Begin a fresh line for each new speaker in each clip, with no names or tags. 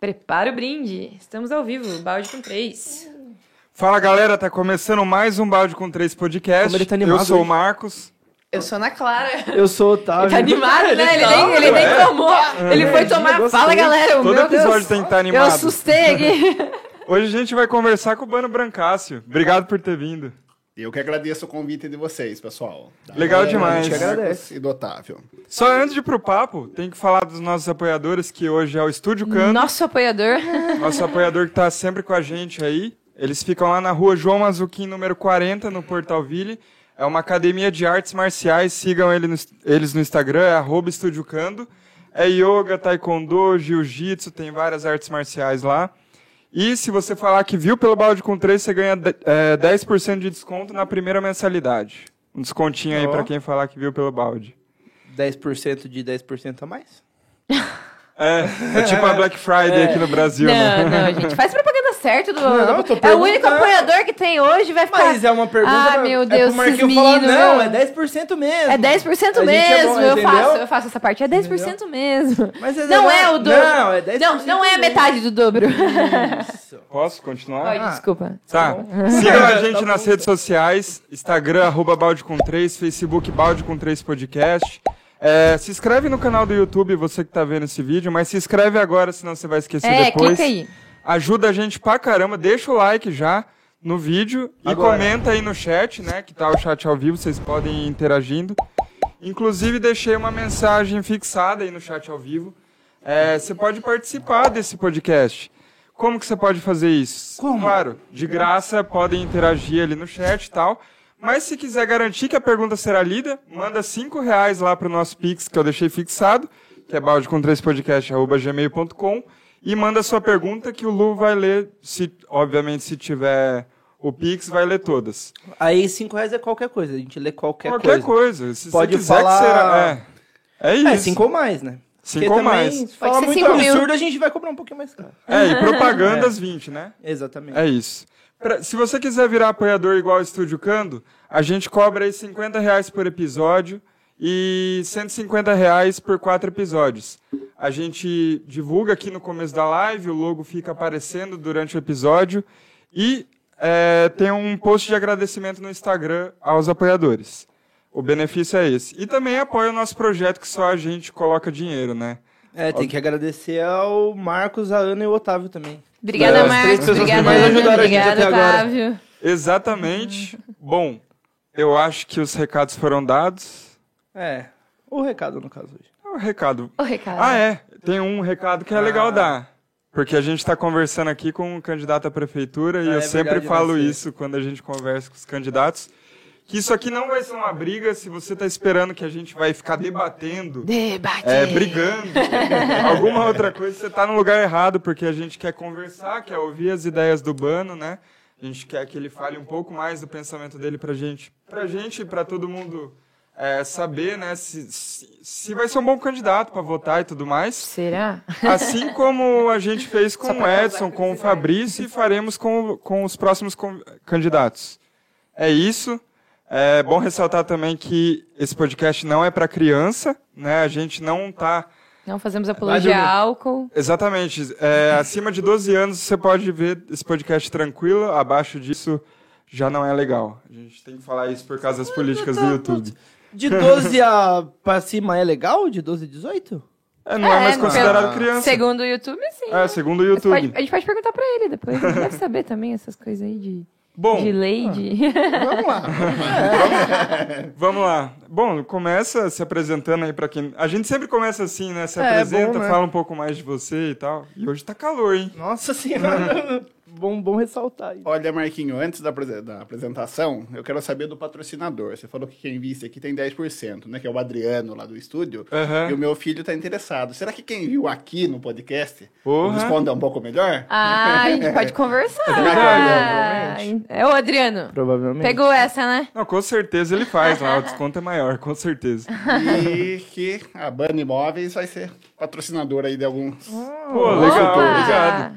Prepara o brinde. Estamos ao vivo, balde com três.
Fala galera, tá começando mais um Balde com Três podcast.
Como ele tá
Eu
animado
sou o
hoje.
Marcos.
Eu sou Ana Clara.
Eu sou o
Tá
Otávio.
animado, né? Ele nem, ele nem tomou. Ele foi
energia,
tomar.
gostei.
Fala, galera.
Oh,
Todo
meu
episódio
Deus.
tem que estar
é
Eu
animado.
assustei aqui.
Hoje a gente vai conversar com o Bano Brancácio. Obrigado por ter vindo.
Eu que agradeço o convite de vocês, pessoal. Tá?
Legal
É,
demais.
a gente agradece.
E do Otávio.
Só antes de ir pro papo, tem que falar dos nossos apoiadores, que hoje é o Estúdio Canto,
Nosso apoiador.
nosso apoiador que tá sempre com a gente aí. Eles ficam lá na rua João Mazuquim, número 40, no Portalville. É uma academia de artes marciais, sigam ele no- eles no Instagram, é arroba Estúdio Cando. É yoga, taekwondo, jiu-jitsu, tem várias artes marciais lá. E se você falar que viu pelo balde com 3, você ganha de- é, 10% de desconto na primeira mensalidade. Um descontinho aí
Ó.
pra quem falar que viu pelo balde.
10% de 10% a mais?
É, é tipo a Black Friday aqui no Brasil, né?
Não, não, gente. Faz propaganda certa do.
Não, eu tô
é o único
perguntando.
apoiador que tem hoje. Vai ficar.
Mas é uma pergunta.
Ah,
pra-
meu
é
Deus,
pro Marquinho
esses
falar,
meninos. né?"
não, é 10% mesmo.
É 10%
A gente é
mesmo,
bom,
eu
entendeu?
faço, eu faço essa parte. É 10% mesmo.
Mas é
não é o dobro.
Não, é 10%.
Não, não é a metade do dobro.
Isso.
Posso
Ah.
continuar?
Ai, desculpa.
Tá. Sigam a gente nas redes sociais: Instagram, arroba balde com 3, Facebook, balde com 3 podcast. É, se inscreve no canal do YouTube, você que tá vendo esse vídeo, mas se inscreve agora, senão você vai esquecer
é,
depois.
clica aí.
Ajuda a gente pra caramba, deixa o like já no vídeo
Agora.
e comenta aí no chat, né? Que tá o chat ao vivo, vocês podem ir interagindo. Inclusive, deixei uma mensagem fixada aí no chat ao vivo. É, você pode participar desse podcast. Como que você pode fazer isso?
Como?
Claro, de graça, podem interagir ali no chat e tal. Mas se quiser garantir que a pergunta será lida, manda cinco reais lá pro nosso Pix, que eu deixei fixado, que é balde com três podcast, arroba gmail.com, e manda sua pergunta que o Lu vai ler, se, obviamente, se tiver o Pix, vai ler todas.
Aí 5 reais é qualquer coisa, a gente lê qualquer,
Qualquer coisa.
coisa.
Se
Pode
você quiser
falar-
que será. É, é isso.
É 5 ou mais, né?
Cinco
Porque
ou mais.
também,
Pode
Se falar
ser
muito
cinco mil.
absurdo, a gente vai cobrar um pouquinho mais caro.
É, e propagandas 20, né?
Exatamente.
É isso. Pra- se você quiser virar apoiador igual o Estúdio Cando, a gente cobra aí 50 reais por episódio e 150 reais por quatro episódios. A gente divulga aqui no começo da live, o logo fica aparecendo durante o episódio e é, tem um post de agradecimento no Instagram aos apoiadores. O benefício é esse. E também apoia o nosso projeto que só a gente coloca dinheiro, né?
É, tem que agradecer ao Marcos, a Ana e o Otávio também.
Obrigada,
É, as três
Marcos.
pessoas que
Obrigada,
mais
Ana.
ajudaram a gente
Obrigada,
até agora.
Otávio.
Exatamente. Bom, eu acho que os recados foram dados.
É. O recado, no caso, hoje.
É O recado.
Ô, Ricardo.
Ah, é. Tem um recado que é
Ah.
legal dar. Porque a gente está conversando aqui com um candidato à prefeitura e
Ah,
eu
é
sempre
verdade,
falo
você.
isso quando a gente conversa com os candidatos. Que isso aqui não vai ser uma briga se você está esperando que a gente vai ficar debatendo,
Debate.
é, brigando, alguma outra coisa, você está no lugar errado, porque a gente quer conversar, quer ouvir as ideias do Bano, né? A gente quer que ele fale um pouco mais do pensamento dele pra gente, pra gente e pra todo mundo é, saber, né, se, se, se vai ser um bom candidato pra votar e tudo mais.
Será?
Assim como a gente fez com o
pra
Edson,
causar
com o Fabrício e faremos com, com os próximos con- candidatos. É isso. É bom ressaltar também que esse podcast não é pra criança, né? A gente não tá
Não fazemos apologia
dormir.
a álcool.
Exatamente. É, acima de 12 anos você pode ver esse podcast tranquilo, abaixo disso já não é legal. A gente tem que falar isso por causa das políticas do YouTube.
De 12 a pra cima é legal? De 12 a 18?
É, não é
É,
mais
não.
considerado criança.
Segundo o YouTube, sim.
É, segundo o
Mas pode-
YouTube.
a gente pode perguntar pra ele depois. Ele deve saber também essas coisas aí de,
Bom,
de lei. de-
Vamos lá.
vamos lá. Bom, começa se apresentando aí pra quem. A gente sempre começa assim, né? Se
É, é
apresenta,
bom, né?
fala um pouco mais de você e tal. E hoje tá calor, hein?
Nossa senhora. bom, bom ressaltar aí.
Olha, Marquinho, antes da, apresen- da apresentação, eu quero saber do patrocinador. Você falou que quem visse aqui tem 10%, né? Que é o Adriano lá do estúdio.
Aham.
E o meu filho tá interessado. Será que quem viu aqui no podcast
Porra.
responda um pouco melhor?
Ah, a gente pode conversar.
Tá
verdade,
né?
é o Adriano.
Provavelmente.
Pegou essa, né?
Não, com certeza ele faz lá. O desconto é maior, com certeza.
E que a Bana Imóveis vai ser patrocinadora aí de alguns.
Pô, legal,
Opa!
obrigado.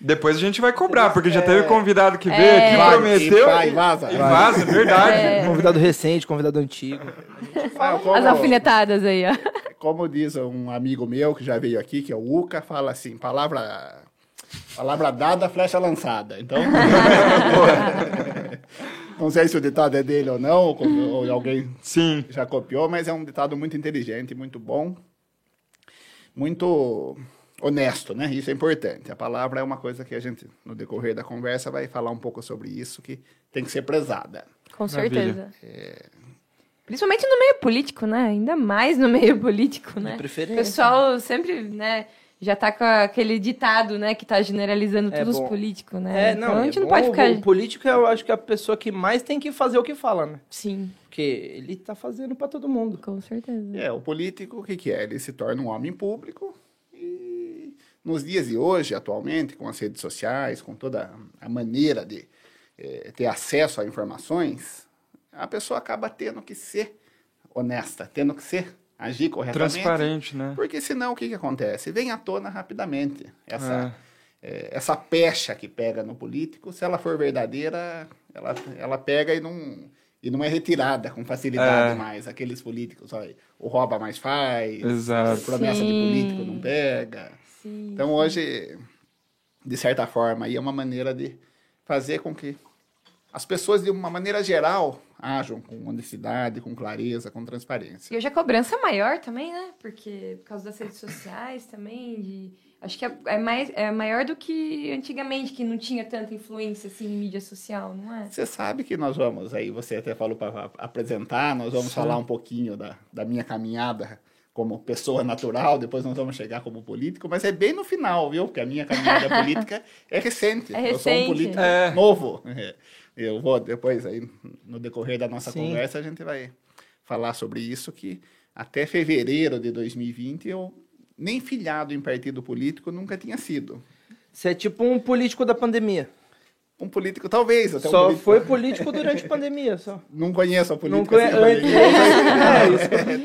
Depois a gente vai cobrar, porque já teve convidado que veio
É.
aqui,
Vai,
prometeu.
Vai, vaza.
E vaza, verdade.
É,
Convidado recente, convidado antigo.
Ah, como-
as alfinetadas aí, ó.
como diz um amigo meu que já veio aqui, que é o Uca, fala assim, palavra, palavra dada, flecha lançada. Então, não sei se o ditado é dele ou não, ou com- ou alguém
Sim.
já copiou, mas é um ditado muito inteligente, muito bom, muito honesto, né? Isso é importante. A palavra é uma coisa que a gente, no decorrer da conversa, vai falar um pouco sobre isso, que tem que ser prezada.
Com
Maravilha.
certeza.
É.
Principalmente no meio político, né? Ainda mais no meio político, né? O
preferência.
pessoal sempre, né, já tá com aquele ditado, né, que tá generalizando
É
todos
bom.
os políticos, né?
É, não,
então a
é
gente não
bom,
pode ficar.
O político, eu acho que é a pessoa que mais tem que fazer o que fala, né?
Sim,
Porque ele tá fazendo pra todo mundo.
com certeza.
É, o político, o que, que é? Ele se torna um homem público e nos dias de hoje, atualmente, com as redes sociais, com toda a maneira de eh, ter acesso a informações, a pessoa acaba tendo que ser honesta, tendo que ser, agir corretamente.
Transparente, né?
Porque senão o que, que acontece? Vem à tona rapidamente essa,
É.
eh, essa pecha que pega no político. Se ela for verdadeira, ela, ela pega e não, e não é retirada com facilidade
É.
mais. Aqueles políticos, olha, o rouba mais faz,
Exato.
promessa de
Sim.
político não pega.
Sim.
Então hoje, de certa forma, aí é uma maneira de fazer com que as pessoas, de uma maneira geral, ajam com honestidade, com clareza, com transparência.
E hoje a cobrança é maior também, né? Porque por causa das redes sociais também, de... Acho que é, é mais, é maior do que antigamente, que não tinha tanta influência, assim, em mídia social, não é?
Você sabe que nós vamos, aí você até falou para apresentar, nós vamos falar um pouquinho da, da minha caminhada como pessoa natural, depois nós vamos chegar como político, mas é bem no final, viu? Porque a minha caminhada política é recente.
É
Eu sou um
recente.
político
É.
novo. É. Eu vou depois, aí, no decorrer da nossa
Sim.
conversa, a gente vai falar sobre isso, que até fevereiro de 2020 eu nem filiado em partido político nunca tinha sido.
Você é tipo um político da pandemia.
Um político, talvez, até um
só
político-
foi político durante a pandemia, só.
Não conheço a política.
Não conhe-
assim, mas-
É, isso.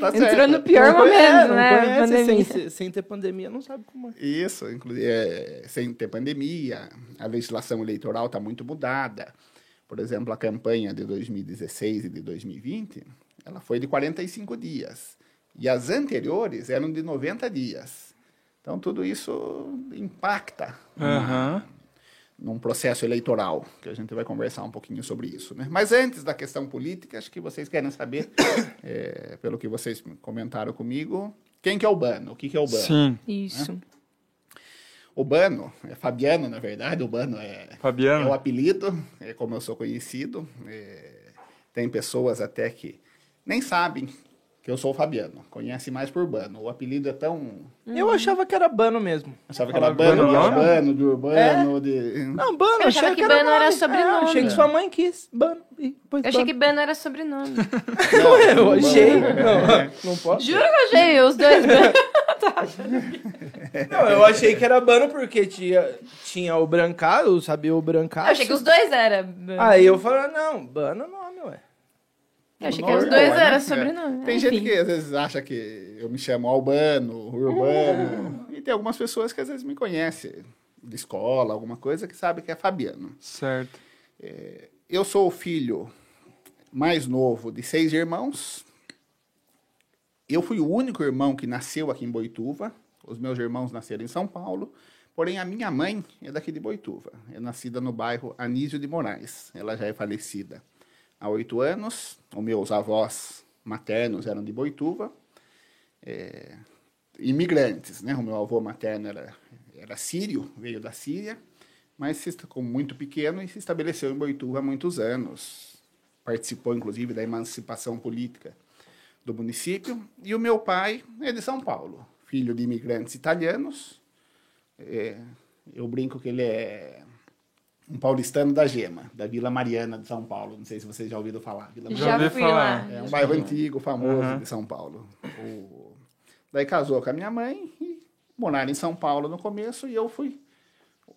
tá certo.
Entrou no pior
Não conhe- é,
momento,
não
né?
conhece
Pandemia.
Sem, sem ter pandemia, não sabe como é.
Isso, inclusive, é, sem ter pandemia, a legislação eleitoral está muito mudada. Por exemplo, a campanha de 2016 e de 2020, ela foi de 45 dias. E as anteriores eram de 90 dias. Então, tudo isso impacta
Aham.
num processo eleitoral, que a gente vai conversar um pouquinho sobre isso. Né? Mas antes da questão política, acho que vocês querem saber, é, pelo que vocês comentaram comigo, quem que é o Bano? O que, que é o Bano?
Sim.
Isso.
É.
O Bano, é Fabiano, na verdade, o Bano é, é o
Fabiano?
apelido, é como eu sou conhecido. é, tem pessoas até que nem sabem que eu sou o Fabiano, conhecem mais por Bano. O apelido é tão.
Uhum.
Eu achava que era bano mesmo.
Sabe que era
Falar
Bano,
Bano
não?
não?
Bano, de Urbano, de.
É? Não, bano,
Eu achava que
era
Bano era
nome.
sobrenome.
É, achei que sua mãe quis. Bano. E depois
Eu achei que
Bano.
Bano era sobrenome.
Não,
Eu
Bano,
achei.
é.
Não, não posso.
Juro que eu achei os dois Bano.
Não, eu achei que era bano porque tinha, tinha o brancaço, eu sabia o
Eu
brancaço.
achei que os dois eram Bano.
Aí eu falei, não, bano é nome, ué.
Eu achei que
Normal,
os dois
né?
eram sobrenome.
Tem
Enfim.
gente que às vezes acha que eu me chamo Albano, Urbano.
É.
E tem algumas pessoas que às vezes me conhecem de escola, alguma coisa, que sabe que é Fabiano.
Certo.
Eu sou o filho mais novo de seis irmãos. Eu fui o único irmão que nasceu aqui em Boituva. Os meus irmãos nasceram em São Paulo. Porém, a minha mãe é daqui de Boituva. É nascida no bairro Anísio de Moraes. Ela já é falecida há oito anos. Os meus avós maternos eram de Boituva imigrantes, né? O meu avô materno era, era sírio, veio da Síria, mas se ficou muito pequeno e se estabeleceu em Boituva há muitos anos. Participou, inclusive, da emancipação política do município. E o meu pai é de São Paulo, filho de imigrantes italianos. É, eu brinco que ele é um paulistano da Gema, da Vila Mariana de São Paulo. Não sei se vocês já ouviram falar. Vila
Já
Já
ouvi
fui
falar.
lá.
é
Já
um
fui
Uhum.
bairro
lá.
antigo, famoso
Aham.
de São Paulo. O- Daí casou com a minha mãe e moraram em São Paulo no começo e eu fui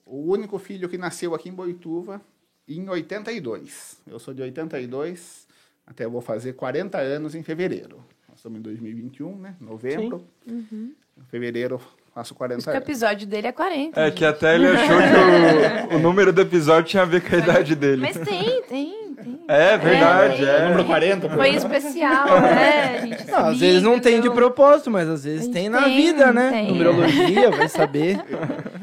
o único filho que nasceu aqui em Boituva em 82. Eu sou de 82, até vou fazer 40 anos em fevereiro. Nós estamos em 2021, né? Novembro. Em fevereiro faço 40
O
anos.
episódio dele é 40.
É
gente.
que até ele achou que o, o número do episódio tinha a ver com a idade dele.
Mas tem, tem, tem.
É verdade, é.
Número 40,
Foi especial, né? A
É
gente
Não, às
liga,
vezes não tem de
então,
propósito, mas às vezes
gente
tem na
tem,
vida, né?
tem.
Numerologia, vai saber.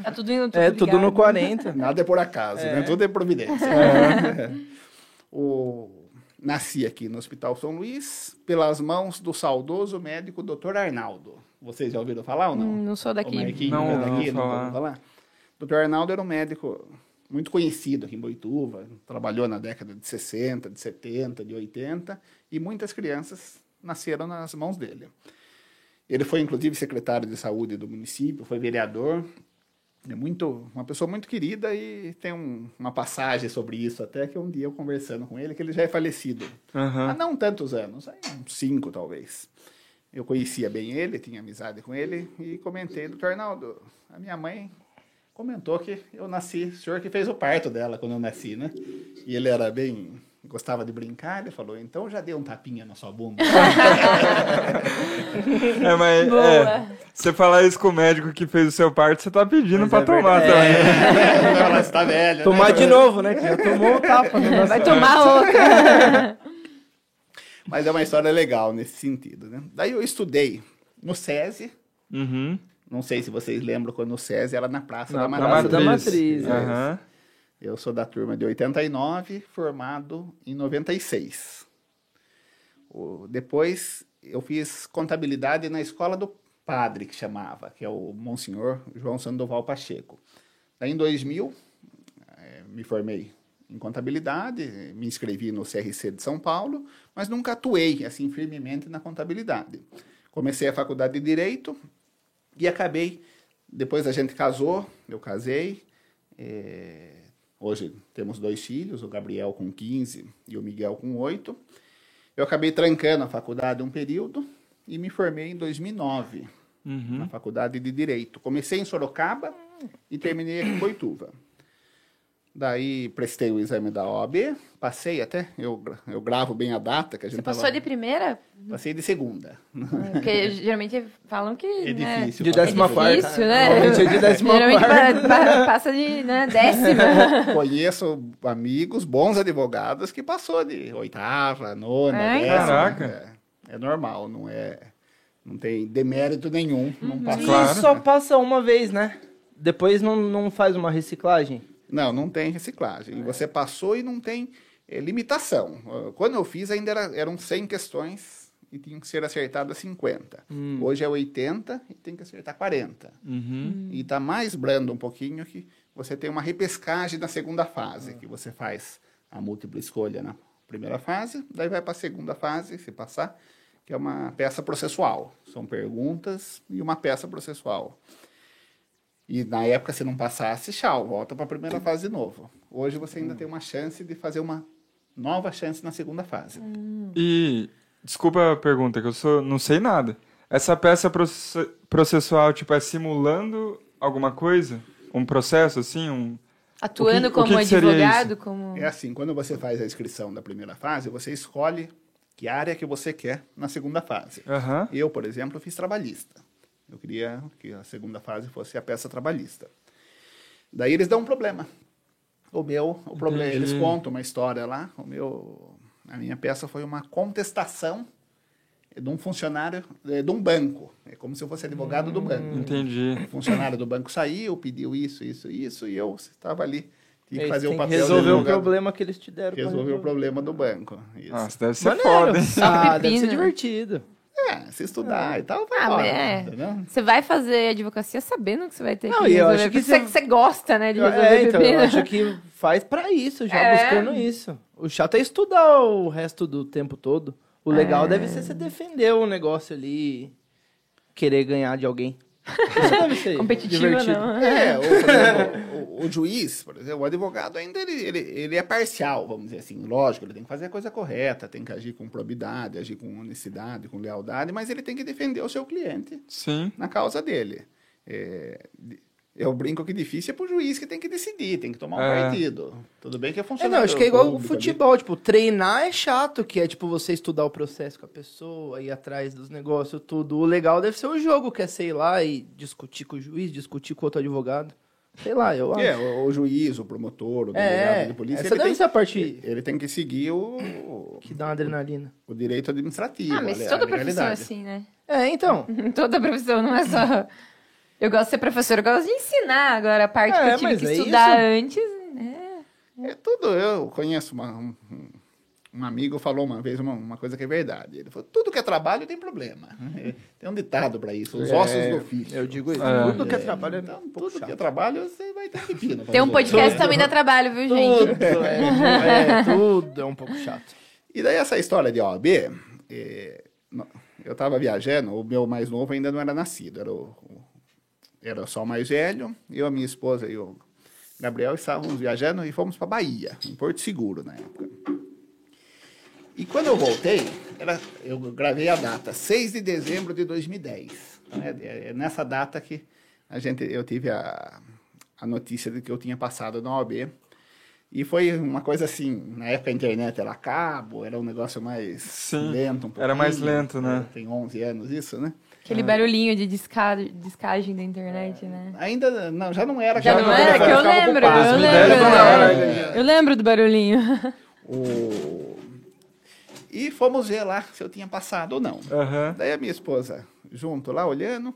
Tá tudo indo tudo
É, tudo no
ligado.
40.
Nada é por acaso, né? Tudo é providência. o... Nasci aqui no Hospital São Luís pelas mãos do saudoso médico Dr. Arnaldo. Vocês já ouviram falar ou não?
Hum, não sou
O
daqui.
Marquinhos
Não,
é
não
daqui,
vou
não vou
falar.
falar. O Dr. Arnaldo era um médico muito conhecido aqui em Boituva, trabalhou na década de 60, de 70, de 80, e muitas crianças nasceram nas mãos dele. Ele foi, inclusive, secretário de saúde do município, foi vereador, é muito, uma pessoa muito querida e tem um- uma passagem sobre isso até que um dia eu conversando com ele, que ele já é falecido,
Aham.
Há não tantos anos, aí uns cinco talvez. Eu conhecia bem ele, tinha amizade com ele e comentei, doutor Arnaldo, a minha mãe comentou que eu nasci, o senhor que fez o parto dela quando eu nasci, né? E ele era bem, gostava de brincar, ele falou, então já dei um tapinha na sua bunda.
É, mas é, você falar isso com o médico que fez o seu parto, você tá pedindo pra
é
tomar também.
verdade.
Ela está velha. né?"
Tomar de novo, né? Que já tomou o tapa. né? Tá
Vai tomar outra.
Mas é uma história legal nesse sentido, né? Daí eu estudei no SESI,
Uhum.
não sei se vocês lembram quando o SESI era na Praça da
Na
Matriz.
Praça da Matriz, é.
Aham.
Eu sou da turma de 89, formado em 96. O- depois eu fiz contabilidade na escola do padre, que chamava, que é o Monsenhor João Sandoval Pacheco. Daí em 2000, eh, me formei em contabilidade, me inscrevi no CRC de São Paulo, mas nunca atuei assim firmemente na contabilidade. Comecei a faculdade de Direito e acabei. Depois a gente casou, eu casei. eh, Hoje temos dois filhos, o Gabriel com 15 e o Miguel com 8. Eu acabei trancando a faculdade um período e me formei em 2009
Uhum,
Hum.
na faculdade de Direito. Comecei em Sorocaba e terminei aqui em Boituva. Daí prestei o exame da OAB, passei até, eu, gra- eu gravo bem a data que a gente
Você passou
tava-
Tipo, de primeira?
Passei de segunda.
Porque geralmente falam que.
É
né,
difícil.
De
passar
décima
segunda.
quarta.
Difícil, né?
Normalmente é de décima
Geralmente
quarta.
pa- pa- passa de né, décima.
Eu Conheço amigos, bons advogados, que passou de oitava, nona,
É,
décima.
Caraca.
É, é normal, não é... Não tem demérito nenhum não
E
passar.
Claro.
só passa uma vez, né? Depois não, não faz uma reciclagem.
Não, não tem reciclagem. E Você passou e não tem eh, limitação. Ah, Quando eu fiz, ainda era- eram 100 questões e tinham que ser acertadas 50.
Hum.
Hoje é 80 e tem que acertar 40.
Uhum.
E está mais brando um pouquinho que você tem uma repescagem na segunda fase, que você faz a múltipla escolha na primeira fase, daí vai para a segunda fase, se passar, que é uma peça processual. São perguntas e uma peça processual. E na época, se não passasse, tchau, volta para a primeira fase de novo. Hoje você ainda tem uma chance de fazer uma nova chance na segunda fase.
E desculpa a pergunta, que eu sou, não sei nada. Essa peça proce- processual, tipo, é simulando alguma coisa? Um processo, assim? Um...
Atuando
O que- o
como
que que seria
advogado, como.
É assim, quando você faz a inscrição da primeira fase, você escolhe que área que você quer na segunda fase.
Aham.
Eu, por exemplo, fiz trabalhista. Eu queria que a segunda fase fosse a peça trabalhista. Daí eles dão um problema. O meu, o problema, eles contam uma história lá. O meu, a minha peça foi uma contestação de um funcionário eh, de um banco. É como se eu fosse advogado do
Hum,
banco.
Entendi.
O funcionário do banco saiu, pediu isso, isso, isso e eu estava ali. Tinha que
Eles
fazer o
têm que
papel de
resolver o
advogado.
problema Ah. que eles te deram. pra
Resolver o problema do banco. Isso.
Nossa, Ah, deve ser
Maneiro.
foda, hein?
Ah, deve ser
Pepino.
divertido.
É, se estudar e tal, vai
Ah,
embora,
mas é.
entendeu?
Você vai fazer advocacia sabendo que você vai ter
Não,
que
e eu
resolver.
acho que
Porque você,
você-
você gosta, né, de resolver
É, então, eu
pepino.
acho que faz pra isso, já
É.
buscando isso. O chato é estudar o resto do tempo todo. O legal deve ser você defender o negócio ali, querer ganhar de alguém. Isso deve ser
Competitiva,
divertido.
não.
É, o, por exemplo, o- o juiz, por exemplo, o advogado ainda ele, ele, ele é parcial, vamos dizer assim. Lógico, ele tem que fazer a coisa correta, tem que agir com probidade, agir com honestidade, com lealdade, mas ele tem que defender o seu cliente
Sim.
na causa dele. É, de- eu brinco que difícil é pro juiz que tem que decidir, tem que tomar um
É.
partido. Tudo bem que é
É,
funcionário.
não, acho que é igual o
público ali.
futebol, tipo, treinar é chato, que é tipo você estudar o processo com a pessoa, ir atrás dos negócios, tudo. O legal deve ser o jogo, que é, sei lá, e discutir com o juiz, discutir com outro advogado. Sei lá, eu acho.
É, o, o juiz, o promotor, o delegado
É,
de polícia,
essa
ele
deve
tem,
ser a parte
ele tem que seguir o,
que dá uma adrenalina.
o direito administrativo.
Ah, mas
a le- a
toda profissão é
legalidade.
assim, né?
É, então.
Toda profissão, não é só... Eu gosto de ser professora, eu gosto de ensinar. Agora, a parte
É,
que eu tive
mas
que
é
estudar antes, né?
É tudo, eu conheço uma- um, um amigo falou uma vez uma, uma coisa que é verdade. Ele falou, tudo que é trabalho tem problema. Tem um ditado para isso, os ossos do ofício.
É, Eu digo isso.
É.
Tudo que é trabalho é
Então,
um pouco
tudo que é
chato.
trabalho, você vai ter pepino. pra
Tem um
é.
resolver.
podcast também dá trabalho, viu, gente?
Tudo é, é, tudo é um pouco chato.
Então, E daí essa história de OAB, eh, no- eu estava viajando, o meu mais novo ainda não era nascido, era, o, o- era só o mais velho, eu, a minha esposa e o Gabriel estávamos viajando e fomos para Bahia, em Porto Seguro na época. E quando eu voltei, era- eu gravei a data, 6 de dezembro de 2010. Então, é- é, é nessa data que a gente, eu tive a, a notícia de que eu tinha passado na OAB. E foi uma coisa assim, na época a internet era cabo, era um negócio mais
Sim,
lento um pouquinho. É,
era mais lento, né?
Tem 11 anos isso, né?
Ah.
Aquele barulhinho de disca... discagem da internet, né?
Ainda não, já não era
É.
Já
cabo,
não
mas
era, que eu
ficava com
lembro,
passo,
eu
né?
dez
lembro.
pra hora,
né? Eu lembro do barulhinho.
O... E fomos ver lá se eu tinha passado ou não.
Aham.
Daí a minha esposa, junto lá, olhando,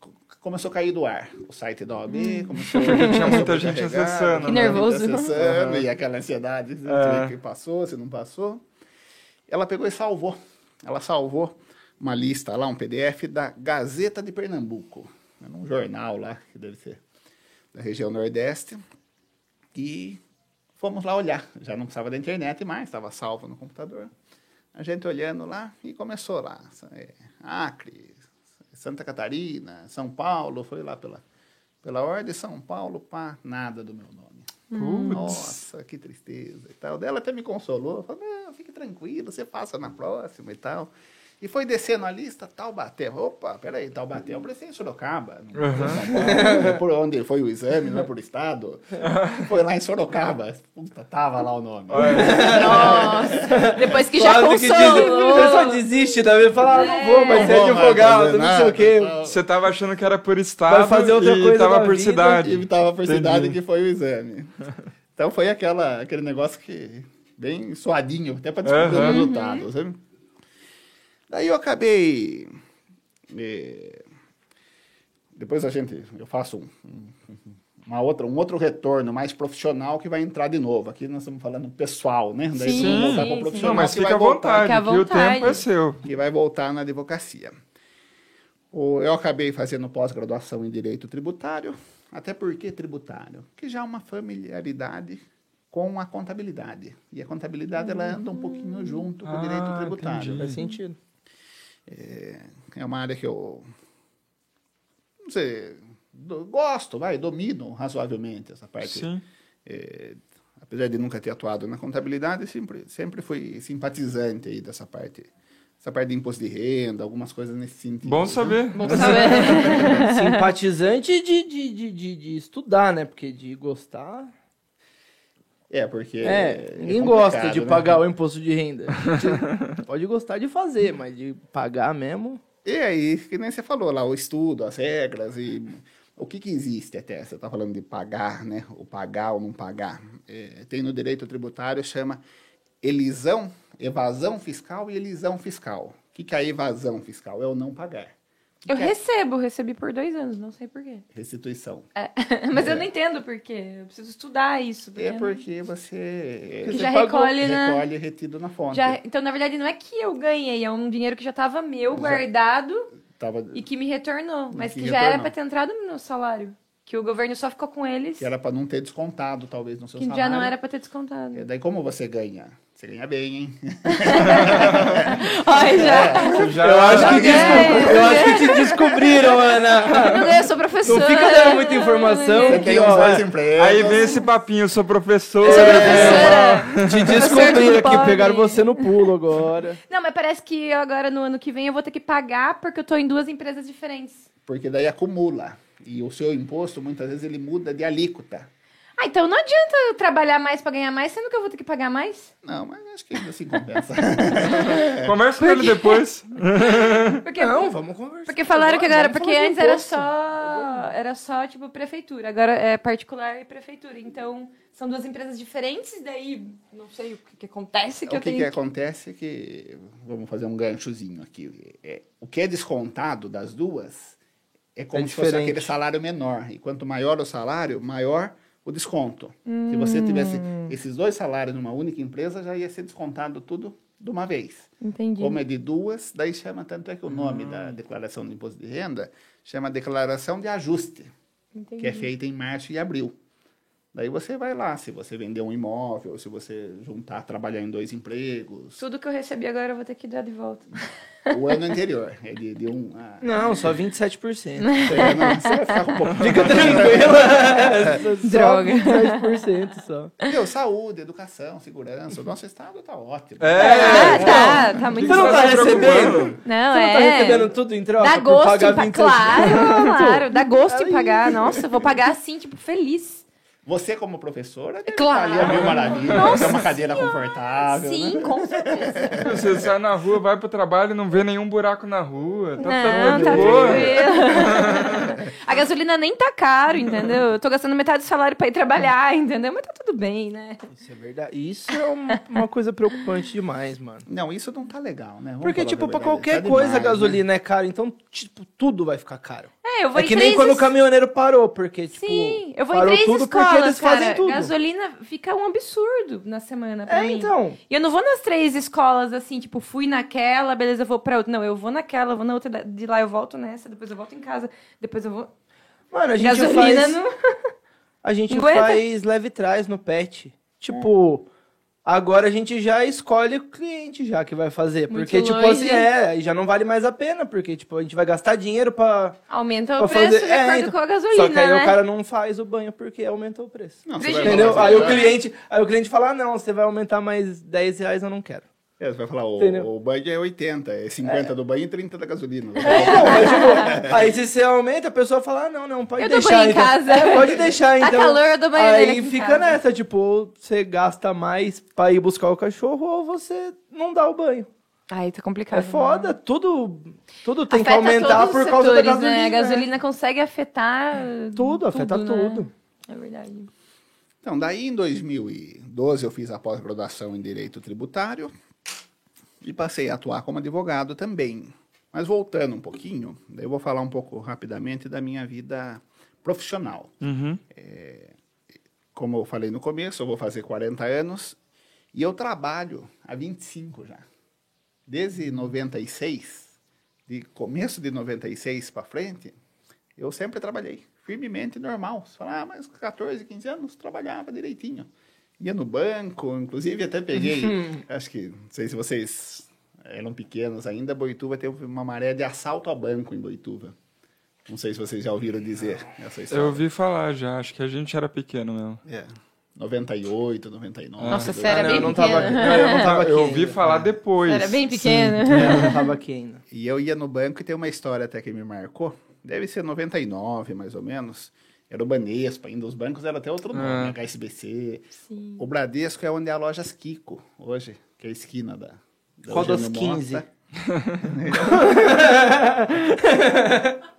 co- começou a cair do ar o site da OAB, começou
tinha muita
a
gente
sobrecarregar,
né?
acessando,
Hum. Que nervoso.
muita gente acessando, E aquela ansiedade, se
É.
que passou, se não passou. Ela pegou e salvou. Ela salvou uma lista lá, um PDF da Gazeta de Pernambuco. Era um jornal lá, que deve ser da região Nordeste. E fomos lá olhar. Já não precisava da internet mais, estava salvo no computador. A gente olhando lá e começou lá. Sa- é, Acre, Santa Catarina, São Paulo, foi lá pela, pela ordem, São Paulo, pá, nada do meu nome. Nossa, que tristeza e tal. Dela até me consolou, falou, não, fique tranquilo, você passa na próxima e tal. E foi descendo a lista, Taubaté. Opa, peraí, Taubaté, é eu prestei em Sorocaba. Não foi em São Paulo, não é por onde foi o exame, não é por estado. Foi lá em Sorocaba. Puta, tava lá o nome.
Nossa! Depois que já
Quase diz- a pessoa
consolou.
desiste da vida fala, ah,
É.
não vou, vai
Não
ser
vou mais
advogado,
fazer
não sei o
nada,
quê.
tal.
Você tava achando que era por estado
Vai fazer outra
e
coisa
tava
da
por
vida. tá
cidade.
E tava por
Entendi.
cidade que foi o exame. Então foi aquela, aquele negócio que bem suadinho, até para descobrir
Aham.
o resultado. sabe? Daí eu acabei. eh, depois a gente. Eu faço um, um- uma outra, um outro retorno mais profissional que vai entrar de novo. Aqui nós estamos falando pessoal, né? Daí
Sim,
vamos voltar
sim,
pro
sim.
profissional
Não, mas
que
fica
vai
à
voltar
vontade,
Fica à
que o
vontade.
tempo é seu.
que vai voltar na advocacia. O- Eu acabei fazendo pós-graduação em direito tributário, até porque tributário, que já é uma familiaridade com a contabilidade. E a contabilidade ela anda um pouquinho junto com o direito
Ah,
tributário.
Faz sentido.
É uma área que eu não sei, do- gosto, vai, domino razoavelmente essa parte
Sim.
eh, apesar de nunca ter atuado na contabilidade, sempre, sempre fui simpatizante aí dessa parte. Essa parte de imposto de renda, algumas coisas nesse sentido.
Bom
né?
saber.
Bom saber.
Simpatizante de, de, de, de, de estudar, né? Porque de gostar.
É, porque.
É,
é
ninguém
complicado,
gosta de
né?
pagar o imposto de renda. A gente Pode gostar de fazer, mas de pagar mesmo.
E aí, que nem você falou lá, o estudo, as regras e. O que, que existe até? Você está falando de pagar, né? O pagar ou não pagar. É, tem no direito tributário, chama elisão, evasão fiscal e elisão fiscal. O que, que é a evasão fiscal? É o não pagar.
Eu recebo, recebi por dois anos, não sei porquê.
Restituição.
Mas eu não entendo porquê. Eu preciso estudar isso.
É
porque-
porque você.
Que
você
já
pagou,
recolhe na-
recolhe retido na fonte.
Já- então, na verdade, não é que eu ganhei, é um dinheiro que já tava meu, guardado,
Tava...
e que me retornou. Mas
que
que, já era
retornou.
pra ter entrado no meu salário. Que o governo só ficou com eles,
Que era para não ter descontado, talvez, no seu
que
salário.
já não era pra ter descontado.
É, Daí como você ganha? Você ganha bem, hein?
Ai, já.
Eu já
Eu acho que,
que
desco-
é,
eu acho que te descobriram, Ana.
Não, eu sou professora.
É. Não fica dando muita informação.
Você
que, é.
tem
ó,
uns
é.
dois empregos.
Aí vem esse papinho, eu sou professor.
Professora.
Te descobriram aqui,
pobre.
pegaram você no pulo agora.
Não, mas parece que agora no ano que vem eu vou ter que pagar porque eu tô em duas empresas diferentes.
Porque daí acumula. E o seu imposto, muitas vezes, ele muda de alíquota.
Ah, então não adianta eu trabalhar mais pra ganhar mais, sendo que eu vou ter que pagar mais?
Não, mas acho que ainda assim compensa.
É.
Conversa com ele depois.
Porque,
Não, vamos conversar.
porque falaram que
Vamos
agora.
falar
Porque
de
antes era
imposto.
só. Era só, tipo, prefeitura. Agora é particular e prefeitura. Então, são duas empresas diferentes, daí não sei o que, que acontece que
É o
eu
que,
tenho.
que acontece é que vamos fazer um ganchozinho aqui. É, o que é descontado das duas é como
É
se fosse
diferente.
aquele salário menor. E quanto maior o salário, maior o desconto. Se você
Hum.
tivesse esses dois salários numa única empresa, já ia ser descontado tudo de uma vez.
Entendi. Ah.
Como é de duas, daí chama tanto é que o nome da declaração do imposto de renda chama declaração de ajuste que é
Entendi.
feita em março e abril. Daí você vai lá, se você vender um imóvel, se você juntar, trabalhar em dois empregos,
Tudo que eu recebi agora eu vou ter que dar de volta.
o ano anterior. É de, de um. A,
Não, só 27%.
é, não, você vai ficar com um pouco.
Fica tranquila. Só
Droga.
27% só.
Meu, saúde, educação, segurança. O nosso estado está ótimo.
É.
tá, tá muito
Você não
bom.
tá
se
recebendo?
preocupando?
Não,
Você não
é.
tá recebendo tudo em troca
Dá
por
gosto
pagar
em pagar.
27%?
Claro, claro. Dá gosto em
Aí.
pagar. Nossa, eu vou pagar assim, tipo, feliz.
Você, como professora, deve
Claro.
estar ali a mil maravilha,
Nossa
ter uma cadeira confortável.
Sim,
né?
com certeza.
Você sai na rua, vai pro trabalho e não vê nenhum buraco na rua. Tá
Não,
tudo
tá
de boa.
tranquilo. A gasolina nem tá caro, entendeu? Eu tô gastando metade do salário pra ir trabalhar, entendeu? Mas tá tudo bem, né?
Isso é verdade. Isso é uma, uma coisa preocupante demais, mano.
Não, isso não tá legal, né? Vamos
Porque,
falar
tipo,
a
pra
verdade,
qualquer
tá
coisa a
demais, né?
gasolina é cara, então, tipo, tudo vai ficar caro.
É, eu vou
É
em
que nem
três
quando o
es-
caminhoneiro parou, porque, tipo,
Sim, eu vou em
parou
três
tudo porque
escolas,
eles fazem
cara.
tudo.
Gasolina fica um absurdo na semana pra
É,
mim.
então.
E eu não vou nas três escolas, assim, tipo, fui naquela, beleza, eu vou pra outra. Não, eu vou naquela, eu vou na outra, de lá eu volto nessa, depois eu volto em casa, depois eu vou...
Mano, a gente
Gasolina
faz...
não...
A gente
Aguenta. É.
faz leve trás no pet. Tipo, agora a gente já escolhe o cliente já que vai fazer.
Muito
Porque, tipo,
longe. né?
assim, é, aí já não vale mais a pena, porque, tipo, a gente vai gastar dinheiro pra,
Aumenta
pra
o preço
fazer.
de acordo
então.
com a gasolina,
Só que aí
né?
o cara não faz o banho porque aumentou o preço.
Não, é você vai
Entendeu?
falar,
Aí o
"Olha,
cliente, aí o cliente fala: ah, não, você vai aumentar mais 10 reais, eu não quero.
É, você vai falar,
Entendeu?
o, o banho é 80, é 50 do banho e 30 da gasolina.
Não, mas, tipo, aí se você aumenta, a pessoa fala: ah, não, não, pode
Eu dou
deixar.
banho em
então.
casa.
É, pode deixar,
Tá
então.
calor, eu dou banho nele
Aí
aqui em
fica
casa.
nessa, tipo, ou você gasta mais pra ir buscar o cachorro ou você não dá o banho.
Ai, tá complicado.
É
né?
foda, tudo, tudo tem que
Afeta
aumentar
todos os
por causa da
setores,
gasolina.
Né? A
né?
gasolina consegue afetar
Tudo, afeta
né?
tudo.
É verdade.
Então, daí em 2012 eu fiz a pós-graduação em Direito Tributário e passei a atuar como advogado também. Mas voltando um pouquinho, daí eu vou falar um pouco rapidamente da minha vida profissional.
Uhum.
Como eu falei no começo, eu vou fazer 40 anos e eu trabalho há 25 já. Desde 96, de começo de 96 para frente, eu sempre trabalhei firmemente, normal. Você fala, ah, mas 14, 15 anos, trabalhava direitinho. Ia no banco, inclusive até peguei, acho que, não sei se vocês eram pequenos ainda, Boituva teve uma maré de assalto a banco em Boituva. Não sei se vocês já ouviram dizer essa história.
Eu ouvi falar já, acho que a gente era pequeno mesmo.
É. 98, 99.
Nossa,
dois-
Você sério? era
Ah, não, eu
bem
não tá. tava aqui.
pequeno.
Não, eu não tava aqui. É.
eu ouvi
ainda.
falar depois.
Era bem pequeno.
É, Eu não tava aqui ainda.
E eu ia no banco e tem uma história até que me marcou. Deve ser 99, mais ou menos. Era o Banespa, ainda os bancos eram até outro nome,
Ah.
HSBC.
Sim.
O Bradesco é onde é a lojas Kiko, hoje, que é a esquina da... da
Qual das
Eugênio
15?
Mota.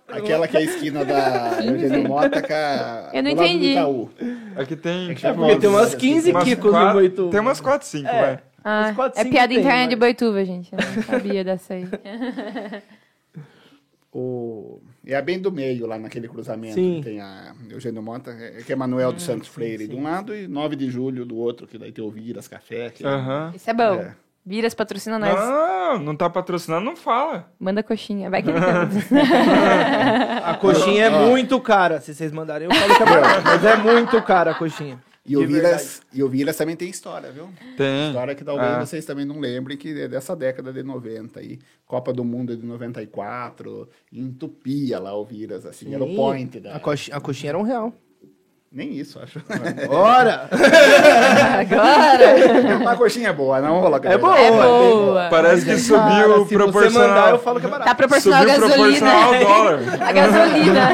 Aquela que é a esquina da Eugênio Mota com a...
Eu não
do lado do
entendi.
Itaú.
É que tem,
É que
tipo...
é
Porque tem umas 15
umas
Kikos no
quatro-
Boituva.
Tem umas 4, 5, vai.
Ah,
Uns quatro,
é
cinco
piada
tem,
interna
mas-
de Boituva, gente. Eu não sabia dessa aí.
O... É bem do meio, lá naquele cruzamento.
Sim.
que Tem a Eugênio Monta, é- que é Manuel dos
Hum,
Santos Freire de um lado e 9 de julho do outro, que daí tem o Viras Café. Que...
Ah.
Aham.
Isso é bom.
É.
Viras patrocina nós.
Não, não tá patrocinando, não fala.
Manda coxinha. Vai que ele quer.
A coxinha é
Ó.
muito cara. Se vocês mandarem, eu falo que é barato, Mas é muito cara a coxinha.
E, o
De
Viras, e o Viras também tem história, viu?
Tem.
História que talvez
Ah.
vocês também não lembrem, que é dessa década de 90 aí. Copa do Mundo de 94, entupia lá o Viras, assim, era o
Sim.
point da...
A, coxi- a coxinha era um real.
Nem isso, acho.
Ora!
Agora!
É Uma coxinha boa, não? Vamos colocar.
É boa!
É boa.
Parece que subiu
Cara, se você
proporcional.
mandar, eu falo que é barato.
Tá proporcional à
subiu
gasolina.
proporcional ao dólar.
A gasolina.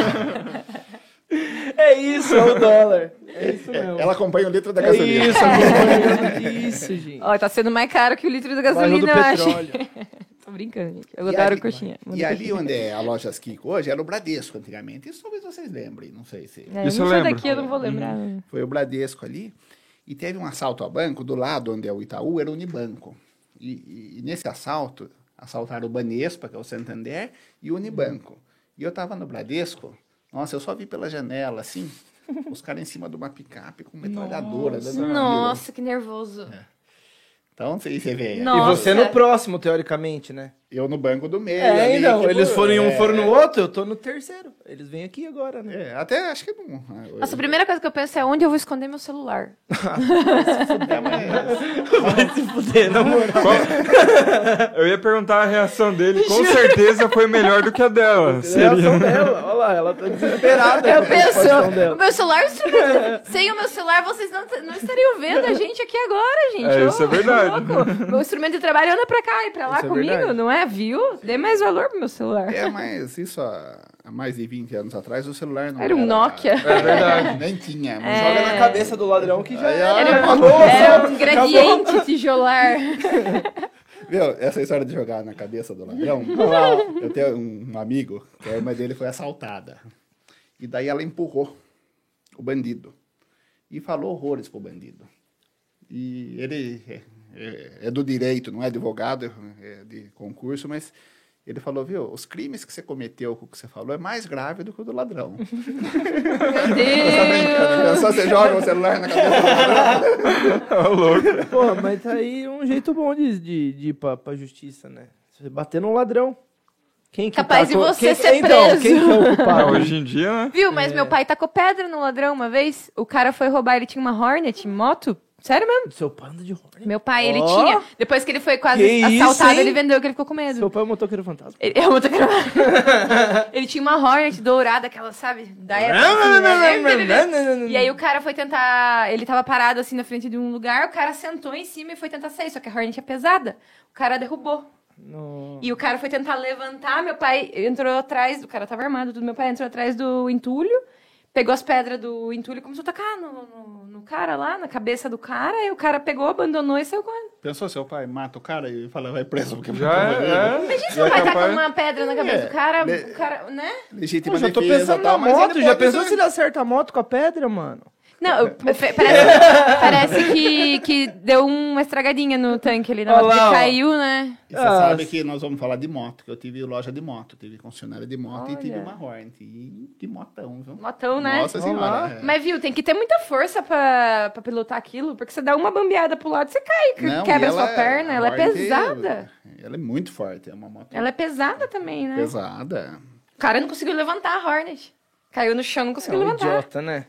É É isso, é o dólar. É isso mesmo.
Ela acompanha o litro da
É
gasolina.
isso, acompanha isso, gente.
Ó, tá sendo mais caro que o litro da
Bairro do
gasolina, eu acho.
petróleo.
Tô brincando, gente. Eu
E
adoro
ali-
coxinha.
E ali onde é a loja Kiko hoje era o Bradesco antigamente. Isso talvez vocês lembrem, não sei se.
É, eu
Isso
não sou
eu lembro.
daqui, eu não vou lembrar. né?
Foi o Bradesco ali. E teve um assalto ao banco, do lado onde é o Itaú, era o Unibanco. E, e- e nesse assalto, assaltaram o Banespa, que é o Santander, e o Unibanco. E eu tava no Bradesco, nossa, eu só vi pela janela, assim, os caras em cima de uma picape com metralhadora. dando tiro.
Nossa, que nervoso.
Então, você, você vê,
E
Nossa.
você no próximo, teoricamente, né?
eu no banco do meio.
É,
ali,
então.
tipo,
Eles foram em um,
é,
foram no outro, eu tô no terceiro. Eles vêm aqui agora, né?
é, até acho que não.
Nossa, a primeira coisa que eu penso é onde eu vou esconder meu celular.
É, mas-
Vai se fuder, na moral.
Eu ia perguntar a reação dele, com certeza foi melhor do que a dela.
É a ação
Seria.
dela, olha lá, ela tá desesperada. Eu
Penso, o meu celular. Sem o meu celular, vocês não, não estariam vendo a gente aqui agora, gente.
É,
Ô,
isso é verdade.
louco. Meu instrumento de trabalho anda pra cá e pra lá
Isso é
comigo,
verdade.
não é? Viu? Dê mais valor pro meu celular.
é, mas isso há, há mais de 20 anos atrás, o celular não
Era um Nokia.
É verdade.
Nem tinha, mas
Joga na
É.
cabeça do ladrão que já
Aí,
era.
Era um,
Acabou,
era um
acabou.
gradiente tijolar.
Viu, essa história de jogar na cabeça do ladrão, eu tenho um amigo que a irmã dele foi assaltada. E daí ela empurrou o bandido. E falou horrores pro bandido. E ele é, é- é do direito, não é advogado, é de concurso, mas ele falou, viu, os crimes que você cometeu com o que você falou é mais grave do que o do ladrão.
Meu
Tá
Deus.
brincando, pensou, você joga o celular na cabeça
Ô, louco.
Pô, mas tá aí um jeito bom de, de, de ir pra, pra justiça, né? Você bater num ladrão. Quem que
Capaz de
tá co-
você
quem-
ser
então,
preso.
Quem que é o
Ah,
culpado?
hoje em dia, né?
Viu?
É.
Mas meu pai tacou pedra no ladrão uma vez. O cara foi roubar, ele tinha uma Hornet, moto. Sério mesmo?
é Seu pano de Hornet.
Meu pai, ele
Ó.
tinha. Depois que ele foi quase
Que isso,
assaltado,
hein?
ele vendeu, que ele ficou com medo.
Seu pai é o motoqueiro fantasma.
Ele, eu vou ter que gravar. Ele tinha uma Hornet dourada, aquela, sabe? Da época. assim, né? E aí o cara foi tentar. Ele tava parado assim na frente de um lugar, o cara sentou em cima e foi tentar sair, só que a Hornet é pesada. O cara derrubou.
No-
E o cara foi tentar levantar, meu pai entrou atrás, o cara tava armado, tudo, meu pai entrou atrás do entulho, pegou as pedras do entulho e começou a tacar no, no- no cara lá, na cabeça do cara, e o cara pegou, abandonou e saiu correndo.
Pensou seu pai mata o cara e fala, vai preso porque
Já
matou o
é.
bandido?
Imagina se
Já
meu pai
capaz-
taca uma pedra na cabeça
É,
do cara,
né?
o cara, né?
Legítima
Pô, já tô
defesa,
pensando
tal,
na
mas ele
moto, já
pode
pensou
ser-
se tá? ele acerta a moto com a pedra, mano?
Não, eu- eu- fe- parece, parece que, que deu uma estragadinha no tanque ali, na
Olha
moto,
lá, ó.
que caiu, né?
E você
Ah,
sabe
s-
que nós vamos falar de moto, que eu tive loja de moto, tive concessionária de moto e tive
Olha.
uma Hornet. E de motão, viu?
Motão, né?
Nossa
Vamos lá.
senhora. é.
Mas viu, tem que ter muita força pra, pra pilotar aquilo, porque você dá uma bambeada pro lado, você cai, que-
Não,
quebra
e
sua
é-
perna,
a
ela é
Hornet,
pesada.
Ela é muito forte, é uma moto
Ela é pesada também, né?
pesada.
O cara não conseguiu levantar a Hornet. Caiu no chão, não conseguiu
um
levantar.
idiota, né?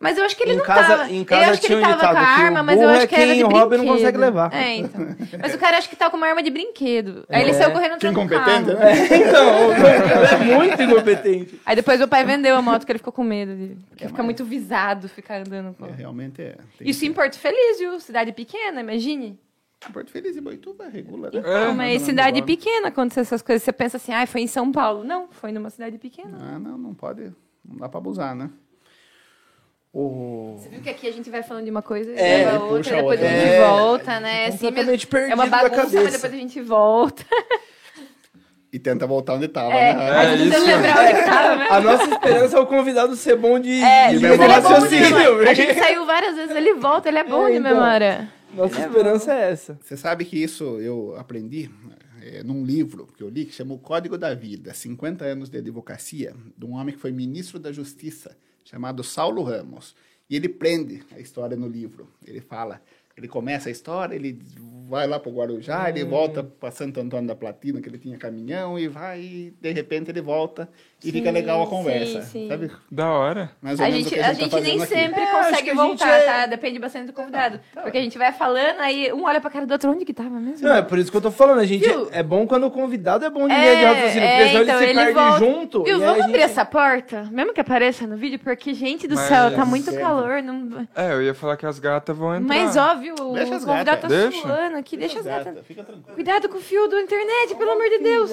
Mas eu acho que ele
Em
não
casa-
tava.
em casa
eu acho que ele
tinha um
tava com a
ditado que o
arma, mas eu
burro
acho
é
que era
quem
de
rouba e
brinquedo.
não consegue levar. É.
É, então. Mas o cara acho que tá com uma arma de brinquedo. Aí ele saiu correndo
Que
um
atrás do
incompetente,
é um carro.
né?
Então, é muito incompetente.
Aí depois meu pai vendeu a moto que ele ficou com medo de. Porque é fica muito visado ficar andando com.
É, realmente é. Tem
Isso
que-
em Porto Feliz, viu? Cidade pequena, imagine.
Porto um Feliz e Boituva regula. né?
Então,
É,
mas cidade pequena, acontece essas coisas, você pensa assim, ah, foi em São Paulo. Não, foi numa cidade pequena.
Ah, não, não pode. Não dá pra abusar, né? O...
Você viu que aqui a gente vai falando de uma coisa,
É,
leva
e
outra,
puxa
depois
outra.
a gente
É,
volta, né? Assim, mesmo,
completamente perdido
é uma
da
bagunça,
cabeça.
mas depois a gente volta.
E tenta voltar onde
Ah,
tava,
É,
né?
a gente tenta
isso.
lembrar onde tava, né?
A nossa esperança é o convidado ser bom de,
É, mas
de
ele
ele
lembra
é
o
bom de
raciocínio,
memória. A né? gente saiu várias vezes, ele volta, ele é bom
É,
de
então.
memória.
Nossa esperança é essa.
Você sabe que isso eu aprendi eh, num livro que eu li que chama O Código da Vida, 50 anos de advocacia, de um homem que foi ministro da Justiça, chamado Saulo Ramos. E ele prende a história no livro. Ele fala, ele começa a história, ele vai lá para o Guarujá,
Hum.
ele volta para Santo Antônio da Platina, que ele tinha caminhão, e vai, e de repente ele volta e fica legal a
sim,
conversa.
sim.
Sabe?
Da hora.
Mais ou
A
menos o
gente,
que
a
tá
gente nem
fazendo aqui.
sempre
É, acho que
consegue
a gente
voltar,
é-
tá? Depende bastante do convidado. Porque a gente vai falando, aí um olha pra cara do outro, onde que tava mesmo?
Não, é por isso que eu tô falando, a gente
Viu? então
é bom quando o convidado é bom de linha de raciocínio, porque senão ele se perde
volta.
junto.
Viu,
e aí
vamos
a
abrir
gente-
essa porta? Mesmo que apareça no vídeo, porque, gente do
Mas-
céu, tá muito
Certo.
calor. Não...
É, eu ia falar que as gatas vão entrar.
Mas, ó, viu, o
Deixa as
convidado
gatas.
tá
Deixa.
suando mano, aqui, deixa as
Exato,
gatas.
fica tranquilo.
Cuidado com o fio da internet, pelo amor de Deus.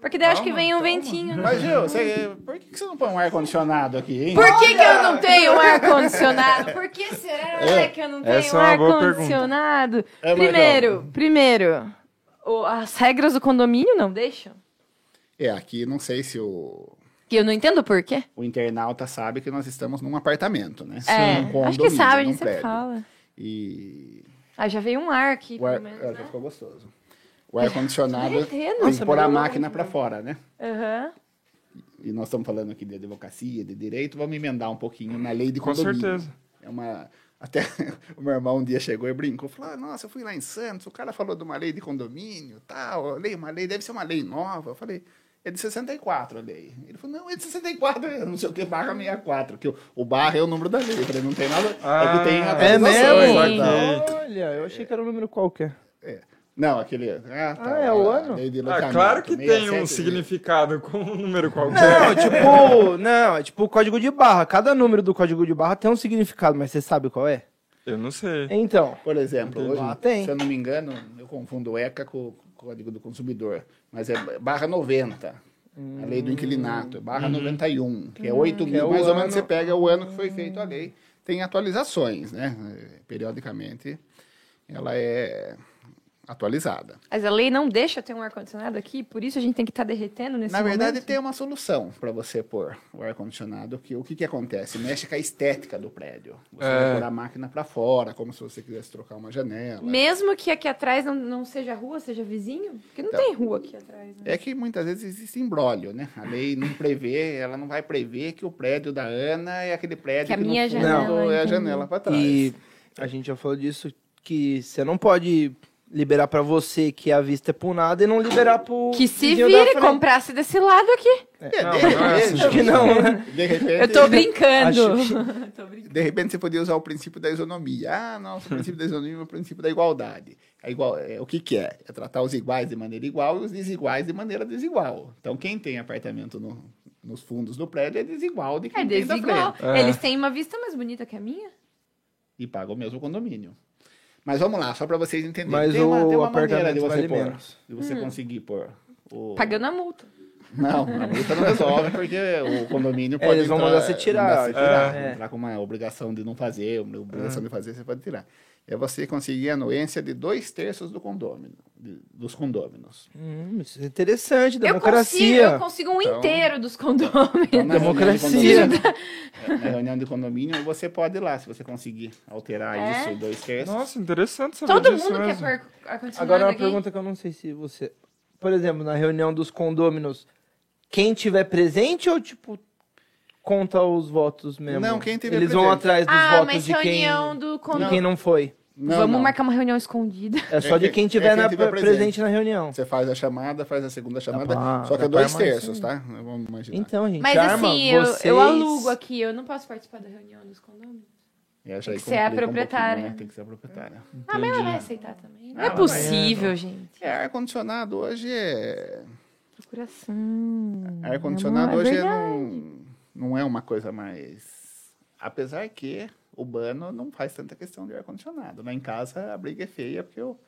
Porque daí eu acho que
Calma,
vem um ventinho. né?
Mas, Gil, você- por que que você não põe um ar-condicionado aqui, hein?
Por que, que eu não tenho um ar-condicionado? Por que será que eu não tenho
essa
um
é uma boa
ar-condicionado?
É, Marcão.
primeiro, primeiro, o- as regras do condomínio não deixam.
É, aqui não sei se o,
Que eu não entendo por quê.
o internauta sabe que nós estamos num apartamento, né?
É,
Num
acho
condomínio,
que sabe, é a
num
gente sempre
prédio.
fala.
E
Ah, já veio um ar aqui,
o ar... ah,
pelo menos,
olha,
né?
ficou gostoso. O ar-condicionado
Tô derretendo.
tem que
Nossa,
pôr a
melhorou
máquina pra fora, né?
Aham.
E nós estamos falando aqui de advocacia, de direito, vamos emendar um pouquinho na lei de
Com
condomínio.
certeza.
É uma... Até o meu irmão um dia chegou e brincou, falou, "Ah, nossa, eu fui lá em Santos, o cara falou de uma lei de condomínio, tal, a lei, uma lei, deve ser uma lei nova. Eu falei, é de 64 a lei. Ele falou, não, é de 64, eu não sei o que, barra 64, que o, o barra é o número da lei, eu falei, não tem nada, é o que tem
Ah,
É
atualizações, então."
mesmo?
e tal."
Olha, eu achei que era um número qualquer.
Não, aquele... Ah, tá,
Ah, é o
a
ano?
lei de
Ah,
loteamento,
claro que tem
67,
um significado com um número qualquer.
Não, tipo, não, é tipo o código de barra. Cada número do código de barra tem um significado, mas você sabe qual é?
Eu não sei.
Então,
Por exemplo, hoje,
Lá tem.
se eu não me engano, eu confundo ECA com o Código do Consumidor, mas é barra 90, a lei do inquilinato, é barra 91, que é 8 mil,
Hum. Uhum. Que é o
mais ou
ano. Hum.
menos você pega o ano que foi feita a lei. Tem atualizações, né? Eh, Periodicamente ela é atualizada.
Mas a lei não deixa eu ter um ar-condicionado aqui, por isso a gente tem que estar derretendo nesse
Na verdade,
momento.
tem um uma solução para você pôr o ar-condicionado, que o que, que acontece? Mexe com a estética do prédio. Você
É.
vai pôr a máquina para fora, como se você quisesse trocar uma janela.
Mesmo que aqui atrás não, não seja rua, seja vizinho, porque não
Então.
tem rua aqui atrás, né?
É que muitas vezes existe embrólio, né? A lei não prevê, ela não vai prever que o prédio da Ana é aquele prédio
Que
que,
a minha
no fundo
janela,
é a
entendi.
janela para trás.
e a gente já falou disso, que você não pode liberar pra você que a vista é por nada e não liberar pro
Que se
vizinho da
vire,
frente.
comprasse desse lado aqui.
É,
Não,
de,
não é
repente,
Acho que não, né?
de repente,
Eu tô brincando.
de repente você poderia usar o princípio da isonomia. Ah, nossa, o princípio da isonomia é o princípio da igualdade. A igual, é, o que, que é? É tratar os iguais de maneira igual e os desiguais de maneira desigual. Então, quem tem apartamento no- nos fundos do prédio é desigual de quem
É
tem da frente.
desigual.
É.
Eles têm uma vista mais bonita que a minha.
e paga o mesmo condomínio. Mas vamos lá, só para vocês entenderem.
Mas
tem uma, tem
o
uma maneira de
apartamento
você
vale
pôr,
menos.
de você conseguir pôr. O...
Hum. Pagando a multa.
Não, a multa não resolve, porque o condomínio
É,
pode
eles vão
entrar-
mandar você tirar,
mandar você tirar,
é.
entrar com uma obrigação de não fazer, uma obrigação de fazer, você pode tirar. É você conseguir a anuência de dois terços do condômino, de- dos condôminos.
Hum, isso é interessante,
Eu consigo, eu
democracia.
consigo um
Então-
inteiro dos condôminos.
Então, na reunião de
Democracia.
condomínio- é, Na reunião de condomínio, você pode ir lá, se você conseguir alterar
É?
isso, dois terços.
Nossa, interessante saber
Todo
disso
mundo quer
então, mesmo.
pôr ar-condicionado
Agora uma
aqui.
pergunta que eu não sei se você. Por exemplo, na reunião dos condôminos, quem tiver presente ou tipo conta os votos mesmo?
Não, quem tiver
Eles vão
presente.
atrás dos
Ah,
votos
mas
de quem,
reunião do
de
condomínio.
quem não foi.
Não,
Vamos
não.
marcar uma reunião escondida.
É só de
que-
quem
é
tiver,
quem
na-
tiver
presente.
presente.
na reunião.
Você faz a chamada, faz a segunda chamada,
pra-
só que
dá
é dois
pra armar
terços,
assim.
tá? Vamos imaginar.
Então, gente,
Mas
arma,
assim, eu,
vocês...
eu alugo aqui, eu não posso participar da reunião dos condôminos.
E aí já
Tem que
complica
ser a
um pouquinho,
proprietária.
né? Tem que ser a proprietária.
Ah, mas ela vai aceitar também. Não
Ah,
é
mas
possível, gente.
É, ar-condicionado hoje é...
Procuração.
Ar-condicionado
Não, é
hoje é
verdade.
não, não é uma coisa mais... Apesar que o Bano não faz tanta questão de ar-condicionado. Lá em casa a briga é feia, porque eu...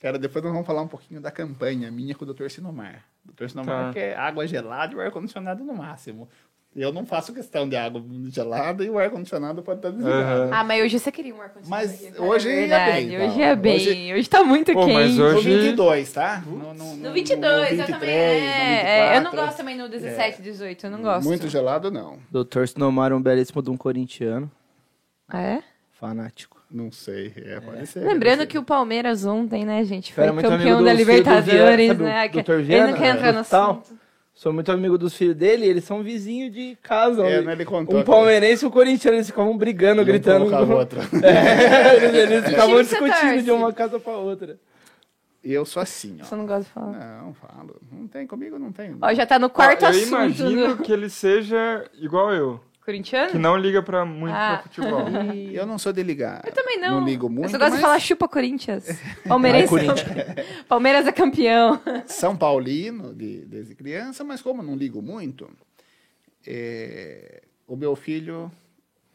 Cara, depois nós vamos falar um pouquinho da campanha minha com o Dr. Sinomar. O Dr. Sinomar
Tá.
quer água gelada e o ar-condicionado no máximo. Eu não faço questão de água gelada e o ar-condicionado pode estar desligado.
Aham.
Ah, mas hoje você queria um ar-condicionado.
Mas
aqui, cara,
hoje
é
ia
verdade.
bem, então.
Hoje é bem. Hoje,
Hoje-
tá muito
Pô,
quente.
mas hoje-
No 22, tá? No,
No 22, eu também. É, é, eu não gosto também no 17, 18, eu não gosto.
Muito gelado, não.
Doutor Sinomar é um belíssimo de um corintiano,
Ah, é?
fanático.
Não sei. É, pode ser.
Lembrando que o Palmeiras ontem, né, gente, foi
Era muito amigo
campeão
do
da
Ciro Viana,
Libertadores,
sabe o
né?
Dr.
Ele não
Viana,
quer entrar no
né? Tal.
assunto.
Sou muito amigo dos filhos dele, e eles são vizinhos de casa.
É,
um-
né, ele contou.
um palmeirense e um corintiano, eles ficavam brigando,
Um
gritando.
colocar o outro.
É, eles, eles ficavam
time você
discutindo
torce?
de uma casa pra outra.
Eu sou assim,
Isso
ó.
eu não gosto de falar.
Não, falo. Não tem comigo, não tem.
Ó, já tá no quarto
Ah, eu
assunto
imagino
do
que ele seja igual eu, que
corintiano?
não liga pra muito
Ah.
pra futebol.
Eu não sou de ligar.
Eu também não.
Não ligo
Eu
muito.
só gosto
mas
de falar chupa Corinthians. Palmeirense.
Vai,
Palmeiras é campeão.
São Paulino, de, desde criança, mas como não ligo muito, é, o meu filho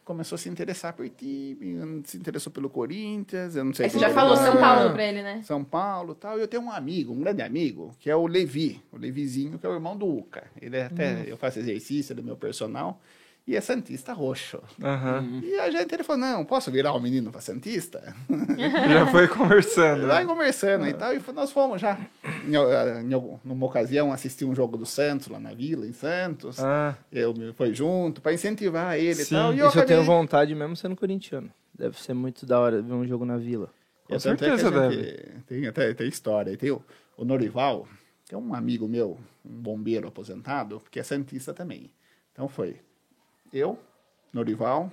começou a se interessar por time, se interessou pelo Corinthians, eu não sei...
Aí você
quem
já
era.
falou São Paulo pra ele,
É.
né?
São Paulo e tal. E eu tenho um amigo, um grande amigo, que é o Levi, o Levizinho, que é o irmão do Uca. Ele é até, eu faço exercício do meu personal, e é Santista Roxo.
Aham.
Hum.
E a gente, ele falou, não, posso virar o menino pra Santista?
Já foi
É.
conversando.
Vai conversando e tal, e f- nós fomos já, em, al- em algum- numa ocasião, assistir um jogo do Santos, lá na Vila, em Santos.
Ah,
Eu me foi junto, pra incentivar ele
Sim.
e tal. E eu
Isso eu
acabei...
tenho vontade mesmo sendo corintiano. Deve ser muito da hora ver um jogo na vila.
com
tanto é que a
certeza
gente
deve.
Tem até tem história. Tem o, o Norival, que é um amigo meu, um bombeiro aposentado, que é Santista também. Então foi eu, Norival,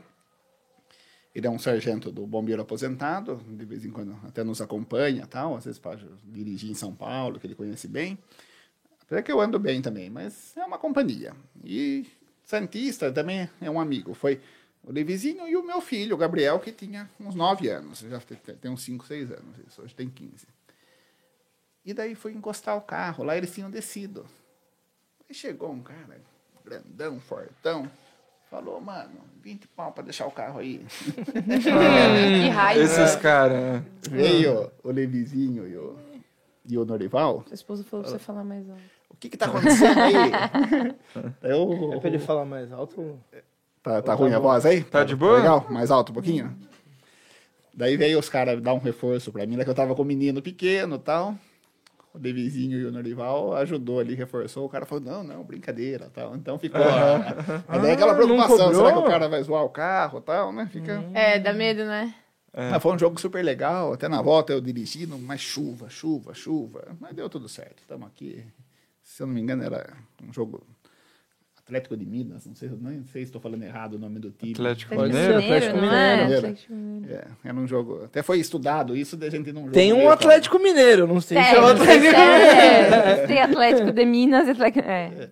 ele é um sargento do bombeiro aposentado, de vez em quando até nos acompanha tal, às vezes para dirigir em São Paulo, que ele conhece bem. Apesar que eu ando bem também, mas é uma companhia. E Santista também é um amigo. Foi o Levizinho e o meu filho, o Gabriel, que tinha uns 9 anos. Já te- te- tem uns 5, 6 anos. Isso, hoje tem 15. E daí foi encostar o carro. Lá eles tinham descido. Aí chegou um cara, grandão, fortão. Falou, mano, 20 pau pra deixar o carro aí.
que raiva.
Esses né? caras.
Veio o Levizinho e o, e o Norival.
Sua esposa falou pra você falar mais alto.
O que que tá acontecendo aí? Eu,
É pra ele falar mais alto?
Tá, tá ruim a voz aí?
Tá de boa?
Legal? Mais alto um pouquinho? Daí veio os caras dar um reforço pra mim, né? Que eu tava com o menino pequeno e tal. O Devizinho e o Norival ajudou ali, reforçou. O cara falou, não, não, brincadeira tal. Então ficou... a- Mas daí aquela
Ah, não
preocupação, será que
cobrou?
o cara vai zoar o carro e tal, né? Fica...
Hum.
É, dá medo, né?
Mas foi um jogo super legal. Até na volta eu dirigindo, mas chuva, chuva, chuva. Mas deu tudo certo. Estamos aqui. Se eu não me engano, era um jogo Atlético de Minas. Não sei, nem sei se estou falando errado o nome do time.
Atlético
Pode
Mineiro.
ser, Atlético
não é?
Mineiro.
Atlético Mineiro.
É, era um jogo. Até foi estudado isso da gente não
Tem um Atlético Mineiro, não sei se é
É,
o Atlético
é, Tem Atlético de Minas, Atlético... É.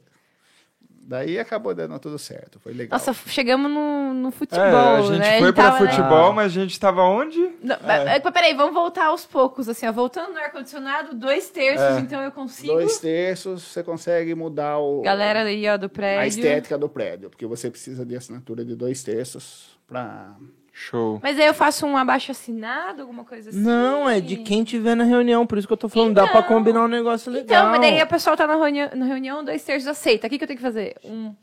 Daí acabou dando tudo certo. Foi legal.
Nossa, chegamos no, no futebol,
É, a gente
né?
foi
Ele
pra
tava, né?
futebol, mas a gente tava onde?
Não, mas- mas Peraí, vamos voltar aos poucos, assim, ó. Voltando no ar-condicionado, dois terços, então eu consigo.
Dois terços, você consegue mudar o,
Galera aí, ó, do
a
prédio.
estética do prédio, porque você precisa de assinatura de dois terços para
Show.
Mas aí eu faço um abaixo-assinado, alguma coisa assim.
Não, é de quem tiver na reunião, por isso que eu tô falando, dá pra
Então.
combinar um negócio legal.
Então, mas
é
daí o pessoal tá na reunião, na reunião, dois terços aceita. O que, que eu tenho que fazer? Um,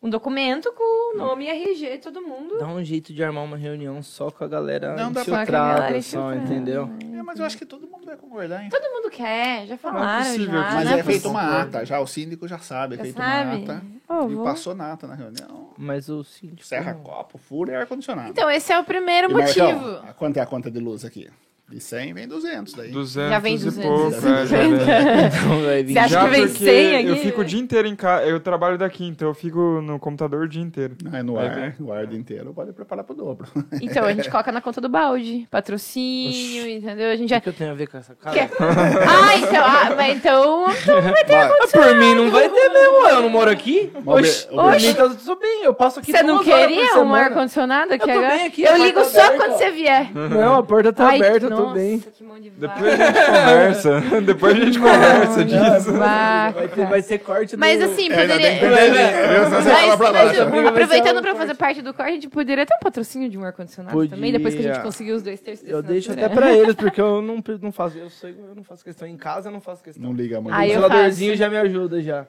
um documento com o nome, RG, todo mundo.
Dá um jeito de armar uma reunião só com a galera
Não dá pra-
Com a
infiltrada,
galera
só,
infiltrada.
entendeu?
É, mas eu acho que todo mundo vai concordar, hein?
Todo mundo quer, já falaram.
possível
já,
que
Mas
não
né?
é feito uma
concordo.
ata, já o síndico já sabe, é
Já
feito
sabe.
uma ata.
Ó,
e
vou-
passou na ata na reunião.
Mas o seguinte.
Serra copo, furo e ar-condicionado.
Hum. Então, esse é o primeiro
E,
motivo.
Marcão, a- quanto é a conta de luz aqui? De 100 vem 200 daí.
200
Já vem
e
200.
pouco. é, já vem.
Então vai vir.
Você acha
Já
que vem
porque
100 aqui?
Eu fico o dia inteiro em casa. Eu trabalho daqui, então eu fico no computador o dia inteiro.
Não, é no
Vai
ar, o ar do inteiro pode preparar pro dobro.
Então, a gente coloca na conta do balde. Patrocínio, entendeu? A gente
O
já.
que eu tenho a ver com essa cara?
Quer- ah, então, ah, mas então.
Mas,
Ah, por
né?
mim não vai ter mesmo, eu não moro aqui.
Mas
Oxi,
o- o-
por mim tá tudo bem, eu passo aqui
Você não
duas horas por
queria um
semana.
ar-condicionado aqui
tô bem
agora?
aqui, a
eu
porta
ligo
tá
só
aberta,
quando
ó.
você vier.
Não, a porta tá
Ai,
aberta, eu tô
nossa,
bem.
Que mão de
Depois a gente conversa. Depois a gente conversa disso.
Vai, ter,
vaca.
vai ser corte
Mas
do...
assim,
É, ainda bem que
poderia.
eu entendi. Eu só sei falar
Mas,
pra
mas,
baixo.
Amiga, vai ser
aproveitando pra
um
fazer parte do corte, a gente poderia ter um patrocínio de um ar-condicionado
Podia.
também, depois que a gente conseguir os dois terços desse
Eu deixo até
natural.
pra eles, porque eu não, pre- não faço. Eu, sei, eu não faço questão. Em casa eu não faço questão.
Não liga muito.
O
Aí Ah, eu
ventiladorzinho
faço.
já me ajuda já.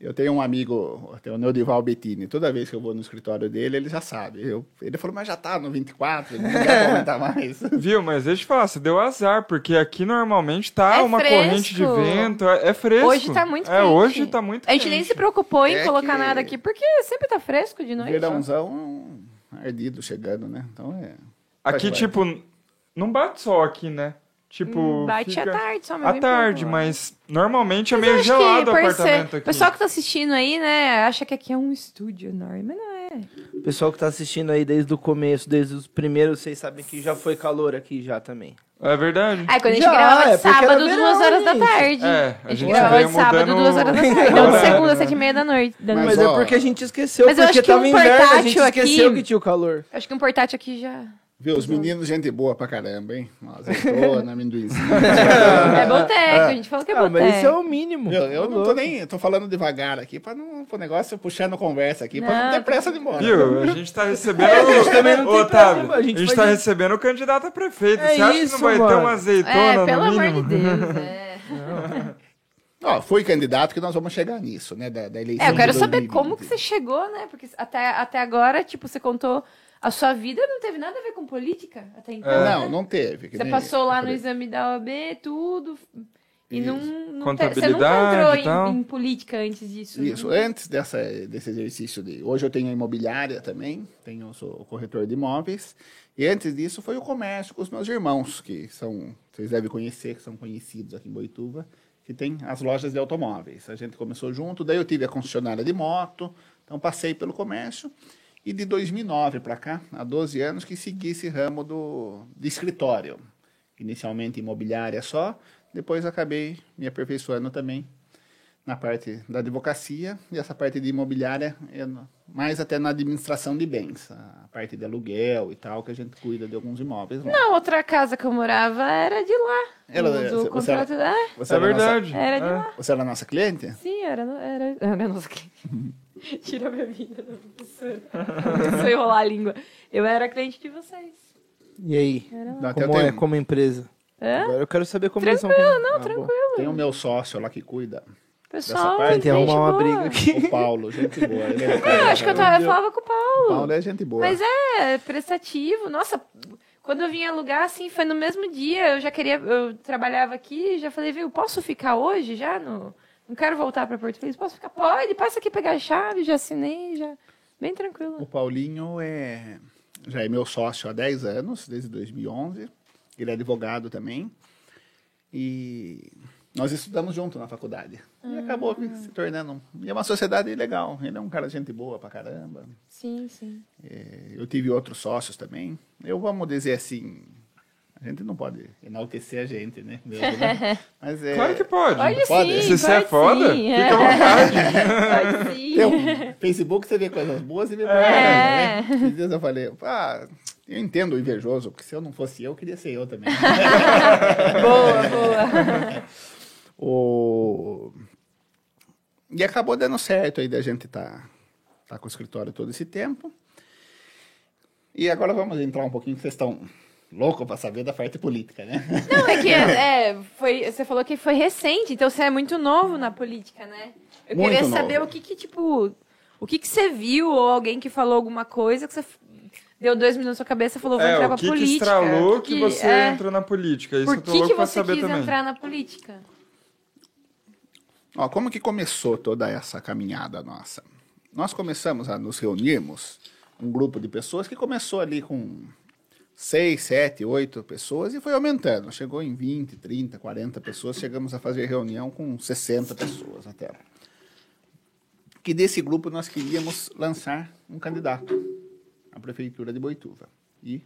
Eu tenho um amigo, tem o Neodival Bettini. Toda vez que eu vou no escritório dele, ele já sabe. Eu- ele falou, mas já tá no 24, não quer comentar mais.
Viu? Mas deixa eu te falar, você deu azar, porque aqui normalmente tá
É
uma
fresco.
corrente de vento. É, é fresco.
Hoje tá muito
É,
quente.
hoje tá muito
A gente
quente.
nem se preocupou em
É
colocar
que-
nada aqui, porque sempre tá fresco de noite.
Verãozão é um ardido chegando, né? Então é.
Aqui,
Vai, vai.
tipo, não bate sol aqui, né? Tipo.
Hum, Bate
fica-
à tarde, só meu
À
bem
tarde,
pouco.
mas normalmente é
Eu
meio
acho
gelado o
por ser-
apartamento
O
aqui.
pessoal que tá assistindo aí, né, acha que aqui é um estúdio enorme, mas não é.
O pessoal que tá assistindo aí desde o começo, desde os primeiros, vocês sabem que já foi calor aqui já também.
É verdade.
Aí quando a gente
Já,
gravava
é,
de
porque era
sábado,
verão,
duas horas da
gente.
tarde.
É, a
a gente
gente
gravava
veio
de sábado,
mudando-
duas horas da tarde. Não, de segunda, sete e meia da noite. Da
Mas
noite.
Mas, é
ó,
porque a gente esqueceu,
mas eu
porque
acho que
tava
um
inverno, a gente
portátil
esqueceu
aqui-
que tinha o calor.
Acho que um portátil aqui já...
Viu, os meninos, gente boa pra caramba, hein? Nossa, azeitona, amendoinzinho.
É boteco, a gente falou que é
Ah,
boteco.
mas isso é o mínimo.
Eu, eu
Tá
não tô
louco.
nem. Eu tô falando devagar aqui pra não. pro negócio puxando conversa aqui, pra
Não, tá
não ter pressa de embora.
Viu? A gente tá recebendo.
gente também não
Ô,
tem
Otávio,
problema, a
a
gente
gente,
faz
tá
isso.
recebendo o candidato a prefeito.
É
Você acha
isso,
que não vai ter
mano.
uma azeitona
É, pelo
um no
amor de
mínimo?
Deus. É,
Ó, fui candidato que nós vamos chegar nisso, né? Da, da eleição.
É, eu quero
de
saber
2020.
como que você chegou, né? Porque até, até agora, tipo, você contou. A sua vida não teve nada a ver com política até então. né?
Não, não teve. que
Você
nem-
passou lá no
eu falei,
exame da OAB, tudo. E
Isso.
não, não te- você nunca
Contabilidade
entrou
e tal.
em, em política antes disso. né?
Isso, é. antes dessa, desse exercício de. Hoje eu tenho a imobiliária também, tenho, sou corretor de imóveis. E antes disso foi o comércio com os meus irmãos, que são. Vocês devem conhecer, que são conhecidos aqui em Boituva, que tem as lojas de automóveis. A gente começou junto, daí eu tive a concessionária de moto, então passei pelo comércio. E de 2009 para cá, há 12 anos, que segui esse ramo do, de escritório. Inicialmente imobiliária só, depois acabei me aperfeiçoando também na parte da advocacia e essa parte de imobiliária é no- mais até na administração de bens, a parte de aluguel e tal, que a gente cuida de alguns imóveis. lá.
Não, outra casa que eu morava era de lá.
Ela-
do, do
você- você
contrato da.
Você
É
era
verdade.
Era de
É.
lá.
Nossa, você era a nossa cliente?
Sim, era. no- era, era nossa cliente. Tira a bebida da professora. Começou a enrolar a língua. Eu era cliente de vocês.
E aí?
Não, até
Como
eu
é
tenho,
como empresa?
Hã?
Agora eu quero saber como eles são.
Tranquilo, não,
Ah, bom.
tranquilo.
tenho o meu sócio lá que cuida,
Pessoal,
parte-
Tem
gente
que arrumar uma
boa.
briga aqui.
o Paulo, gente boa. Ele é o cara,
Eu acho que eu,
cara.
tava, eu falava com o Paulo.
O Paulo é gente boa.
Mas é prestativo. Nossa, quando eu vim alugar, assim, foi no mesmo dia. Eu já queria. Eu trabalhava aqui já falei, viu, posso ficar hoje já? No, não quero voltar pra Porto Feliz. Posso ficar? Pode, passa aqui pegar a chave, já assinei, já. Bem
O
tranquilo.
Paulinho é, já é meu sócio há 10 anos, desde 2011. Ele é advogado também. E nós estudamos junto na faculdade. E acabou se tornando. um- E é uma sociedade legal. Ele é um cara de gente boa pra caramba.
Sim, sim.
É, Eu tive outros sócios também. Eu vamos dizer assim. A gente não pode enaltecer a gente, né? Mesmo, né? Mas é.
Claro que pode.
Pode, sim.
pode?
Se você é
pode
foda,
sim,
fica à vontade.
Pode sim.
Tem um Facebook você vê coisas boas e vê coisas
É.
ruins, né? Esses dias eu falei, ah, eu entendo o invejoso, porque se eu não fosse eu, eu queria ser eu também.
Boa, boa.
o... E acabou dando certo aí da gente tá, tá com o escritório todo esse tempo. E agora vamos entrar um pouquinho que vocês estão loucos para saber da parte política, né?
Não, é que é, foi, você falou que foi recente, então você é muito novo na política, né? Eu
Muito
queria
novo.
saber o que que, tipo, o que que você viu ou alguém que falou alguma coisa que você f- deu dois minutos na sua cabeça e falou, vou
É,
entrar
o
pra
que, que
política.
estralou
O
que, você
é,
entrou na política? Isso
Por
eu tô
que,
louco
que
pra
você
saber
quis
também.
entrar na política?
Ó, como que começou toda essa caminhada nossa? Nós começamos a nos reunirmos, um grupo de pessoas que começou ali com seis, sete, oito pessoas e foi aumentando. Chegou em 20, 30, 40 pessoas, chegamos a fazer reunião com 60 pessoas até. Que desse grupo nós queríamos lançar um candidato à prefeitura de Boituva e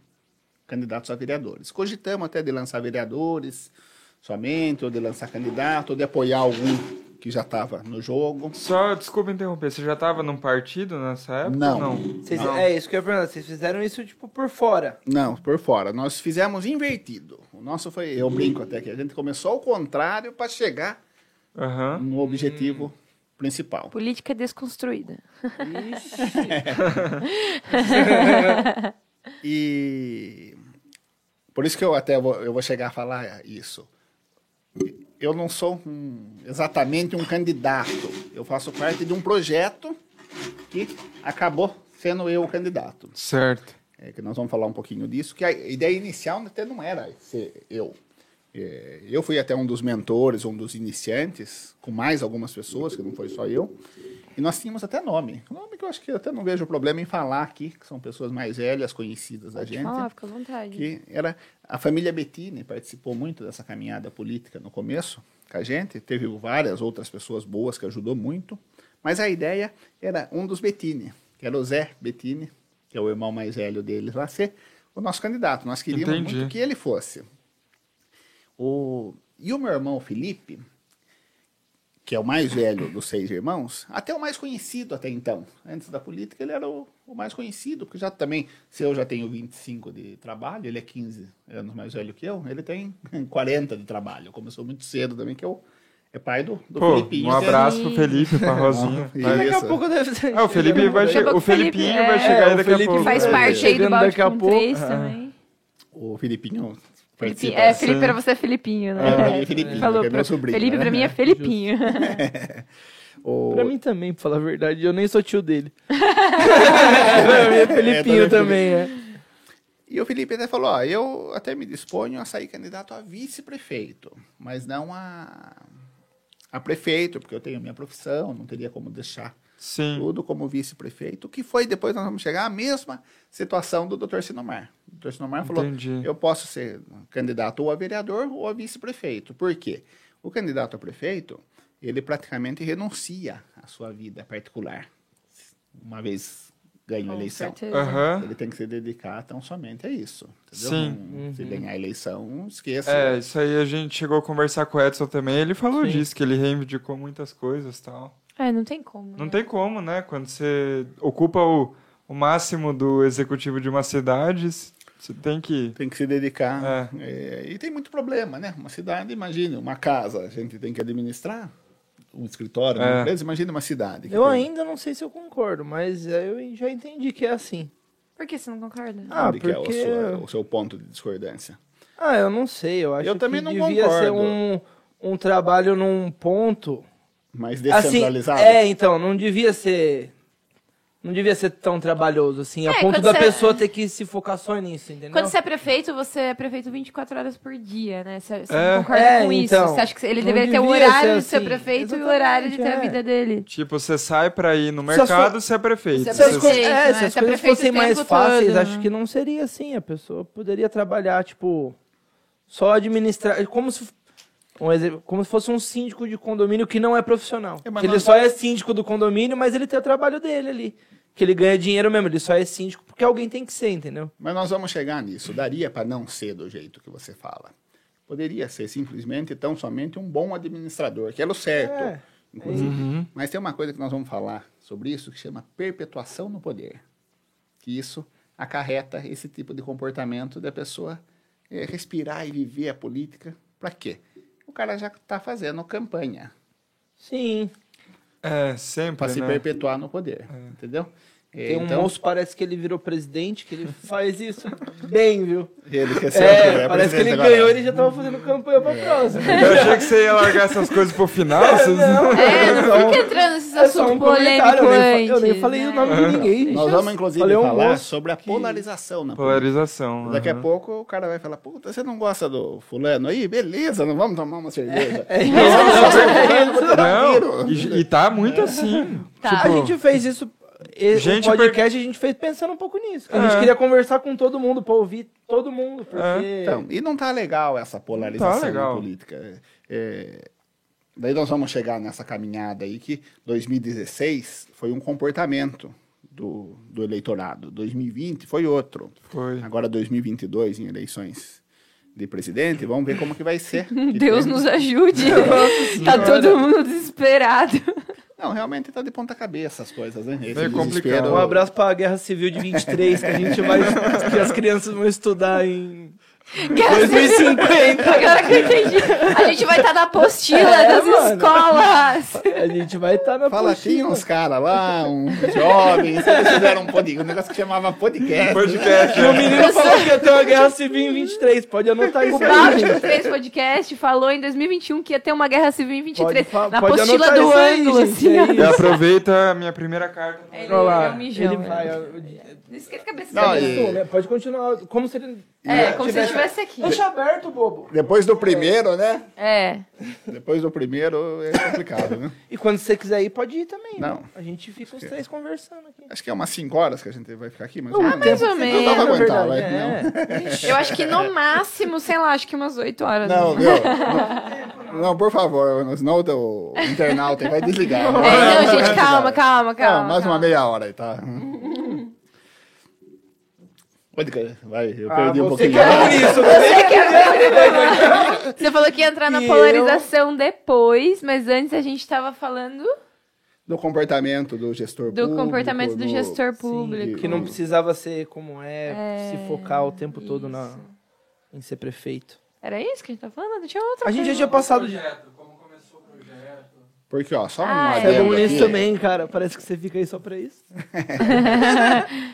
candidatos a vereadores. Cogitamos até de lançar vereadores somente, ou de lançar candidato, ou de apoiar algum que já estava no jogo.
Só, desculpa interromper, você já tava num partido nessa época?
Não.
Vocês- é isso que eu ia perguntar. Vocês fizeram isso, tipo, por fora.
Não, por fora. Nós fizemos invertido. O nosso foi, eu brinco até que a gente começou ao contrário para chegar
Aham.
no objetivo principal.
Política desconstruída.
E por isso que eu até vou, eu vou chegar a falar isso. Eu não sou um- exatamente um candidato. Eu faço parte de um projeto que acabou sendo eu o candidato.
Certo.
É, que nós vamos falar um pouquinho disso, que a ideia inicial até não era ser eu. É, eu fui até um dos mentores, um dos iniciantes, com mais algumas pessoas, que não foi só eu, e nós tínhamos até nome. Nome que eu acho que eu até não vejo problema em falar aqui, que são pessoas mais velhas, conhecidas da gente
Fala, fica à vontade.
que era a família Bettini participou muito dessa caminhada política no começo com a gente teve várias outras pessoas boas que ajudou muito mas a ideia era um dos Bettini que era o Zé Bettini que é o irmão mais velho deles lá ser o nosso candidato nós queríamos
Entendi.
muito que ele fosse o e o meu irmão Felipe que é o mais velho dos seis irmãos, até o mais conhecido até então. Antes da política, ele era o, o mais conhecido, porque já também, se eu já tenho 25 de trabalho, ele é 15 anos mais velho que eu, ele tem 40 de trabalho. Começou muito cedo também, que é, o, é pai do, do
Pô,
Felipinho.
um
que é-
abraço pro Felipe, pra Rosinha.
Ah,
Vai-
isso.
Daqui a pouco deve ser.
Ah, o Felipe vai
Daqui a
chegar.
pouco
O
o Felipe,
Felipinho
é,
vai chegar
o
aí daqui a
Felipe
Que
pouco.
faz
É,
parte aí do
chegando
balde
daqui a
com
pouco.
três também.
O Felipinho
Felipe-
participa.
é,
dessa-
sim.
Felipe pra você é Felipinho,
É, pra
né?
mim é Felipinho,
Falou
que é
pra-
meu sobrinho.
Felipe
né?
pra mim é Felipinho.
O-
é, Pra mim também, pra falar a verdade. Eu nem sou tio dele. pra mim é Felipinho
É,
também, é.
E o Felipe até falou, ó, eu até me disponho a sair candidato a vice-prefeito, mas não a, a prefeito, porque eu tenho minha profissão, não teria como deixar
Sim.
tudo como vice-prefeito, que foi depois nós vamos chegar à mesma situação do Dr. Sinomar. O Dr. Sinomar falou,
Entendi.
eu posso ser candidato ou a vereador ou a vice-prefeito. Por quê? O candidato a prefeito, ele praticamente renuncia à sua vida particular, uma vez ganha a
Com
eleição.
certeza.
Aham.
Ele tem que se dedicar tão somente a isso. Entendeu?
Sim.
Não-
Uhum.
Se ganhar a eleição, esqueça.
É, isso aí a gente chegou a conversar com o Edson também. Ele falou
Sim.
disso, que ele reivindicou muitas coisas e tal.
É, não tem como.
Não
né?
tem como, né? Quando você ocupa o, o máximo do executivo de uma cidade, c- você tem que.
Tem que se dedicar. É, e tem muito problema, né? Uma cidade, imagina, uma casa, a gente tem que administrar, um escritório, uma
É.
empresa, imagina uma cidade. que
é. Eu
tem-
ainda não sei se eu concordo, mas eu já entendi que é assim.
Por que você não concorda?
Ah,
onde que é o
porque-
sua- o seu ponto de discordância.
Ah, eu não sei, eu acho
Eu também
que
não
devia ser
concordo.
um, um trabalho num ponto...
Mas
Assim,
descentralizado?
é, então, não devia ser... Não devia ser tão trabalhoso, assim, a
É,
ponto
quando
da
você-
pessoa ter que se focar só nisso, entendeu?
Quando você é prefeito, você é prefeito 24 horas por dia, né? Você, você
É.
não concorda
É,
com isso.
então.
você acha que ele
Não
deveria ter o
devia
horário
ser
de ser
assim.
prefeito e o
Exatamente,
horário de ter a
é.
vida dele.
Tipo, você sai pra ir no
Se as
mercado, você é prefeito.
Você é
se as,
prefeito.
Você-
coisas,
prefeito,
é,
né?
se as
Você é
coisas
prefeito
fossem
o tempo
mais fáceis,
todo,
acho
né?
que não seria assim. A pessoa poderia trabalhar, tipo, só administrar. Como se, um exemplo, como se fosse um síndico de condomínio que não é profissional.
É, mas
que ele
nós-
só é síndico do condomínio, mas ele tem o trabalho dele ali. Que ele ganha dinheiro mesmo, ele só é síndico porque alguém tem que ser, entendeu?
Mas nós vamos chegar nisso. Daria para não ser do jeito que você fala. Poderia ser simplesmente, tão somente, um bom administrador, que era o certo.
É,
inclusive.
Uhum.
Mas tem uma coisa que nós vamos falar sobre isso que chama perpetuação no poder. Que isso acarreta esse tipo de comportamento da pessoa eh, respirar e viver a política. Para quê? O cara já está fazendo campanha
Sim.
É, sempre.
para se
né?
perpetuar no poder. Entendeu? Eh,
Tem um moço, parece que ele virou presidente, que ele faz isso bem, viu?
ele quer ser
É,
é
parece que
presidente
ele
agora. É.
ganhou e ele já tava fazendo campanha pra próxima.
Eu achei que você ia largar essas coisas pro final. vocês-
É, não fica entrando nesses
É só
assuntos
um
polêmicos
comentário, eu nem,
antes.
fa- eu nem falei
né?
o nome de ninguém.
Nós
gente.
vamos, inclusive,
Falei um
falar
moço
sobre a
que-
polarização na política.
Polarização. né?
Daqui a
aham.
pouco o cara vai falar, puta, você não gosta do fulano aí? Beleza, não vamos tomar uma
É,
cerveja.
Não, e, e tá muito assim.
Tá.
A gente fez isso. e-
Gente,
o podcast a gente fez pensando um pouco nisso. A gente
É.
queria conversar com todo mundo pra ouvir todo mundo, porque.
Então, e não tá legal essa polarização
Tá legal.
na política. É, daí nós vamos chegar nessa caminhada aí que 2016 foi um comportamento do, do eleitorado, 2020 foi outro.
Foi.
Agora 2022 em eleições de presidente, vamos ver como que vai ser. Que
Deus
tem-
nos ajude. tá todo mundo desesperado.
Não, realmente tá de ponta cabeça as coisas, né? Esse
Meio complicado.
desespero-
Um abraço pra Guerra Civil de 23, que a gente vai. que as crianças vão estudar em 2050.
Agora que eu entendi. A gente vai estar na apostila
É,
das
mano.
escolas.
A gente vai estar na
Fala, um
apostila.
tinha uns caras lá, uns jovens, eles fizeram um, pod... um negócio que chamava podcast.
Podcast. né?
O menino falou que ia ter uma guerra civil em 23. Pode anotar isso
O
Tá aí.
Balde que fez podcast falou em 2021 que ia ter uma guerra civil em 23.
Pode fa-
na
pode
apostila
anotar
do
isso aí,
ângulo,
gente,
assim,
é
ó.
isso.
E aproveita a minha primeira carta.
Ele,
Olha lá,
é um mijão.
ele vai,
é.
ó,
Não esquece a cabeça
Não,
dele.
e-
Isso, né? Pode continuar. Como se ele.
É, como se ele estivesse aqui.
Deixa aberto, bobo.
Depois do primeiro, né?
É.
Depois do primeiro é complicado, né?
E quando você quiser ir, pode ir também.
Não.
né? A gente fica os três conversando aqui.
Acho que é umas 5 horas que a gente vai ficar aqui, mas...
Ah, mais ou
Não dá pra
menos.
na
aguentar, vai.
verdade,
Não,
Eu acho que no máximo, sei lá, acho que umas 8 horas.
não,
né?
meu, não, não, por favor, senão o internauta vai desligar.
É, não, gente, calma, calma, calma.
tá? Não, mais uma
calma.
meia hora aí, tá? Pode cair. Vai, eu
Ah,
perdi um
você
pouquinho.
que é por isso, né?
Você falou que ia entrar na
E
polarização depois, mas antes a gente tava falando
Do comportamento do gestor
do
público.
comportamento do gestor público.
que
Que não precisava ser como é, se focar o tempo todo na, em ser prefeito.
Era isso que a gente tava falando? Tinha outra
A gente já
coisa.
tinha passado... de-
Projeto, como começou o projeto.
Porque, ó, só
Ah,
uma
é.
Você é bom
aqui.
nisso também, cara. Parece que você fica aí só pra isso.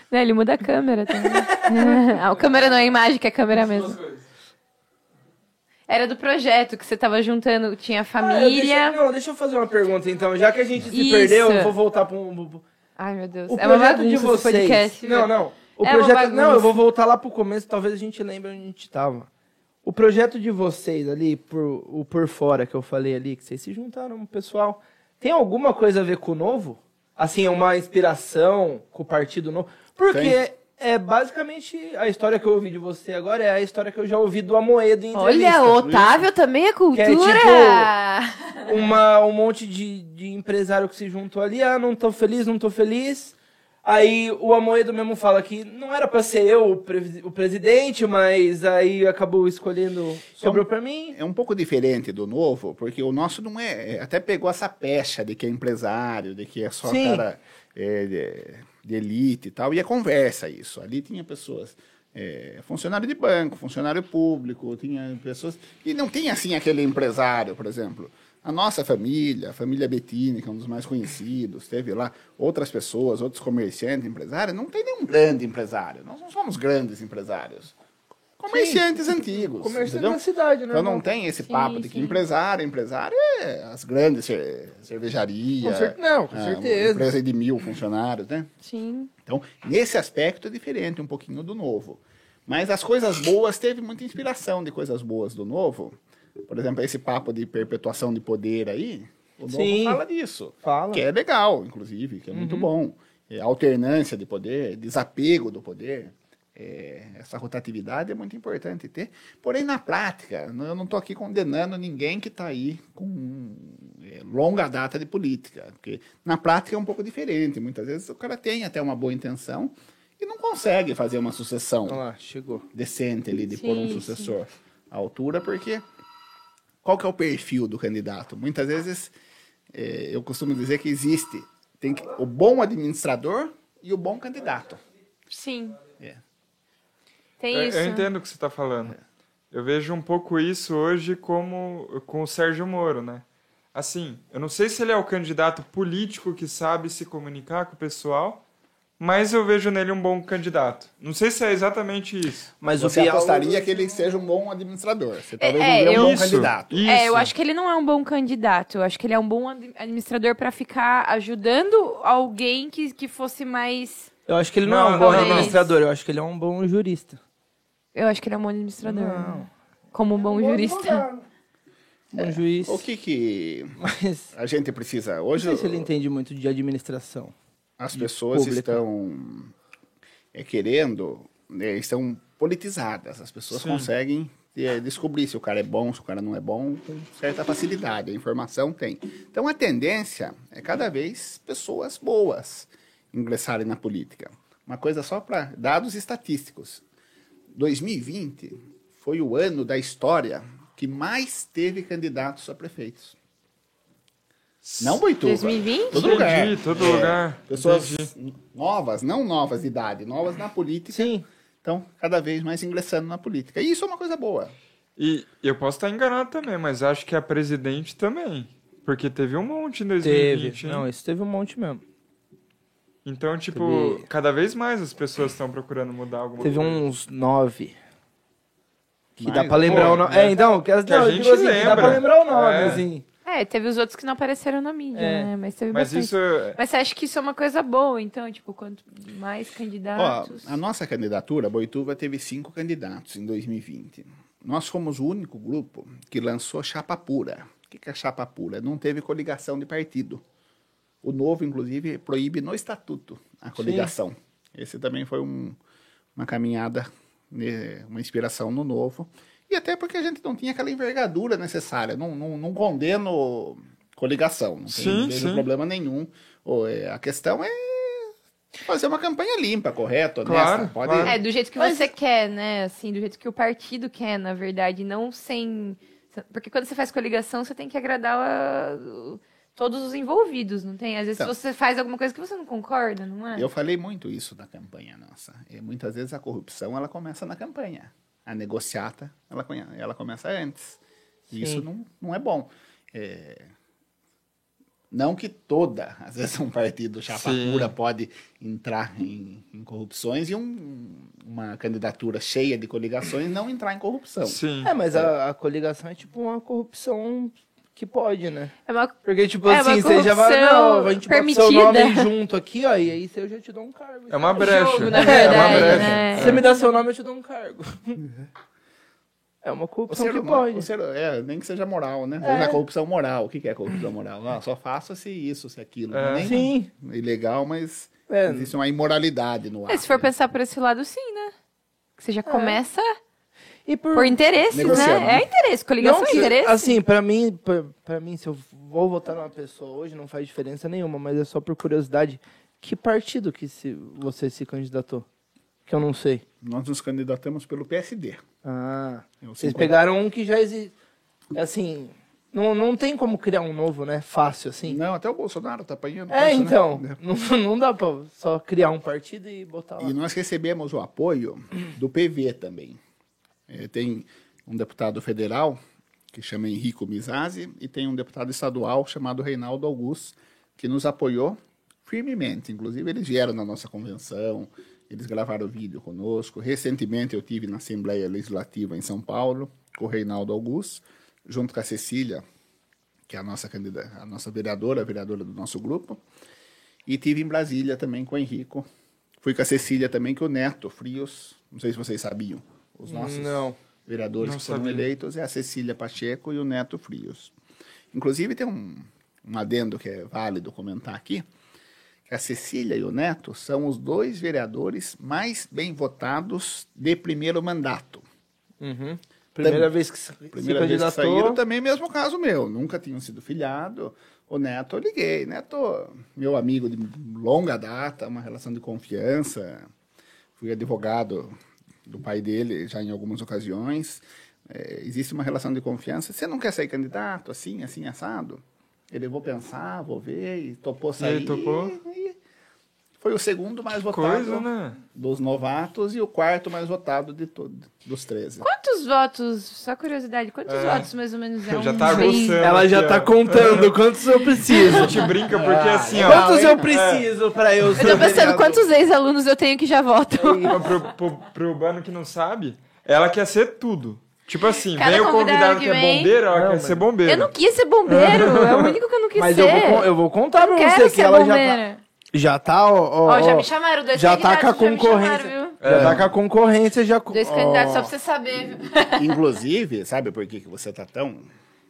Né, ele muda a câmera também. ah, a câmera não é a imagem, que é a câmera
Duas
mesmo.
coisas.
Era do projeto que você tava juntando, tinha
Ah, deixa,
família.
não, deixa eu fazer uma pergunta então. Já que a gente se
Isso.
perdeu, eu vou voltar pra um. pro-
Ai, meu Deus.
O
é uma
projeto
bagunça
de
esse
vocês.
podcast.
não,
viu?
não. O
É uma
projeto.
bagunça.
Não, eu vou voltar lá pro começo, talvez a gente lembre onde a gente tava. O projeto de vocês ali, por, o por fora que eu falei ali, que vocês se juntaram, o pessoal. Tem alguma coisa a ver com o novo? Assim, é uma inspiração com o partido novo? Porque
Tem.
é basicamente a história que eu ouvi de você agora é a história que eu já ouvi do Amoedo em
Olha,
entrevista.
o Otávio também é cultura!
uma, um monte de, de empresário que se juntou ali, ah, não tô feliz, não tô feliz. Aí o Amoedo mesmo fala que não era pra ser eu o, pre- o presidente, mas aí acabou escolhendo, sobrou pra mim.
É um pouco diferente do novo, porque o nosso não é. é, Até pegou essa pecha de que é empresário, de que é só
Sim.
cara é, de, de elite e tal. E é conversa isso. Ali tinha pessoas. é, funcionário de banco, funcionário público, tinha pessoas. E não tem assim aquele empresário, por exemplo. A nossa família, a família Bettini, que é um dos mais conhecidos, teve lá outras pessoas, outros comerciantes, empresários. Não tem nenhum grande empresário. Nós não somos grandes empresários. Comerciantes antigos.
Comerciante
entendeu?
na cidade, né?
Então não
irmão?
tem esse
Sim,
papo de que
sim.
empresário, empresário é as grandes cer- cervejarias.
Com cer- não, com
ah,
certeza.
Empresa de mil funcionários, né?
Sim.
Então, nesse aspecto é diferente um pouquinho do novo. Mas as coisas boas, teve muita inspiração de coisas boas do novo. Por exemplo, esse papo de perpetuação de poder aí, o novo
Sim.
fala disso.
Fala.
Que é legal, inclusive, que é muito bom. É, alternância de poder, desapego do poder. é, essa rotatividade é muito importante ter. Porém, na prática, n- eu não estou aqui condenando ninguém que está aí com é, longa data de política. Porque na prática é um pouco diferente. Muitas vezes o cara tem até uma boa intenção e não consegue fazer uma sucessão
Olha lá, chegou.
decente ali de
Sim,
pôr um
sim.
sucessor à altura, porque qual que é o perfil do candidato? Muitas vezes eh, eu costumo dizer que existe tem que- o bom administrador e o bom candidato.
Sim.
É.
É,
Tem
É, Eu-
isso.
Eu
então
entendo o que você está falando. Eu vejo um pouco isso hoje como com o Sérgio Moro, né? Assim, eu não sei se ele é o candidato político que sabe se comunicar com o pessoal, mas eu vejo nele um bom candidato. Não sei se é exatamente isso.
Mas
Você
o Bial...
apostaria que ele seja um bom administrador. Você talvez
é,
não vê um bom
Isso,
candidato.
Isso.
É, eu acho que ele não é um bom candidato. Eu acho que ele é um bom ad- administrador pra ficar ajudando alguém que, que fosse mais.
Eu acho que ele não, é um
Não,
não,
bom
não.
administrador, eu acho que ele é um bom jurista.
Eu acho que ele é um bom administrador. Como um bom jurista.
Bom Um
É.
juiz.
O que que
Mas
a gente precisa
não
hoje?
sei se ele entende muito de administração.
As pessoas
pública.
estão é, querendo, né, estão politizadas. As pessoas
Sim.
conseguem é, descobrir se o cara é bom, se o cara não é bom, com certa facilidade. A informação tem. Então a tendência é cada vez pessoas boas ingressarem na política. Uma coisa só para dados estatísticos. 2020 foi o ano da história que mais teve candidatos a prefeitos. Não Boituva.
2020?
Todo lugar.
Entendi, todo
É,
lugar.
Pessoas
Entendi.
novas, não novas de idade, novas na política.
Sim.
Então, cada vez mais ingressando na política. E isso é uma coisa boa.
E eu posso estar enganado também, mas acho que a presidente também. Porque teve um monte em 2020.
Teve.
hein?
Não, isso teve um monte mesmo.
né? Então, tipo,
Teve-
cada vez mais as pessoas estão procurando mudar alguma
Teve
coisa.
um
uns nove. Que
Mas,
dá pra lembrar
pô,
o nome.
né?
É, então, que, as-
Que a
não, eu
gente
digo assim, que dá pra
lembra.
lembrar o nome,
É.
assim.
É, teve os outros que não apareceram na mídia,
É.
né? Mas teve
Mas
bastante.
isso
Mas você acha que isso é uma coisa boa, então? Tipo, quanto mais
Ó,
candidatos.
a nossa candidatura, Boituva, teve cinco candidatos em 2020. Nós fomos o único grupo que lançou chapa pura. O que que é chapa pura? Não teve coligação de partido. O novo, inclusive, proíbe no estatuto a coligação. Esse também foi um- uma caminhada, né, uma inspiração no novo. E até porque a gente não tinha aquela envergadura necessária. Não, não, não condeno coligação. Não tem
Sim,
vejo
sim.
problema nenhum. Ou, é, a questão é Fazer uma campanha limpa, correto, honesta.
Claro,
pode...
claro.
É, do jeito que você quer, né? Assim, do jeito que o partido quer, na verdade, não sem. Porque quando você faz coligação, você tem que agradar a- todos os envolvidos, não tem? Às vezes
Então.
você faz alguma coisa que você não concorda, não é?
Eu falei muito isso na campanha nossa. E muitas vezes a corrupção ela começa na campanha. A negociata ela, conhe- ela começa antes. E isso
Sim.
não, não é bom. É, Não que toda, às vezes um partido chapa
Sim.
pura pode entrar em, em corrupções e um- uma candidatura cheia de coligações não entrar em corrupção.
Sim.
É, mas a, a coligação é tipo uma corrupção que pode, né?
É uma-
Porque, tipo
É,
assim,
uma
você já vai.
corrupção
Não, a gente bota seu
permitida.
nome aí junto aqui, ó, e aí eu já te dou um cargo.
É uma
um
brecha.
jogo, na
É, é
verdade,
uma brecha.
né?
Você me dá seu nome, eu te dou um cargo. É uma
O
corrupção
ser
que
humano-
pode.
o ser- é, nem que seja moral, né? Ou na corrupção moral. O que que é corrupção moral? Ah, só faço se isso, se aquilo.
É.
Nem-
Sim.
ilegal, mas
É,
existe uma imoralidade no ar.
É, se for
né?
pensar por esse lado, sim, né? Que você já começa
e
por interesses,
Negociando.
né? É interesse, coligação
Não
é
que-
interesse.
Assim, pra mim, pra, pra mim, se eu vou votar numa pessoa hoje, não faz diferença nenhuma, mas é só por curiosidade. Que partido que se, você se candidatou? Que eu não sei.
Nós nos candidatamos pelo PSD.
Ah,
É o
vocês
50.
pegaram um que já existe. Assim, não, não tem como criar um novo, né? Fácil, assim.
Não, até o Bolsonaro tá apanhando.
é,
isso, né?
então. Não, não dá pra só criar um partido e botar lá.
E nós recebemos o apoio do PV também. Eh, tem um deputado federal, que chama Henrico Mizazzi, e tem um deputado estadual chamado Reinaldo Augusto, que nos apoiou firmemente. Inclusive, eles vieram na nossa convenção, eles gravaram vídeo conosco. Recentemente, eu tive na Assembleia Legislativa em São Paulo, com o Reinaldo Augusto, junto com a Cecília, que é a nossa, candida- a nossa vereadora, a vereadora do nosso grupo. E tive em Brasília também com o Henrico. Fui com a Cecília também, que o Neto Frios, não sei se vocês sabiam, os nossos
Não.
vereadores
Não
que foram
sabia.
eleitos é a Cecília Pacheco e o Neto Frios. Inclusive tem um, um adendo que é válido comentar aqui, que a Cecília e o Neto são os dois vereadores mais bem votados de primeiro mandato.
Primeira vez que se,
Primeira
se
vez que
candidatou.
saíram, tá também mesmo caso meu. Nunca tinham sido filiado. O Neto, eu liguei. Neto, meu amigo de longa data, uma relação de confiança. Fui advogado do pai dele já em algumas ocasiões. É, existe uma relação de confiança. Você não quer sair candidato assim, assim, assado? Ele, vou pensar, vou ver. E topou sair.
topou?
E foi o segundo mais votado
Coisa,
um
né?
dos novatos e o quarto mais votado de todos, dos 13.
Quantos votos, só curiosidade, quantos votos mais ou menos é
Já
um
tá
juiz?
aguçando.
Ela já tá contando quantos eu preciso.
A gente brinca porque
Ah,
assim, ó.
Quantos eu preciso pra eu ser
Eu tô pensando
vereador?
quantos ex-alunos eu tenho que já votam.
pro, pro, pro Urbano que não sabe, ela quer ser tudo. Tipo assim,
Cada
vem o
convidado
convidado
que
que é
vem-
bombeiro, ela
Não,
quer
mas-
ser bombeiro.
Eu não quis ser bombeiro, é o único que eu não quis
Mas
ser.
eu vou, con- eu vou contar pra
quero
você que
ser
ela já tá,
bombeira.
já tá, ó, ó,
Ó, já
ó,
me chamaram, dois
já tá
candidatos
com a
já me
concorrência.
chamaram, viu?
já tá com a concorrência, já... co-
Dois
ó.
candidatos, só pra você saber. viu?
Inclusive, sabe por que, que você tá tão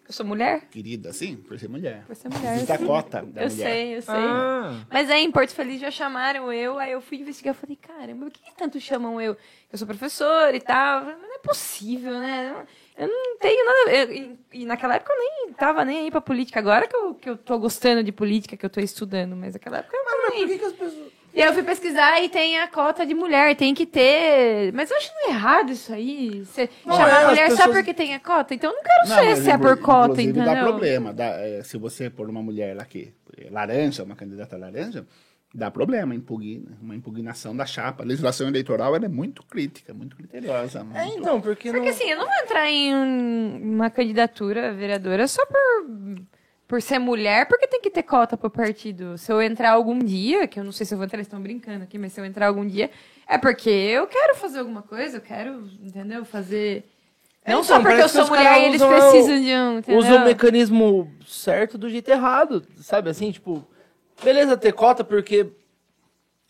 Eu sou mulher?
querida assim? Por ser mulher.
Você é mulher.
tá
Existe a cota da
eu
mulher.
sei, eu sei.
Ah,
Mas aí, em Porto Feliz já chamaram eu, aí eu fui investigar, falei, caramba, por que, que tanto chamam eu? Eu sou professora e tal, não é possível, né? Eu não tenho nada... a ver. E- e, naquela época eu nem tava nem aí pra política, agora que eu, que eu tô gostando de política, que eu tô estudando, mas naquela época eu não tava nem aí. E aí eu fui pesquisar e tem a cota de mulher, tem que ter... Mas eu acho não errado isso aí, você
Não
chamar
é, as
mulher só
pessoas-
porque tem a cota, então eu não quero ser
mas
se é
inclu-
por cota,
inclusive
entendeu?
dá problema. Dá, eh, se você pôr uma mulher lá que é laranja, uma candidata laranja, dá problema, impugna, uma impugnação da chapa. A legislação eleitoral ela é muito crítica, muito criteriosa. né?
É,
muito-
então, porque não...
Porque assim, eu não vou entrar em um- uma candidatura a vereadora só por, por ser mulher, porque tem que ter cota pro partido. Se eu entrar algum dia, que eu não sei se eu vou entrar, eles estão brincando aqui, mas se eu entrar algum dia, é porque eu quero fazer alguma coisa, eu quero, entendeu? Fazer.
É,
Não
então,
só porque
parece
eu sou
que os caras
mulher e eles
usam o-
precisam de um. Entendeu?
usa o mecanismo certo do jeito errado, sabe? Assim, tipo, beleza ter cota porque...
Acho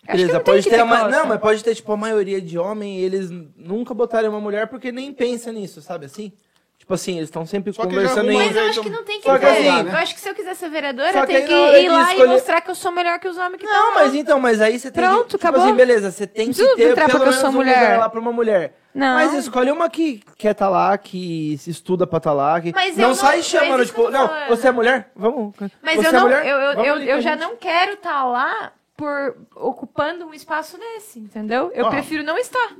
que
Beleza,
não tem
pode
que
ter,
ter
a ma-
cota.
Não, mas pode ter, tipo, a maioria de homem e eles nunca botarem uma mulher porque nem pensa nisso, sabe? Assim, tipo assim, eles estão sempre
Só que já um
conversando
arruma-
Mas
em...
eu acho que não tem que
Só
ter.
que assim,
Eu acho que se eu quiser ser vereadora,
Só
eu
que
tenho
aí
que
na hora
ir
de
lá
escolher-
e mostrar que eu sou melhor que os homens que estão
Não,
lá.
mas então, mas aí você tem
Pronto,
que, tipo
acabou.
assim, beleza, você tem que
Preciso
ter
entrar
pelo
porque eu
menos
sou
um
mulher.
lugar lá pra uma mulher.
Não.
Mas escolhe uma que quer tá lá, que se estuda pra tá lá, que
Mas eu
não,
não-
sai
mas
chamando,
isso que
tipo,
eu tô
não,
falando.
você é mulher? Vamos.
Mas
você
eu
é
não,
mulher?
eu, eu,
Vamos
eu,
ali
eu
com a
já
gente.
não quero estar lá por ocupando um espaço desse, entendeu?
Ah.
Eu
Ó.
prefiro não estar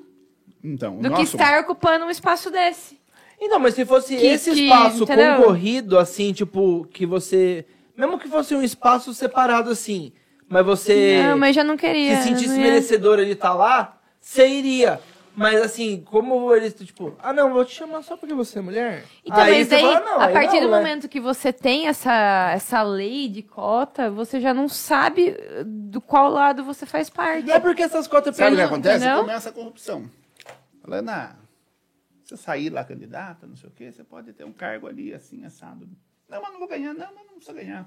Então, o
do que
nosso-
estar ocupando um espaço desse.
Então, mas se fosse
Que-
esse
que-
espaço
entendeu?
concorrido, assim, tipo, que você. Mesmo que fosse um espaço separado, assim, mas você
Não, mas já não queria.
se sentisse
não ia.
merecedora de estar lá, você iria. Mas assim, como eles, tipo, ah não, vou te chamar só porque você é mulher.
Então, mas
você
daí,
fala, "Não,
a
aí
partir
não,
do
né?"
momento que você tem essa, essa lei de cota, você já não sabe eh, do qual lado você faz parte.
É porque essas cotas
Sabe o que
perdem-
acontece?
Entendeu?
Começa a corrupção. Falando, "Ah, você sair lá candidata, não sei o quê, você pode ter um cargo ali, assim, assado. Não, mas não vou ganhar, não, mas não precisa ganhar.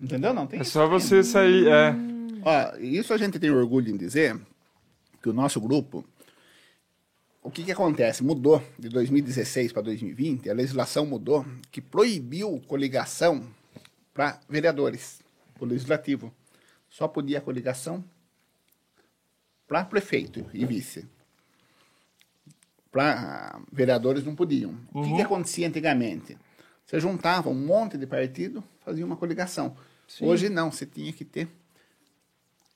Entendeu? Não tem
É
isso
só
ainda.
você sair. É.
Ó, isso a gente tem orgulho em dizer que o nosso grupo, o que que acontece? Mudou de 2016 para 2020, a legislação mudou que proibiu coligação para vereadores, o legislativo. Só podia coligação para prefeito e vice. Para vereadores não podiam. O que, que acontecia antigamente? Você juntava um monte de partido, fazia uma coligação. Hoje não, você tinha que ter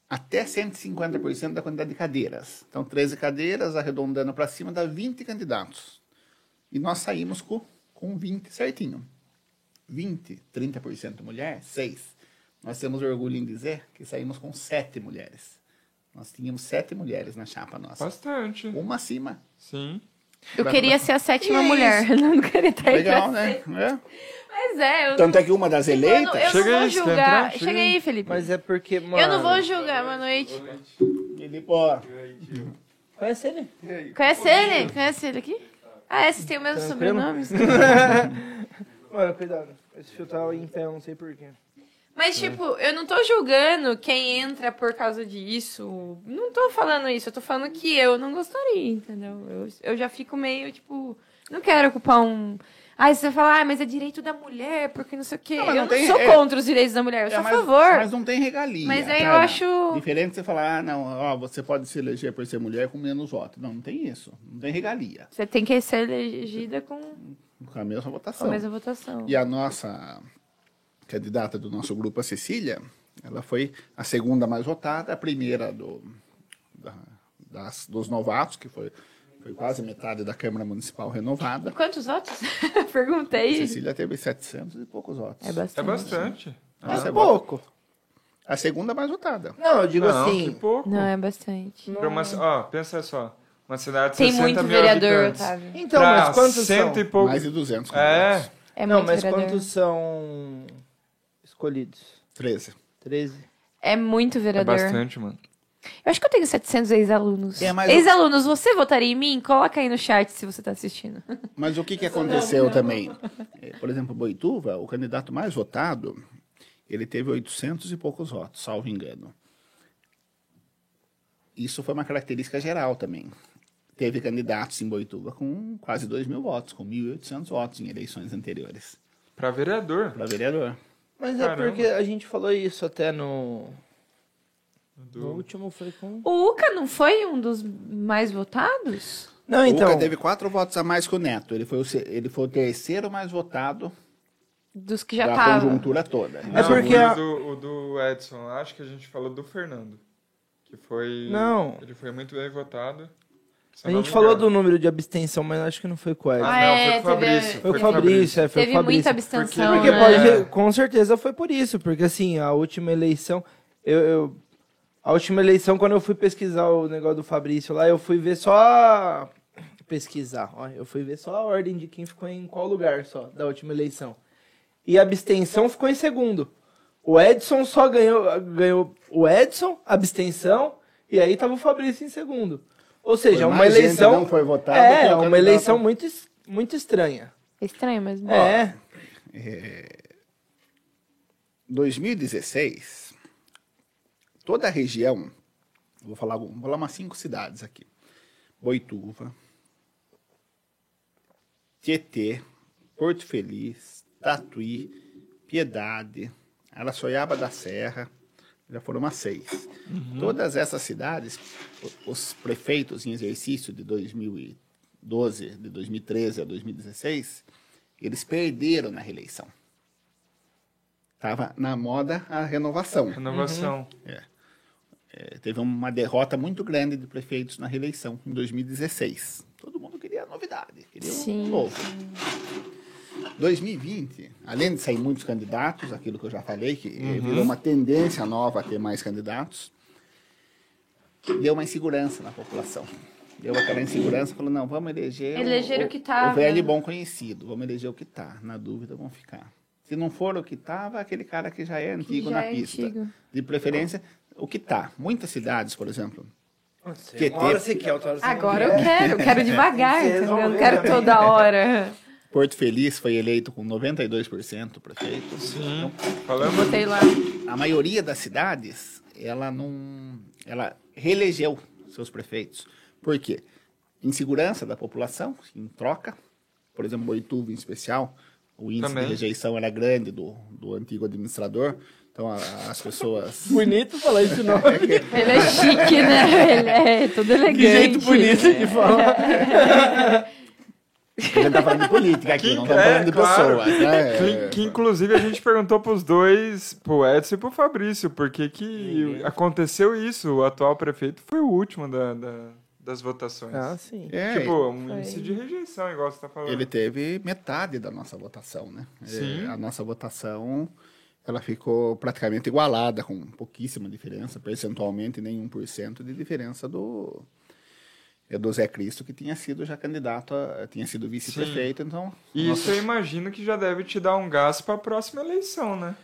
até 150% da quantidade de cadeiras. Então, 13 cadeiras, arredondando para cima, dá 20 candidatos. E nós saímos com, com 20 certinho. 20, 30% mulher, 6. Nós temos orgulho em dizer que saímos com 7 mulheres. Nós tínhamos 7 mulheres na chapa nossa.
Bastante.
Uma acima.
Sim.
Eu queria ser a sétima
E é
mulher. Não queria estar entre
Legal,
as-
né? É.
Mas é, eu
Tanto é que uma das
Mano, eu
eleitas,
Chega
não vou
aí, você quer
julgar.
entrar? Chega
Chega aí, Felipe.
Mas é porque, mano.
Eu não vou julgar, boa noite.
ele, pô,
Conhece ele?
Conhece ele? Conhece ele aqui? Ah, é, vocês têm o mesmo
Tranquilo?
sobrenome?
Mano, cuidado. Esse fio tá em pé, eu não sei porquê.
Mas, tipo, eu não tô julgando quem entra por causa disso. Não tô falando isso, eu tô falando que eu não gostaria, entendeu? Eu, eu já fico meio, tipo, não quero ocupar um. Aí você fala, ah, mas é direito da mulher, porque não sei o quê.
Não,
eu
mas não
não
tem-
sou
é-
contra os direitos da mulher, eu
É,
sou
mas-
a favor.
Mas não tem regalia.
Mas aí eu
cara.
acho-
Diferente de você falar, ah, não, ó, você pode se eleger por ser mulher com menos voto. Não, não tem isso. Não tem regalia.
Você tem que ser elegida com
Com a mesma
com
votação.
a mesma votação.
E a nossa candidata do nosso grupo, a Cecília, ela foi a segunda mais votada, a primeira do, da- das, dos novatos, que foi, foi quase metade da Câmara Municipal renovada.
Quantos votos? Perguntei.
Cecília teve 700 e poucos votos.
É bastante.
É bastante.
Nossa,
Mas
é
é
bom.
pouco.
A segunda mais votada.
Não, eu digo
Não,
assim.
que pouco.
Não, é bastante.
Pra uma, ó, pensa só. Uma cidade de
Tem
60
muito
mil
vereador, tá?
habitantes.
Otávio.
Então,
Pra
mas quantos são?
cento e pouco.
Mais de 200
É,
candidatos.
É
não,
muito
mas
vereador.
quantos são escolhidos?
13.
13.
É muito
é
vereador.
bastante, mano.
Eu acho que eu tenho 700 ex-alunos.
É, mas
ex-alunos, você votaria em mim? Coloca aí no chat se você tá assistindo.
Mas o que, que aconteceu também? Eh, Por exemplo, Boituva, o candidato mais votado, ele teve 800 e poucos votos, salvo engano. Isso foi uma característica geral também. Teve candidatos em Boituva com quase 2 mil votos, com 1.800 votos em eleições anteriores
Pra vereador.
para vereador.
Mas
Caramba.
é porque a gente falou isso até no. No
Do...
último foi com.
O Uca não foi um dos mais votados?
Não,
Então,
então.
Uca teve quatro votos a mais que o Neto. Ele foi o, se- ele foi o terceiro mais votado
Dos que já
da
estavam.
conjuntura toda. Então,
Não,
É porque
o,
a-
do, o do Edson, lá, acho que a gente falou do Fernando. Que foi.
Não.
Ele foi muito bem votado. se
A
eu não
gente
me
falou
engano.
do número de abstenção, mas acho que não foi com
Ah,
ela.
Ah, é,
não, foi com o
teve-
Fabrício.
foi com o
com o
Fabrício, é, foi
Teve
com o
muita
Fabrício.
abstenção.
Porque
né?
pode,
É.
com certeza foi por isso, porque assim, a última eleição, eu, eu- a última eleição quando eu fui pesquisar o negócio do Fabrício lá, eu fui ver só a- pesquisar, ó, eu fui ver só a ordem de quem ficou em qual lugar só da última eleição. E a abstenção ficou em segundo. O Edson só ganhou ganhou o Edson, abstenção, e aí tava o Fabrício em segundo. Ou seja, é
Foi
uma
mais gente
eleição
não foi votada que o
É,
candidato-
uma eleição muito es- muito estranha.
É Estranho mesmo.
É.
2016, toda a região, vou falar, algum- vou falar umas cinco cidades aqui: Boituva, Tietê, Porto Feliz, Tatuí, Piedade, Araçoiaba da Serra, já foram umas seis. Todas essas cidades, o- os prefeitos em exercício de 2012, de 2013 a 2016, eles perderam na reeleição. Tava na moda a renovação.
Renovação.
É, teve uma derrota muito grande de prefeitos na reeleição em 2016. Todo mundo queria novidade, queria um
Sim.
novo. 2020, além de sair muitos candidatos, aquilo que eu já falei, que eh, virou uma tendência nova a ter mais candidatos, deu uma insegurança na população. Deu aquela insegurança, falou, não, vamos eleger,
Eleger o que tá, né?" tava.
o velho e bom conhecido, vamos eleger o que tá, na dúvida vamos ficar. Se não for o que tava, aquele cara que já é antigo
já
na
é
pista.
antigo.
De preferência, o que tá. Muitas cidades, por exemplo,
Você,
QT.
uma hora você quer, outra hora você
Agora eu
não quer.
quero, eu quero devagar,
Vocês
entendeu?
vão
Eu
ver
quero
também.
toda hora.
Porto Feliz foi eleito com 92% prefeito. Sim.
Uhum.
Falamos
Tá
Botei lá.
a maioria das cidades, ela não. Ela reelegeu seus prefeitos. Por quê? Insegurança da população, em troca. Por exemplo, Boituva, em especial, o índice
Também.
de rejeição era grande do, do antigo administrador. Então, a- as pessoas.
Bonito falar isso não. que
Ele é chique, né? Ele é todo elegante.
jeito bonito de falar.
A gente tá falando de política aqui, não estamos falando de pessoas. Né?
é, Que, que, inclusive a gente perguntou pros dois, pro Edson e pro Fabrício, por que que
Uhum.
aconteceu isso. O atual prefeito foi o último da- da- das votações.
Ah, sim.
É,
tipo, um
Foi.
índice de rejeição, igual você tá falando.
Ele teve metade da nossa votação, né? É,
Sim.
a nossa votação, ela ficou praticamente igualada, com pouquíssima diferença, percentualmente nem 1% de diferença do, é do Zé Cristo, que tinha sido já candidato, a- tinha sido vice-prefeito, então...
E
nossa,
isso eu imagino que já deve te dar um gás pra próxima eleição, né?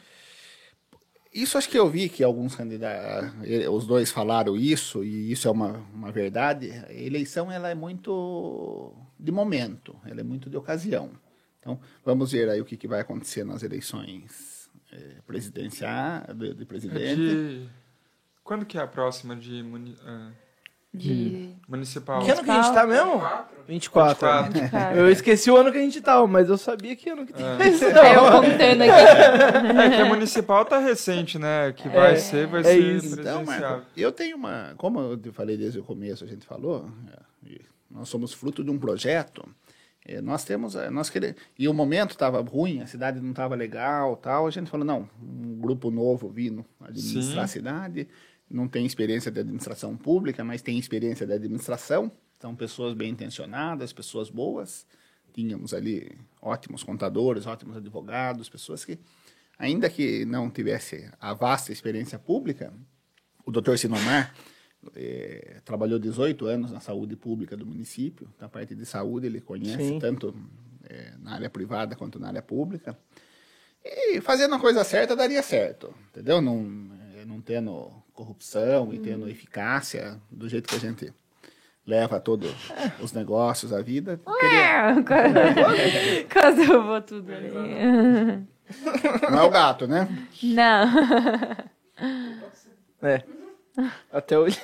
Isso acho que eu vi que alguns candidatos, os dois falaram isso, e isso é uma, uma verdade. A eleição ela é muito de momento, ela é muito de ocasião. Então, vamos ver aí o que, que vai acontecer nas eleições eh, presidenciais, de, de
É
presidente.
de... Quando que é a próxima de muni- ah,
De...
municipal?
Que ano que a gente tá mesmo? 24.
24.
Cara.
Eu esqueci o ano que a gente tava, mas eu sabia que ano que tem.
Aí eu contando aqui.
É que a municipal tá recente, né? Que vai
É.
ser, vai
É
ser
isso.
Então,
presidencial.
Marco, eu tenho uma. Como eu te falei desde o começo, a gente falou, é, e nós somos fruto de um projeto. é, nós temos. é, Nós quere... E o momento estava ruim, a cidade não estava legal tal. A gente falou, não, um grupo novo vindo administrar a
Sim.
cidade, não tem experiência de administração pública, mas tem experiência de administração. São pessoas bem intencionadas, pessoas boas. Tínhamos ali ótimos contadores, ótimos advogados, pessoas que, ainda que não tivesse a vasta experiência pública, o doutor Sinomar eh, trabalhou 18 anos na saúde pública do município. Na parte de saúde, ele conhece
Sim.
tanto eh, na área privada quanto na área pública. E fazendo a coisa certa, daria certo, entendeu? Não, eh, não tendo corrupção e tendo eficácia do jeito que a gente leva todos os negócios, a vida.
É.
Queria-
É,
Quase- Quase eu vou tudo ali.
Não é o gato, né?
Não.
É. Até hoje.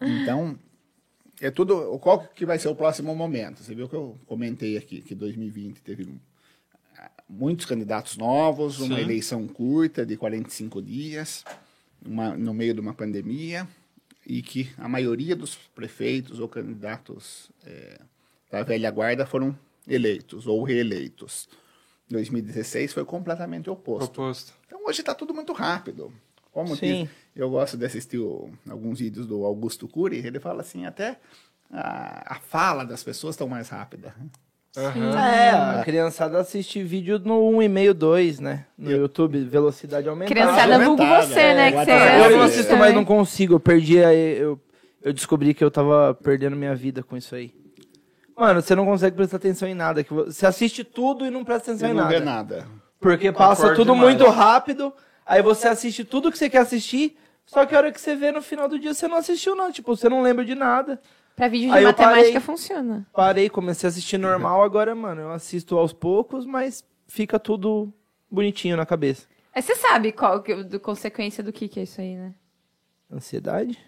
Então, é tudo. o- Qual que vai ser o próximo momento? Você viu que eu comentei aqui que 2020 teve um- muitos candidatos novos, uma
Sim.
eleição curta de 45 dias, uma- no meio de uma pandemia, e que a maioria dos prefeitos ou candidatos eh, da velha guarda foram eleitos ou reeleitos. 2016 foi completamente oposto.
Proposto.
Então hoje está tudo muito rápido. Como
Sim.
diz- eu gosto de assistir o- alguns vídeos do Augusto Cury, ele fala assim, até a, a fala das pessoas estão mais rápida.
Aham.
É, a criançada assiste vídeo no 1,5, 2, né? No
Eu-
YouTube, velocidade aumentada.
Criançada vulgo
Aumentada,
você, né?
é,
Que você
WhatsApp.
Eu não
assiste
assisto, mas
também.
não consigo. Eu perdi a. Eu, eu descobri que eu tava perdendo minha vida com isso aí. Mano, você não consegue prestar atenção em nada. que vo- Você assiste tudo e não presta atenção
Você
em
não vê
nada.
nada.
Porque passa
Concordo
tudo
demais.
muito rápido, aí você assiste tudo que você quer assistir, só que a hora que você vê no final do dia você não assistiu, não. Tipo, você não lembra de nada.
Pra vídeo de
Aí eu
matemática
parei.
funciona.
Parei, comecei a assistir
Uhum.
normal, agora, mano, eu assisto aos poucos, mas fica tudo bonitinho na cabeça.
Aí você sabe qual que, do, consequência do que, que é isso aí, né?
Ansiedade?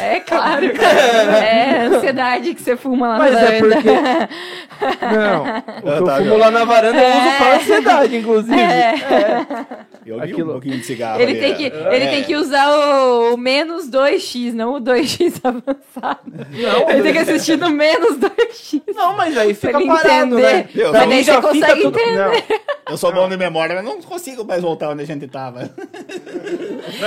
É claro. é ansiedade que você fuma lá
Mas
na
é
varanda.
porque- Não. O que eu
tá,
fumo
já.
lá na varanda eu uso
É.
pra ansiedade, inclusive.
Eu vi
Aquilo-
um pouquinho de cigarro
Ele,
ali,
tem que,
é.
ele tem que usar o, o menos 2x, não o 2x avançado. ele tem que assistir no menos 2x.
é Não, mas aí fica
ele
parado,
entender.
né?
Mas daí você consegue
tudo...
entender.
Não.
Eu sou bom de memória, mas não consigo mais voltar onde a gente tava.
tá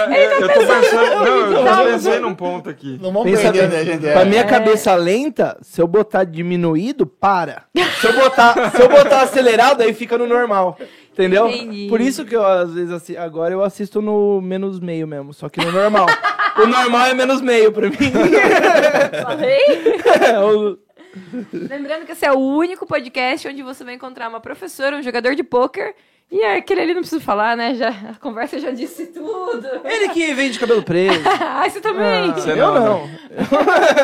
Não, É, eu, eu tô pensando. Não, eu já pensei num ponto aqui.
Não vamos
Pensa
perder
bem,
onde a gente
pra
era.
minha cabeça lenta, se eu botar diminuído, para. Se eu botar, se eu botar acelerado, aí fica no normal. Entendeu?
Entendi.
Por isso que eu, às vezes, assi- agora eu assisto no menos meio mesmo, só que no normal. o normal é menos meio pra mim.
Falei?
É, o-
Lembrando que esse é o único podcast onde você vai encontrar uma professora, um jogador de pôquer. E é aquele ali não preciso falar, né? Já, a conversa já disse tudo.
Ele que vem de cabelo preso.
Ai, você também.
Você
eu
não,
não.
Ah,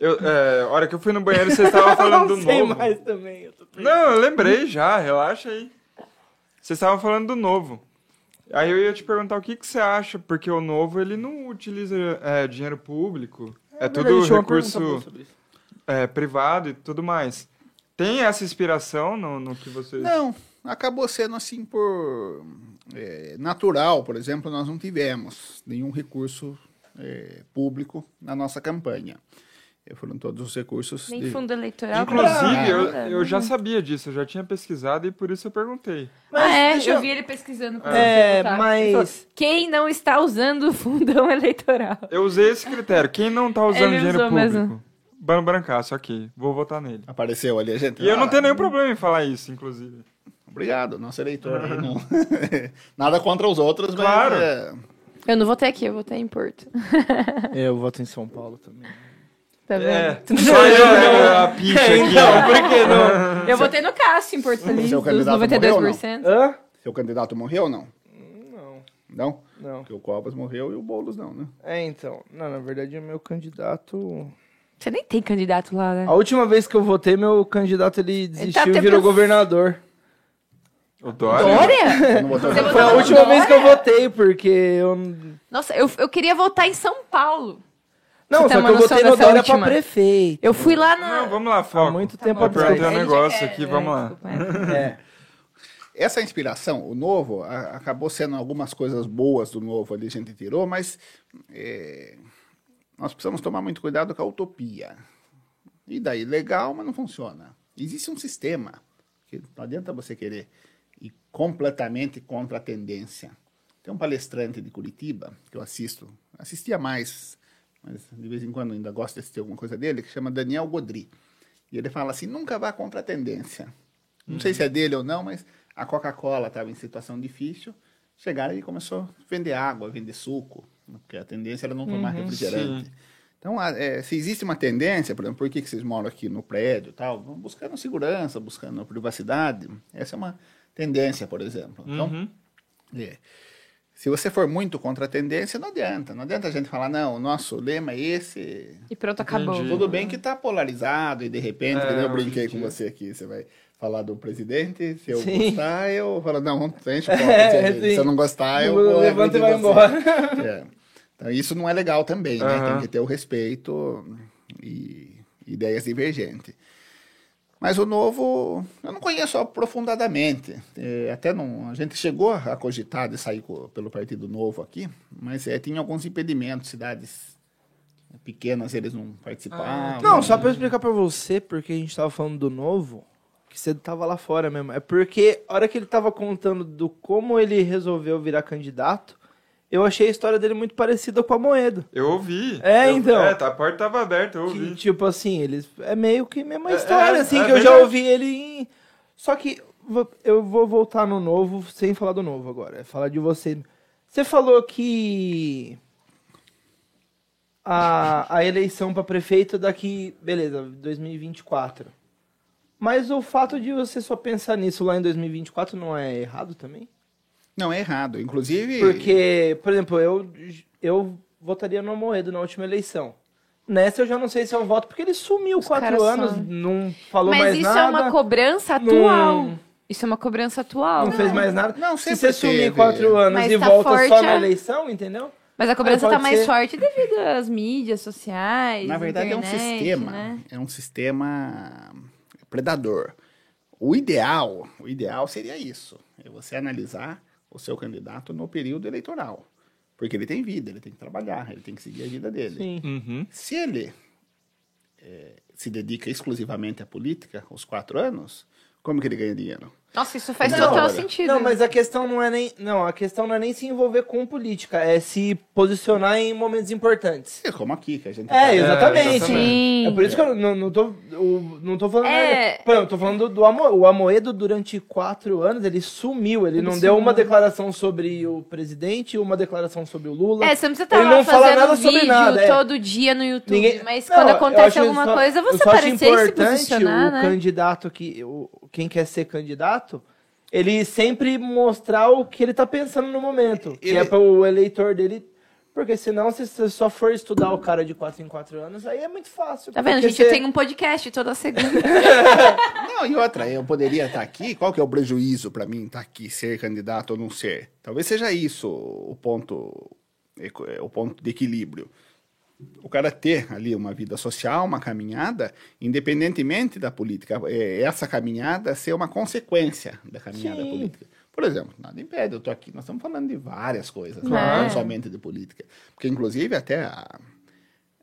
Eu, é, a hora que eu fui no banheiro, vocês estavam
Eu
falando
não
do
sei
novo.
mais também. eu tô-
Não, eu lembrei já, relaxa aí. Vocês estavam falando do novo. Aí eu ia te perguntar o que, que você acha, porque o novo ele não utiliza é, dinheiro público, é, tudo
Deixa eu perguntar pra
recurso
você sobre isso.
é, privado e tudo mais. Tem essa inspiração no, no que vocês.
Não, acabou sendo assim por é, natural, por exemplo, nós não tivemos nenhum recurso é, público na nossa campanha. Eh, Foram todos os recursos.
Nem
de-
fundo eleitoral.
Inclusive, eu,
nada.
eu já sabia disso, eu já tinha pesquisado e por isso eu perguntei.
Ah, é,
deixa
eu vi ele pesquisando. pra
É,
você botar. Ele falou,
mas.
Quem não está usando o fundão eleitoral?
Eu usei esse critério. Quem não tá usando
Ele
dinheiro
usou
público?
mesmo.
Bano Brancaço, ok. Vou votar nele.
Apareceu ali a gente.
E eu não
Ah,
tenho nenhum problema em falar isso, inclusive.
Obrigado, nosso eleitor. aí não- Nada contra os outros,
Claro.
mas. eh,
Eu não votei aqui, eu votei em Porto.
Eu voto em São Paulo também.
Tá vendo?
É, só eu pego a picha
É,
aqui.
então, por que não?
Eu votei no Cássio em Porto Feliz,
Seu
dos
candidato
92%.
Hã?
Seu candidato morreu ou não?
Não,
Não?
não.
Porque o Covas morreu e o Boulos não, né?
É, então. Não, na verdade, o meu candidato.
Você nem tem candidato lá, né?
A última vez que eu votei, meu candidato ele tá desistiu e
tentando-
virou governador.
O Dória?
Dória?
Você não votou
Você
no
votou
Foi a
Não,
Covas?
última
não
vez
é?
que eu votei, porque eu.
Nossa, eu, eu queria votar em São Paulo.
Não,
tem
só que
uma
eu
noção tá
votei no
dessa
Dória
última?
pra prefeito.
Eu fui lá na...
Não, vamos lá, foco.
Há muito
Tá
tempo
bom,
Eu perguntei
desculpa.
um
Ele já
negócio
quer,
aqui,
né?
vamos lá.
Desculpa, é.
É.
Essa inspiração, o novo, a- acabou sendo algumas coisas boas do novo ali, a gente tirou, mas eh, nós precisamos tomar muito cuidado com a utopia. E daí, legal, mas não funciona. Existe um sistema que não adianta você querer ir completamente contra a tendência. Tem um palestrante de Curitiba que eu assisto, assistia mais, mas de vez em quando ainda gosto de assistir alguma coisa dele, que chama Daniel Godri. E ele fala assim: nunca vá contra a tendência. Não sei se é dele ou não, mas a Coca-Cola estava em situação difícil. Chegaram e começou a vender água, vender suco, porque a tendência era não tomar refrigerante. Então, a- é, se existe uma tendência, por exemplo, por que, que vocês moram aqui no prédio e tal? Vão Buscando segurança, buscando privacidade. Essa é uma tendência, por exemplo. Então, é, se você for muito contra a tendência, não adianta. Não adianta a gente falar, não, o nosso lema é esse.
E pronto, acabou.
Entendi.
Tudo bem que está polarizado e de repente,
É,
que nem eu
hoje em
brinquei com
dia.
você aqui, você vai falar do presidente, se eu
Sim.
gostar, eu falo, não, vamos enche o copo,
É,
se
sim.
eu não gostar, eu vou
Levanta
agredir
e vai
você.
embora.
É. Então, isso não é legal também, né?
Aham.
Tem que ter o respeito e ideias divergentes. Mas o novo, eu não conheço aprofundadamente. É, até não, a gente chegou a cogitar de sair co- pelo Partido Novo aqui, mas é, tinha alguns impedimentos, cidades pequenas eles não participavam.
Não, só pra eu explicar pra você, porque a gente tava falando do novo, que você tava lá fora mesmo. É porque a hora que ele tava contando do como ele resolveu virar candidato, eu achei a história dele muito parecida com a Moedo.
Eu ouvi.
É,
Eu-
então.
É, tá, a porta tava aberta, eu
Que,
ouvi.
tipo assim, eles. É meio que a mesma
É,
história,
é,
assim,
é
que eu
bem
já
mais-
ouvi ele em. Só que vo- eu vou voltar no novo sem falar do novo agora. É falar de você. Você falou que. A, a eleição pra prefeito é daqui. Beleza, 2024. Mas o fato de você só pensar nisso lá em 2024 não é errado também?
Não, é errado. Inclusive,
Porque, por exemplo, eu, eu votaria no Moedo na última eleição. Nessa eu já não sei se eu voto, porque ele sumiu
caras
quatro anos,
somem.
não falou
Mas
mais
isso
nada.
é uma cobrança
não-
atual. Isso é uma cobrança atual.
Não fez mais nada.
Não,
se
sempre
você sumir
teve.
quatro anos
Mas
e
tá
volta
forte
só
a-
na eleição, entendeu?
Mas a cobrança
Ah,
tá
pode
mais
ser.
forte devido às mídias sociais.
na verdade, é um
internet,
sistema.
né?
É um sistema predador. O ideal, o ideal seria isso. É você analisar o seu candidato no período eleitoral. Porque ele tem vida, ele tem que trabalhar, ele tem que seguir a vida dele.
Sim.
Uhum.
Se ele é, eh, se dedica exclusivamente à política, os quatro anos, como que ele ganha dinheiro?
Nossa, isso faz
Não,
total
olha.
sentido.
Não, mas a questão não é nem. Não, a questão não é nem se envolver com política, é se posicionar em momentos importantes.
É como aqui, que a gente...
É, exatamente.
Sim.
É por isso que eu não, não tô, eu não tô falando.
É.
nada. Pô, eu tô falando do, do Amo- o Amoedo durante quatro anos, ele sumiu. Ele, não deu uma declaração sobre o presidente, uma declaração sobre o Lula.
É, você não precisa estar
Ele
lá
não fala
fazendo um
nada sobre
vídeo
nada, é.
todo dia no YouTube,
Ninguém-
mas
Não,
quando
eu
acontece
acho
alguma
só-
coisa,
eu
você
só acho
aparecer e se
importante
posicionar,
o
né?
candidato que. o- quem quer ser candidato, ele sempre mostrar o que ele tá pensando no momento. Que
Ele-
é pro eleitor dele. Porque senão, se você só for estudar o cara de quatro em quatro anos, aí é muito fácil.
Tá vendo,
porque
gente?
você-
Eu tenho um podcast toda segunda.
Não, e outra, eu poderia estar aqui. Qual que é o prejuízo para mim estar aqui, ser candidato ou não ser? Talvez seja isso o ponto, eco- é, o ponto de equilíbrio. O cara ter ali uma vida social, uma caminhada, independentemente da política, é, essa caminhada ser uma consequência da caminhada
Sim.
política. Por exemplo, nada impede, eu estou aqui, nós estamos falando de várias coisas,
Claro.
não é somente de política. Porque, inclusive, até a-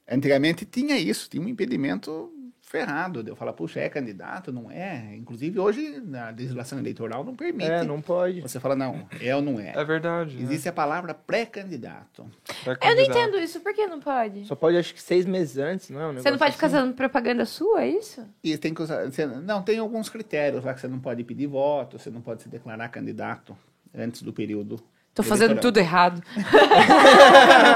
Antigamente tinha isso, tinha um impedimento ferrado de eu falar, puxa, é candidato, não é? Inclusive hoje na legislação eleitoral não permite.
É, não pode.
Você fala, não, é ou não é.
É verdade. né?
Existe a palavra pré-candidato.
eu
Pra
não
convidar.
entendo isso, por que não pode?
Só pode, acho que seis meses antes, não é? Um
Você não
negócio
pode ficar
assim?
fazendo propaganda sua, é isso?
E tem que usar, você- não, tem alguns critérios lá que você não pode pedir voto, você não pode se declarar candidato antes do período.
Tô fazendo
eleitoral.
tudo errado.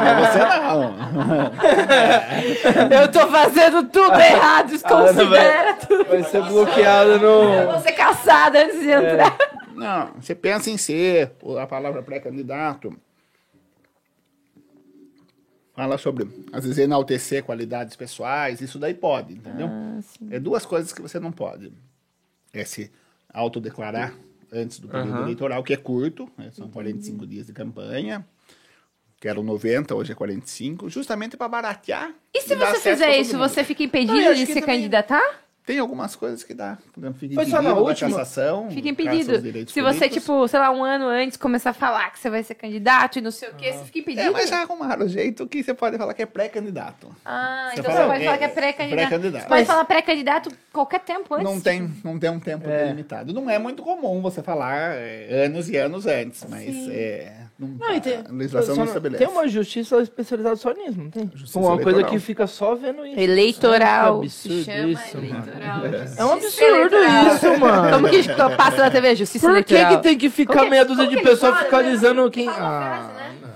Mas você não.
Eu tô fazendo tudo errado, desconsidera tudo.
assim. Vai ser bloqueado
Eu vou
no.
ser caçada antes
É.
de entrar.
Não, você pensa em ser o- a palavra pré-candidato. Fala sobre, às vezes, enaltecer qualidades pessoais, isso daí pode, entendeu?
Ah,
é duas coisas que você não pode. É se autodeclarar antes do período
Aham.
eleitoral, que é curto, né? são 45 dias de campanha, que eram 90, hoje é 45, justamente para baratear.
E se você
dar acesso a
fizer
todo
isso,
mundo.
você fica
Não, eu
impedido
acho
de
que
se
também-
candidatar?
Tem algumas coisas que dá. Por exemplo, fica
Foi só na
impedido da
última?
Cassação,
Fica
hum, caça aos
impedido.
direitos
Se você,
políticos.
tipo, sei lá, um ano antes começar a falar que você vai ser candidato e não sei o quê, você fica impedido?
É, mas já arrumaram o jeito que você pode falar que é pré-candidato.
Ah,
Você
então
fala,
você pode
é,
falar que é pré-candidato.
pré-candidato.
Você
Mas-
pode falar pré-candidato qualquer tempo antes.
Não
tipo.
tem, não tem um tempo
É.
limitado. Não é muito comum você falar é, anos e anos antes, mas é, não,
Não, e tem-
a legislação
só
não
não-
estabelece.
Tem um uma justiça especializada só nisso, não tem?
Justiça
uma coisa
eleitoral.
que fica só vendo isso.
Eleitoral.
Que
é
absurdo
Chama
isso, mano.
eleitoral.
É um
Justiça
absurdo
eleitoral.
isso, mano.
Como que passa na TV? Justiça
Por que,
eleitoral.
que tem que ficar
Como que-
meia dúzia
como
de
que ele
pessoas
fala?
fiscalizando
Ele
quem.
fala uma
Ah,
frase, né?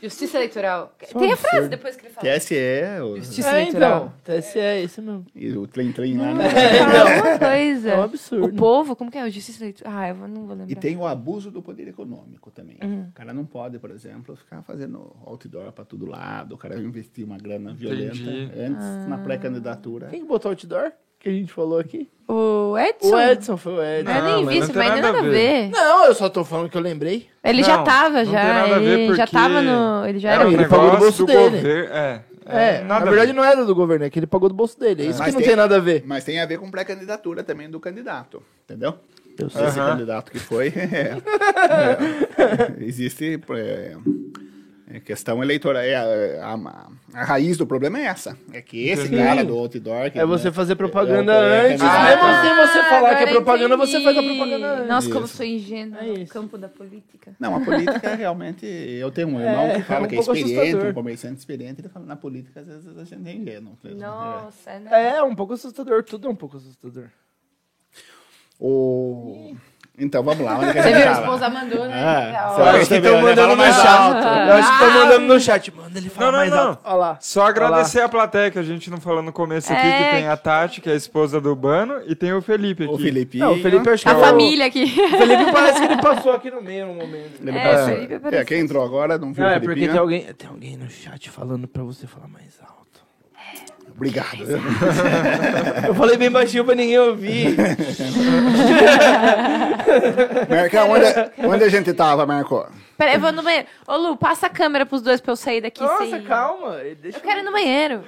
Justiça eleitoral.
Isso é um
tem a frase
absurdo.
depois que ele fala.
TSE, o,
Justiça
é,
eleitoral.
então. TSE é isso mesmo.
e o trem-trem lá. né?
É uma coisa.
É um
O
absurdo.
povo, como que é? O justiça eleitoral. Ah, eu vou- não vou lembrar.
E tem o abuso do poder econômico também.
Uhum.
O cara não pode, por exemplo, ficar fazendo outdoor para todo lado, o cara investir uma grana violenta
Entendi.
antes na
Ah.
pré-candidatura.
Quem que botou outdoor? Que a gente falou aqui?
O Edson.
O Edson foi o Edson.
Eu
Não,
nem
mas
vi
não
isso,
tem
mas não
nada
nada a
a
ver.
Não, eu só tô falando que eu lembrei.
Ele
Não,
já tava,
não
já.
tem nada a ver
ele já
porque-
tava no. Ele já
É
era.
um
Ele
negócio
pagou do
do
bolso dele.
governo. É,
É,
nada
na
a
verdade
ver.
não era do governo, é que ele pagou do bolso dele. É isso
Mas
que não
tem-
tem, nada a ver.
Mas tem a ver com pré-candidatura também do candidato, entendeu?
Eu sei.
Esse
Aham.
candidato que foi. é. É. Existe é, é, questão eleitoral. É, a, a- a raiz do problema é essa. É que esse
Entendi.
cara do outdoor. que
É você fazer
É
propaganda
o que é
antes.
candidato.
mesmo sem você falar que é
agora
propaganda,
entendi.
você faz a propaganda antes.
Nossa, como
Isso.
sou ingênua
É
no
isso.
campo da política.
Não, a política é realmente. Eu tenho um irmão
É,
que fala
é um
que é
pouco
experiente,
assustador.
um comerciante experiente. Ele fala na política, às vezes a gente é ingênuo. É.
Nossa, né?
É, um pouco assustador, tudo é um pouco assustador.
O... Então vamos lá. Onde que a
Você
gente
viu? A
tava?
esposa mandou, né? Da
Ah, você
Eu
hora.
vai-
acho que
Você
estão
vê,
mandando
fala mais
mais alto.
alto.
Eu acho que estão
Ah.
mandando no chat. Manda ele falar
Não, não,
mais
não.
alto. Olha lá.
Só agradecer a plateia que a gente não falou no começo aqui,
É.
que tem a Tati, que é a esposa do Bano, e tem o Felipe aqui.
O Felipe.
Não, o Felipe eu acho que
A
é o-
família aqui.
O Felipe parece que ele passou aqui no meio no momento.
Ele
É,
passou.
Felipe
é,
apareceu.
quem entrou agora não viu
Não,
o
é
Felipe.
né?
porque tem alguém, tem alguém no chat falando pra você falar mais alto.
Obrigado.
Eu falei bem baixinho pra ninguém ouvir. É.
Marcão,
é-
onde, onde a gente tava, Marco?
Peraí, eu vou no banheiro. Ô, Lu, passa a câmera pros dois pra eu sair daqui
Nossa,
sem...
calma. ele Deixa
Eu quero ir no banheiro.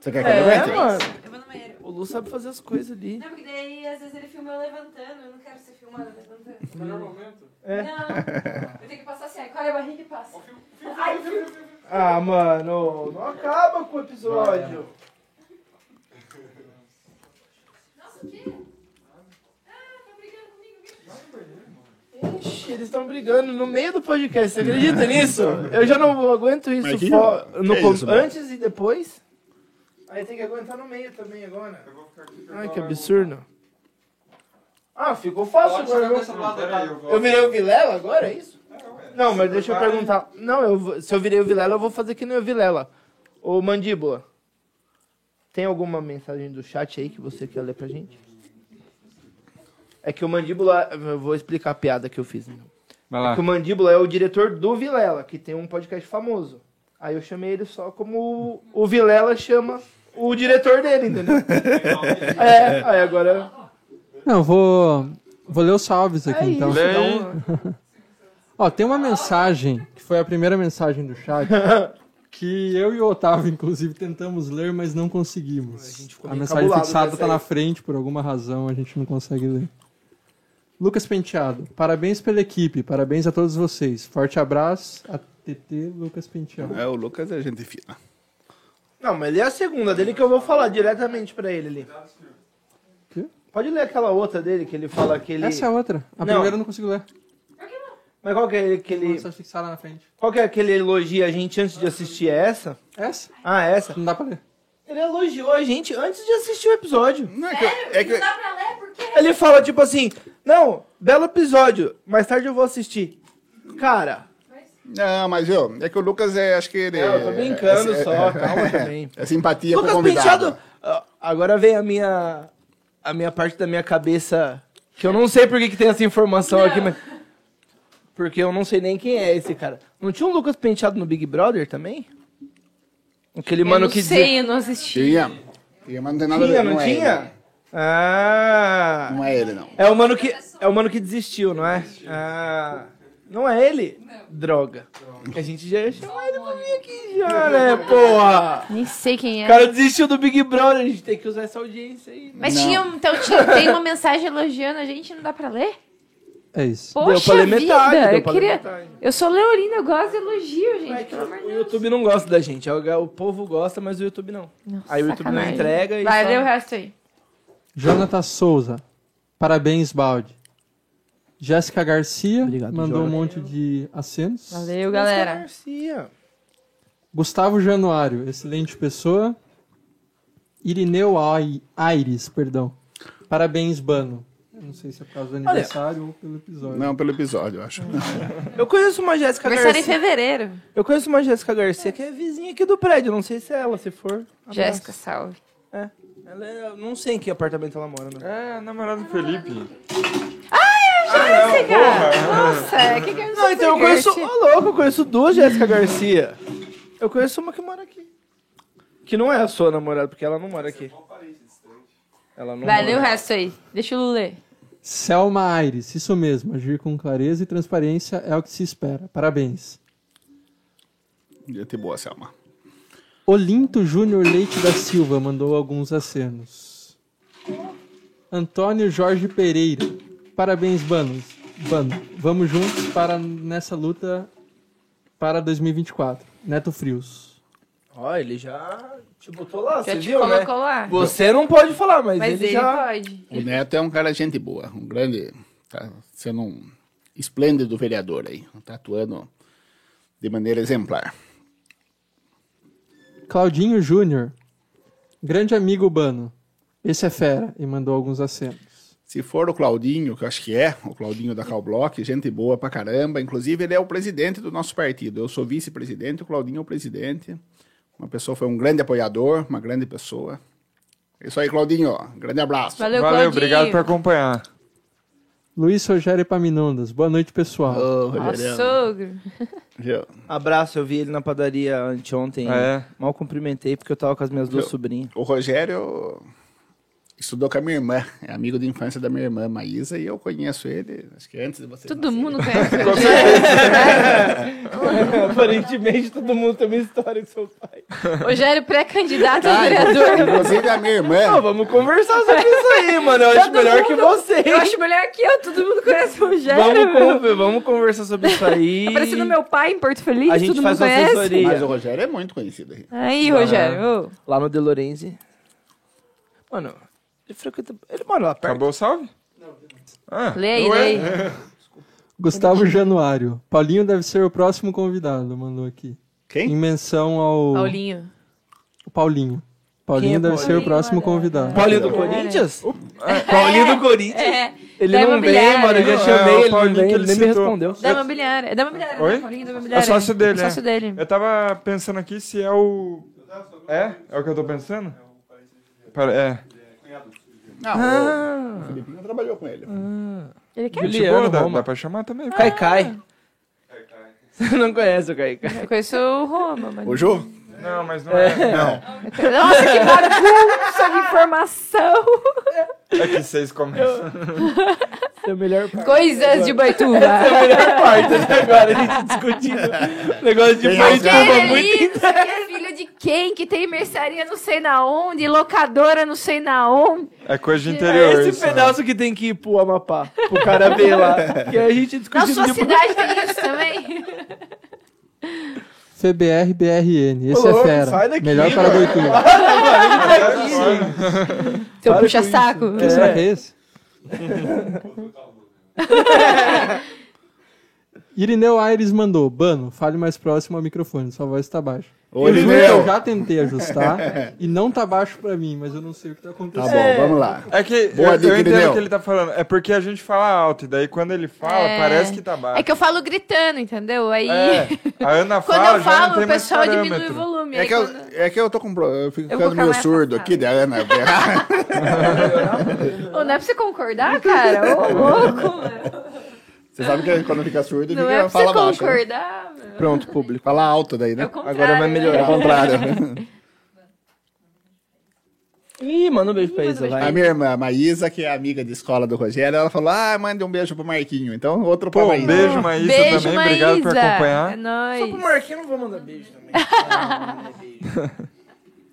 Você quer que eu
É,
levante?
mano.
Eu vou no banheiro.
O Lu sabe fazer as coisas ali.
Não, porque daí às vezes ele filma eu levantando. Eu não quero ser filmada levantando.
É.
Não. Eu tenho que passar assim. Olha a barriga e passa. Ai,
Ah, mano, não acaba com o episódio.
Nossa, o quê? Ah, tá brigando comigo.
Ixi, eles estão brigando no meio do podcast, você acredita nisso? Eu já não aguento isso,
Mas que-
fo- no
que é
com-
isso, mano?
antes e depois. Aí tem que aguentar no meio também agora.
Eu vou ficar aqui que eu
Ai,
vou-
que absurdo. Ah, ficou fácil
Pode ficar
agora.
com essa
viu?
lado aí, eu volto.
Eu virei o Vilela agora, é isso?
É, ué,
Não,
você
mas deixa eu
vai-
perguntar. Não, eu vou- se eu virei o Vilela, eu vou fazer que nem o Vilela. Ô, Mandíbula, tem alguma mensagem do chat aí que você quer ler pra gente? É que o Mandíbula... Eu vou explicar a piada que eu fiz, então.
Vai lá.
Que o Mandíbula é o diretor do Vilela, que tem um podcast famoso. Aí eu chamei ele só como o, o Vilela chama o diretor dele, entendeu? é, aí agora.
Não, vou, vou ler os salves aqui
É isso,
então.
um-
então.
Ó, tem uma mensagem, que foi a primeira mensagem do chat, que eu e o Otávio, inclusive, tentamos ler, mas não conseguimos. A,
ficou meio
mensagem
cabulado
fixada
dessa
tá
aí.
na frente, por alguma razão a gente não consegue ler. Lucas Penteado, parabéns pela equipe, parabéns a todos vocês. Forte abraço, a TT Lucas Penteado.
É, o Lucas é gente fina.
Não, mas lê a segunda dele que eu vou falar diretamente pra ele ali.
Quê?
Pode ler aquela outra dele que ele fala que ele.
Essa é a outra. A
Não.
primeira eu não consigo ler.
Mas qual que é ele que ele.
Mensagem fixada na frente.
Qual que é aquele elogia a gente antes de assistir É essa?
Essa?
Ah, essa.
Não dá pra ler.
Ele elogiou a gente antes de assistir o episódio.
Não, é que, é que-
Dá pra ler porque
Ele fala tipo assim: Não, belo episódio, mais tarde eu vou assistir. Cara,
não, mas viu, é que o Lucas é, acho que ele.
não, eu tô brincando
é,
só, calma também.
É, é simpatia com o
Lucas
convidado.
Penteado. Ah, Agora vem a minha. A minha parte da minha cabeça. Que eu não sei por que, que tem essa informação aqui, mas. Porque eu não sei nem quem é esse cara. Não tinha um Lucas Penteado no Big Brother também? Aquele
eu
mano
não
que
sei,
dizia-
eu não assisti.
Tinha. Tinha, mas não tem nada a
Tinha,
ver.
não,
é
né?
tinha?
ele.
Ah.
Não é ele, não.
É o mano que. É o mano que desistiu, não é? Ah. Não é ele? Droga. A gente já ia chamar ele pra vir aqui já, né, porra?
Nem sei quem
O
é.
cara desistiu do Big Brother, a gente tem que usar essa audiência aí.
Mas
Não.
tinha, um- então tinha, tem uma mensagem elogiando a gente, não dá pra ler?
É isso.
Poxa
pra ler metade,
vida,
deu
eu
pra ler
queria...
metade.
Eu sou leonina, eu gosto de elogio, gente,
É que
pelo amor de
o
Deus.
YouTube não gosta da gente. é O o povo gosta, mas o YouTube não.
Nossa,
Aí o YouTube não
sacanagem.
entrega e.
Vai,
só-
lê o resto aí.
Jonathan Souza. Parabéns, Balde. Jéssica Garcia
Obrigado,
mandou um
Jonathan.
monte de acenos.
Valeu,
Mas
galera.
Garcia.
Gustavo Januário, excelente pessoa. Irineu Ai- Aires, perdão. Parabéns, Bano. Eu não sei se é por causa do aniversário ou pelo episódio.
Não, pelo episódio, eu acho.
Eu conheço uma Jéssica
Aniversário em
Garcia.
fevereiro.
Eu conheço uma Jéssica Garcia que é vizinha aqui do prédio. Não sei se é ela, se for. abraço.
Jéssica, salve.
Ela é- não sei em que apartamento ela mora, né?
É, a namorada do Felipe.
Tá Jéssica! Nossa, que que é isso?
Não, então eu conheço. Ô, louco, eu conheço duas Jéssica Garcia. Eu conheço uma que mora aqui. Que não é a sua namorada, porque ela não mora aqui. Ela não
Vai, lê o
mora.
resto aí. Deixa eu ler.
Selma Aires, isso mesmo. Agir com clareza e transparência é o que se espera. Parabéns.
Gente boa, Selma.
Olinto Júnior Leite da Silva mandou alguns acenos. Antônio Jorge Pereira. Parabéns, Banos. Bano, vamos juntos para nessa luta para 2024. Neto Frios.
Ó, ele já te botou lá,
Já
você
te
viu, né?
colocou lá.
Você não pode falar, mas,
Mas
ele,
ele
já.
pode.
O Neto é um cara gente boa, um grande. Tá sendo um esplêndido vereador aí. Tá atuando de maneira exemplar.
Claudinho Júnior. Grande amigo Bano. Esse é fera e mandou alguns acenos.
Se for o Claudinho, que eu acho que é, o Claudinho da Calblock, gente boa pra caramba. Inclusive, ele é o presidente do nosso partido. Eu sou vice-presidente, o Claudinho é o presidente. Uma pessoa foi um grande apoiador, uma grande pessoa. É isso aí, Claudinho. ó. Grande abraço.
Valeu,
Valeu,
Claudinho.
obrigado por acompanhar.
Luiz Rogério Epaminondas. Boa noite, pessoal.
Ô,
Ó,
Rogeriano.
sogro.
Viu?
Abraço, eu vi ele na padaria anteontem.
É.
Mal cumprimentei porque eu tava com as minhas duas
Eu-
sobrinhas.
O Rogério estudou com a minha irmã, é amigo de infância da minha irmã Maísa, e eu conheço ele, acho que antes de você.
Todo mundo conhece o Claudinho.
Aparentemente todo mundo tem uma história com seu pai.
Rogério pré-candidato a
Ah,
vereador.
Inclusive a minha
Não,
irmã.
vamos conversar sobre isso aí, mano. Eu acho
Todo
melhor que
mundo-
você.
Eu acho melhor que eu, todo mundo conhece o Rogério. meu.
Vamos, con- vamos conversar sobre isso aí.
Tá parecendo meu pai em Porto Feliz,
A gente
todo
faz
mundo
uma
conhece.
assessoria.
Mas o Rogério é muito conhecido aí.
Aí, Rogério. ô.
Lá no De Lorenzi. Mano, Tá ele frequenta. Ele mora lá perto.
Acabou o salve? Ah,
Lê aí,
ué.
lê aí.
Gustavo Januário. Paulinho deve ser o próximo convidado, mandou aqui. Em
Quem?
menção ao
Paulinho.
Paulinho. Paulinho
é
deve
Paulinho?
ser o próximo convidado.
Paulinho do
É.
Corinthians? É, Paulinho do Corinthians?
É.
Ele
da
não vem,
imobiliária.
mano. Eu já
É,
chamei,
o
ele não
Paulinho
vem,
que
ele
ele
nem me
citou.
respondeu.
Da imobiliária. É da imobiliária.
Oi?
né? Paulinho da imobiliária.
sócio dele,
É sócio
é.
dele.
Eu tava pensando aqui se é o. É? É o que eu tô pensando? Pare- É.
Ah.
O Felipinho trabalhou com ele.
Ele quer?
Gente boa,
Juliano
Tipo, dá,
Roma.
dá pra chamar também.
Cai, cai. Você não conhece o Caicai.
Eu conheço o Roma, mano.
O Jô?
Não, mas não é.
Nossa, que bagunça de informação.
É que vocês começam.
É o melhor parte.
Coisas de Baituba.
É a melhor parte até agora, a gente discutindo negócio de
Tem
parte.
razão.
Quem é isso? Quem é filho de quem? Que tem mercearia não sei na onde, locadora não sei na onde.
É coisa de
É
interior.
esse
isso, né?
pedaço que tem que ir pro Amapá, pro cara ver lá. Que a gente
Na
discutindo
sua
de
cidade tem isso também?
FBR-BRN. Esse
louco,
é fera.
sai daqui,
Melhor para
mano.
Boituva.
Seu
Para com
puxa-saco.
Quem será que é esse? Irineu Aires mandou. Bano, fale mais próximo ao microfone. Sua voz tá baixa.
Ô,
eu juro que
Irineu.
eu já tentei ajustar e não tá baixo pra mim, mas eu não sei o que tá
Tá
acontecendo.
bom, vamos lá.
É que
Boa
eu,
dica,
eu entendo
Irineu.
o que ele tá falando. É porque a gente fala alto, e daí quando ele fala,
É.
parece que tá baixo.
É que eu falo gritando, entendeu? Aí.
É, a Ana
Quando
fala,
eu
já não
falo,
tem
o
mais
pessoal diminui o
parâmetro.
volume.
É
aí
que, eu,
quando-
é que eu tô com. pro- Eu fico
Eu vou
ficando meio
ficar mais
surdo
afastada.
aqui né, da Ana.
Ô, não é pra você concordar, cara? Ô, louco, mano.
Você sabe que quando fica surdo,
Não
fica,
é pra você
fala baixo. né?
concordar, meu.
Pronto, público. Fala alto daí,
É
né?
o contrário.
Agora vai
É
melhorar.
o contrário. né?
Ih, manda um beijo pra Isa,
A
vai.
minha irmã, a Maísa, que é amiga de escola do Rogério, ela falou: ah, manda um beijo pro Marquinho. Então, outro pra
Pô,
Maísa.
um beijo, Maísa,
Beijo,
também.
Maísa.
Obrigado por acompanhar.
É nóis.
Marquinhos não vou mandar beijo também.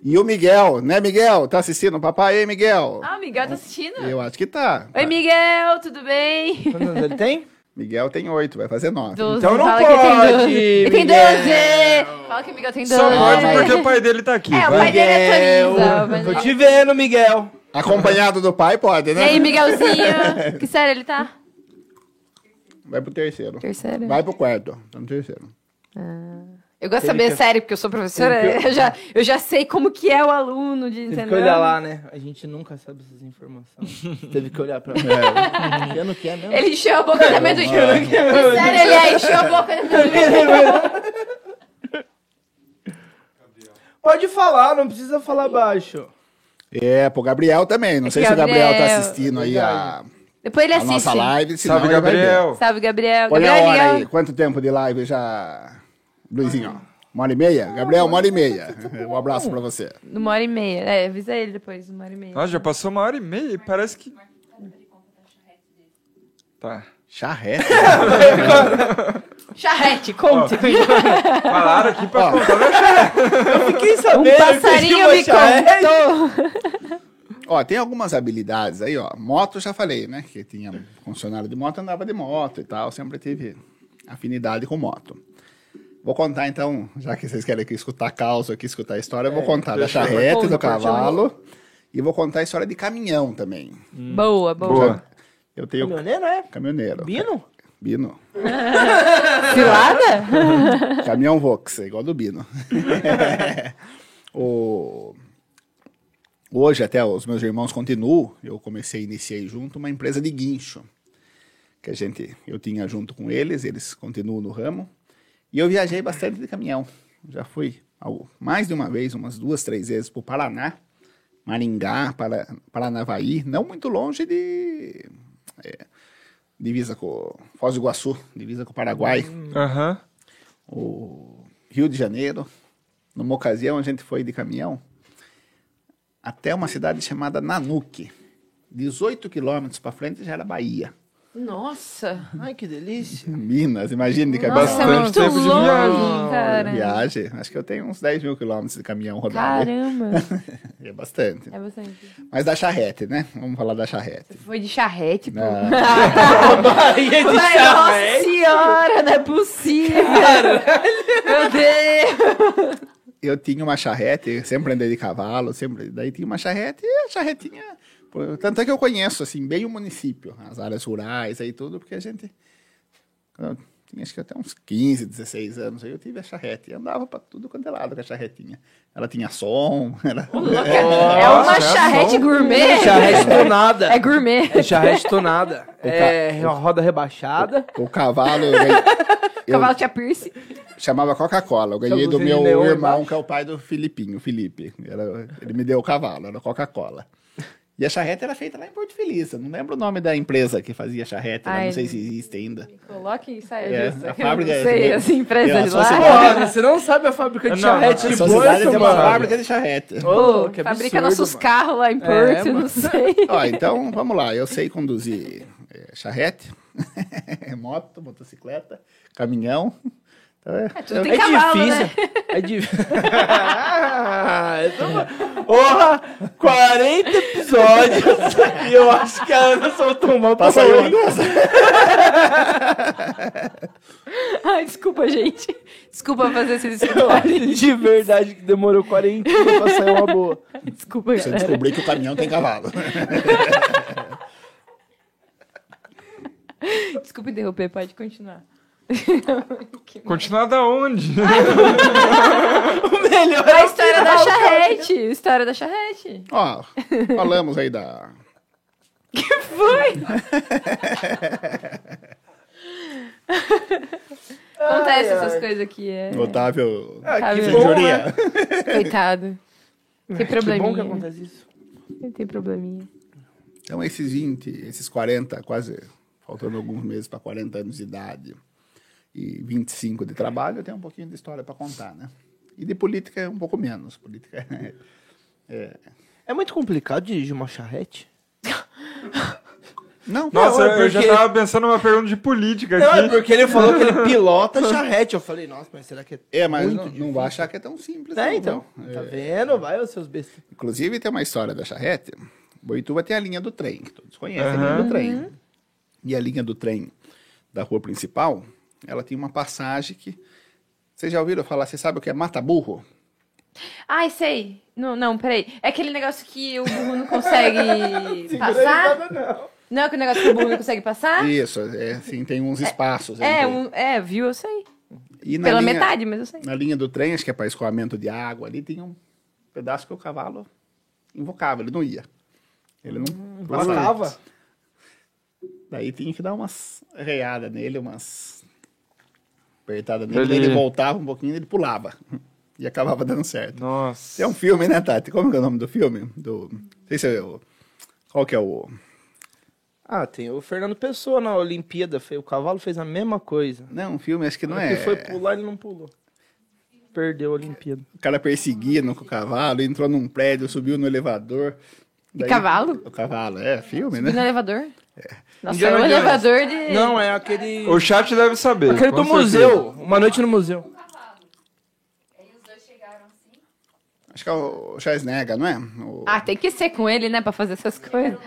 E o Miguel, né, Miguel? Tá assistindo o papai? Ei, Miguel.
Ah, o Miguel tá assistindo?
Eu acho que tá.
Oi, Miguel, tudo bem?
Quantos anos ele tem?
Miguel tem oito, vai fazer nove.
Doze.
Então não
Fala que ele tem
pode,
doze. Ele tem
Miguel.
12! Fala que o Miguel tem 12.
Só pode porque
É,
o pai dele tá aqui.
o
vai.
pai dele é Tonisa. mas-
Tô te vendo, Miguel.
Acompanhado do pai, pode,
E
né?
aí, Miguelzinho? Que série ele tá?
Vai pro terceiro.
Terceira.
Vai pro quarto. Tá no terceiro.
Eu gosto de saber série, porque eu sou professora. Eu já, eu já sei como que é o aluno, de,
Teve
entendeu?
que olhar lá, né? A gente nunca sabe essas informações. é, Teve que olhar pra mim. Eu não quero mesmo.
Ele encheu a boca da amendoim. Que série ele é? Encheu a boca da amendoim.
Pode falar, não precisa falar baixo.
É, pro Gabriel também. Não sei se o Gabriel tá
Gabriel.
assistindo aí a,
Depois ele
a nossa
assiste.
live. senão
Salve,
ele vai ver.
Gabriel.
Salve, Gabriel.
Olha a
Gabriel
hora
é
aí.
legal.
Quanto tempo de live já, Luizinho? Uma hora e meia? Gabriel, uma hora e meia. Um abraço pra você.
Uma hora e meia. É, avisa ele depois, uma hora e meia.
Nossa, já passou uma hora e meia e parece que... Tá.
Charré.
Charrete, conte.
Falaram aqui pra
Ó.
contar. né?
Quem sabe?
um passarinho me contou.
ó, tem algumas habilidades aí, ó. Moto, já falei, né? Que tinha funcionário de moto, andava de moto e tal. Sempre tive afinidade com moto. Vou contar, então, já que vocês querem aqui escutar causa, aqui escutar a história, eu
É.
vou contar da
deixa eu-
charrete,
Conte,
do
conte,
cavalo. E vou contar a história de caminhão também.
Boa, boa.
Boa.
Eu tenho
Caminhoneiro, é?
caminhoneiro.
Bino?
Bino.
Cilada?
Caminhão Vox, é igual do Bino. o... Hoje, até os meus irmãos continuam. Eu comecei, iniciei junto uma empresa de guincho. Que a gente, eu tinha junto com eles, eles continuam no ramo. E eu viajei bastante de caminhão. Já fui ao- mais de uma vez, umas duas, três vezes para o Paraná, Maringá, para, Paranavaí, não muito longe de. é, divisa com Foz do Iguaçu, divisa com o Paraguai
Aham.
o Rio de Janeiro. Numa ocasião, a gente foi de caminhão até uma cidade chamada Nanuque. 18 quilômetros para frente já era Bahia.
Nossa.
Ai, que delícia.
Minas, imagina de caminhão.
Nossa, é
Bastante
muito
tempo de
longe,
viagem.
cara.
Viagem, acho que eu tenho uns 10 mil quilômetros de caminhão rodado.
Caramba.
É bastante.
É bastante.
Mas da charrete, né? Vamos falar da charrete. né?
Foi de charrete, pô.
Não.
Bahia de
Mas, nossa
Charrete.
senhora, não é possível. Meu Deus.
eu tinha uma charrete, eu sempre andei de cavalo, sempre. Daí tinha uma charrete e a charretinha. pô, Tanto é que eu conheço, assim, bem o município, as áreas rurais aí tudo, porque a gente eu tinha acho que até uns 15, 16 anos, aí eu tive a charrete. Eu andava pra tudo quanto é lado com a charretinha. Ela tinha som, era...
é uma charrete
É.
É
gourmet.
Charrete tonada.
É gourmet.
É charrete tonada. É roda rebaixada.
o cavalo... eu ganhei-
O Cavalo tinha piercing.
chamava Coca-Cola. Eu ganhei
Tinha
do
luzinha
meu
de neon
irmão,
embaixo.
que é o pai do Filipinho, Felipe. Era- ele me deu o cavalo, era Coca-Cola. E a charrete era feita lá em Porto Feliz. Eu não lembro o nome da empresa que fazia charrete, lá,
Ai,
não sei se existe ainda.
Coloque e saia
É,
justa.
a
que eu
fábrica
não
é-
sei, as empresas
É,
de
só se
lá.
Porra, você não é sabe a fábrica de
Não,
charrete de
Essa
Porto,
cidade tem uma
mano.
fábrica de charrete.
Ô, que
Fabrica
absurdo,
nossos
mano.
carros lá em
É,
Porto,
mano.
não sei.
Ó, então, vamos lá. Eu sei conduzir é, charrete, moto, motocicleta, caminhão. Então, é,
Tudo tem
É
cavalo, né?
difícil. É difícil. Então, Porra, 40 episódios. e eu acho que a Ana soltou uma
Passa aí uma dessa.
Ai, desculpa, gente. Desculpa fazer esses
Eu
desculpa.
acho de verdade que demorou 40 pra sair uma boa.
Desculpa,
Você
galera.
descobrir que o caminhão tem cavalo.
Desculpa interromper, pode continuar. Que merda.
Continuar da onde?
O melhor
A história da charrete. A história da charrete.
Ó, falamos aí da...
que foi? Acontece essas coisas aqui, é.
Otávio...
Ah, que
Sabe?
bom,
Juria.
né?
Coitado. Tem
Que bom que
probleminha.
acontece isso.
Tem probleminha.
Então, esses 20, esses 40, quase faltando alguns meses para 40 anos de idade e 25 de trabalho, eu tenho um pouquinho de história para contar, né? E de política é um pouco menos. Política é-
É muito complicado dirigir uma charrete?
Não,
Nossa,
Não, é
eu- eu já
porque-
tava pensando numa pergunta de política
Não, é
aqui.
porque ele falou que ele pilota charrete. Eu falei, nossa, mas será que é...
é, mas
muito
não, não vai achar que é tão simples.
É,
não,
então.
não.
Tá
É,
vendo? Vai, os seus bestas.
Inclusive, tem uma história da charrete. Boituva tem a linha do trem, que todos conhecem a linha
Aham.
do trem. E a linha do trem da rua principal, ela tem uma passagem que... Vocês já ouviram falar, você sabe o que é mata-burro?
Ai, sei. Não, não, peraí. É aquele negócio que o burro não consegue passar? Não, é aquele negócio que o burro não consegue passar?
Isso, é, assim, tem uns espaços.
Ah. É,
entre-
um, é, viu? Eu sei.
E na
Pela
linha-
metade, mas eu sei.
Na linha do trem, acho que é para escoamento de água ali, tem um pedaço que o cavalo invocava, ele não ia. Ele não passava.
Passava.
Daí tinha que dar umas readas nele, umas apertadas nele,
Ele-
daí ele voltava um pouquinho e ele pulava. E acabava dando certo.
Nossa.
É um filme, né, Tati? Como que é o nome do filme? Do... Não sei se é o... Qual que é o...
Ah, tem o Fernando Pessoa na Olimpíada. fe- O cavalo fez a mesma coisa.
Não, um filme, acho que não
Ele
é...
foi pular, ele não pulou. Perdeu a Olimpíada.
O cara perseguindo com o cavalo, entrou num prédio, subiu no elevador. Daí-
cavalo?
O cavalo, é, filme,
E no
né?
elevador? Nossa,
Indiana
é um
Jones.
elevador de.
Não, é aquele.
O chat deve saber.
Aquele
com
do
certeza.
museu. Uma noite no museu.
Acho que é o Charles Nega, não é? O-
Ah, tem que ser com ele, né, pra fazer essas coisas.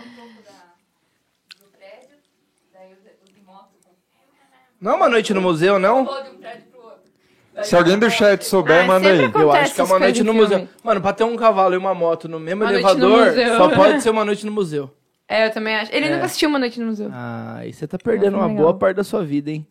Não é uma noite no museu, não?
Se alguém do chat souber,
Ah,
manda
sempre
aí.
acontece.
Eu acho que é uma
essas
noite
coisas
no
em
museu.
filme.
Mano, pra ter um cavalo e uma moto no mesmo
Uma noite no
elevador,
museu.
só pode ser uma noite no museu.
É, eu também acho. Ele nunca assistiu Uma Noite no Museu.
Ah, e você tá perdendo
Nossa,
uma
legal.
boa parte da sua vida, hein?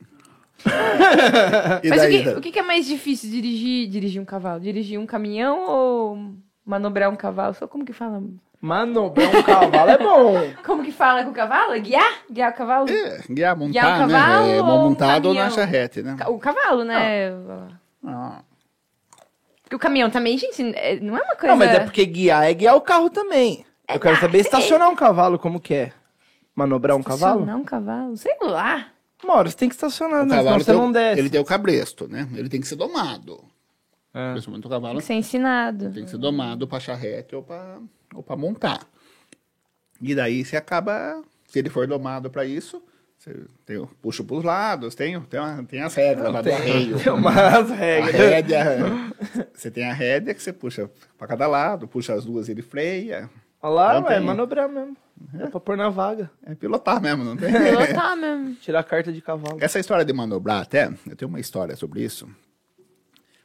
E
Mas o
daí,
que, o que que é mais difícil? Dirigir dirigir um cavalo? Dirigir um caminhão ou manobrar um cavalo? Só como que fala?
Manobrar um cavalo é bom.
Como que fala com o cavalo? É Guiar? Guiar o cavalo?
É, guiar, montar,
Guiar o cavalo
né? É,
ou
mão
um
montada ou na
caminhão?
charrete, né?
Ca- O cavalo, né?
Ah,
Porque o caminhão também, gente, é- não é uma coisa...
Não, mas é porque guiar é guiar o carro também. Eu quero saber estacionar um cavalo, como que é? Manobrar um cavalo?
Não, um cavalo. Sei lá.
Uma hora você tem que estacionar,
o
né? Senão
cavalo
você
tem, o-
não desce.
ele tem o cabresto, né? Ele tem que ser domado.
É.
Principalmente o
Tem
cavalo
que ser ensinado.
tem que ser domado pra charrete ou pra, ou pra montar. E daí você acaba, se ele for domado pra isso, você tem o puxo pros lados, tem, tem, uma- tem as regras lá do arreio.
Tem umas
A
regras.
rédea. Você tem a rédea que você puxa pra cada lado, puxa as duas ele freia.
Olha lá,
Não
ué, é
tem.
manobrar mesmo. É pra pôr na vaga.
É pilotar mesmo, não tem?
Pilotar tá mesmo.
Tirar a carta de cavalo.
Essa história de manobrar até, eu tenho uma história sobre isso.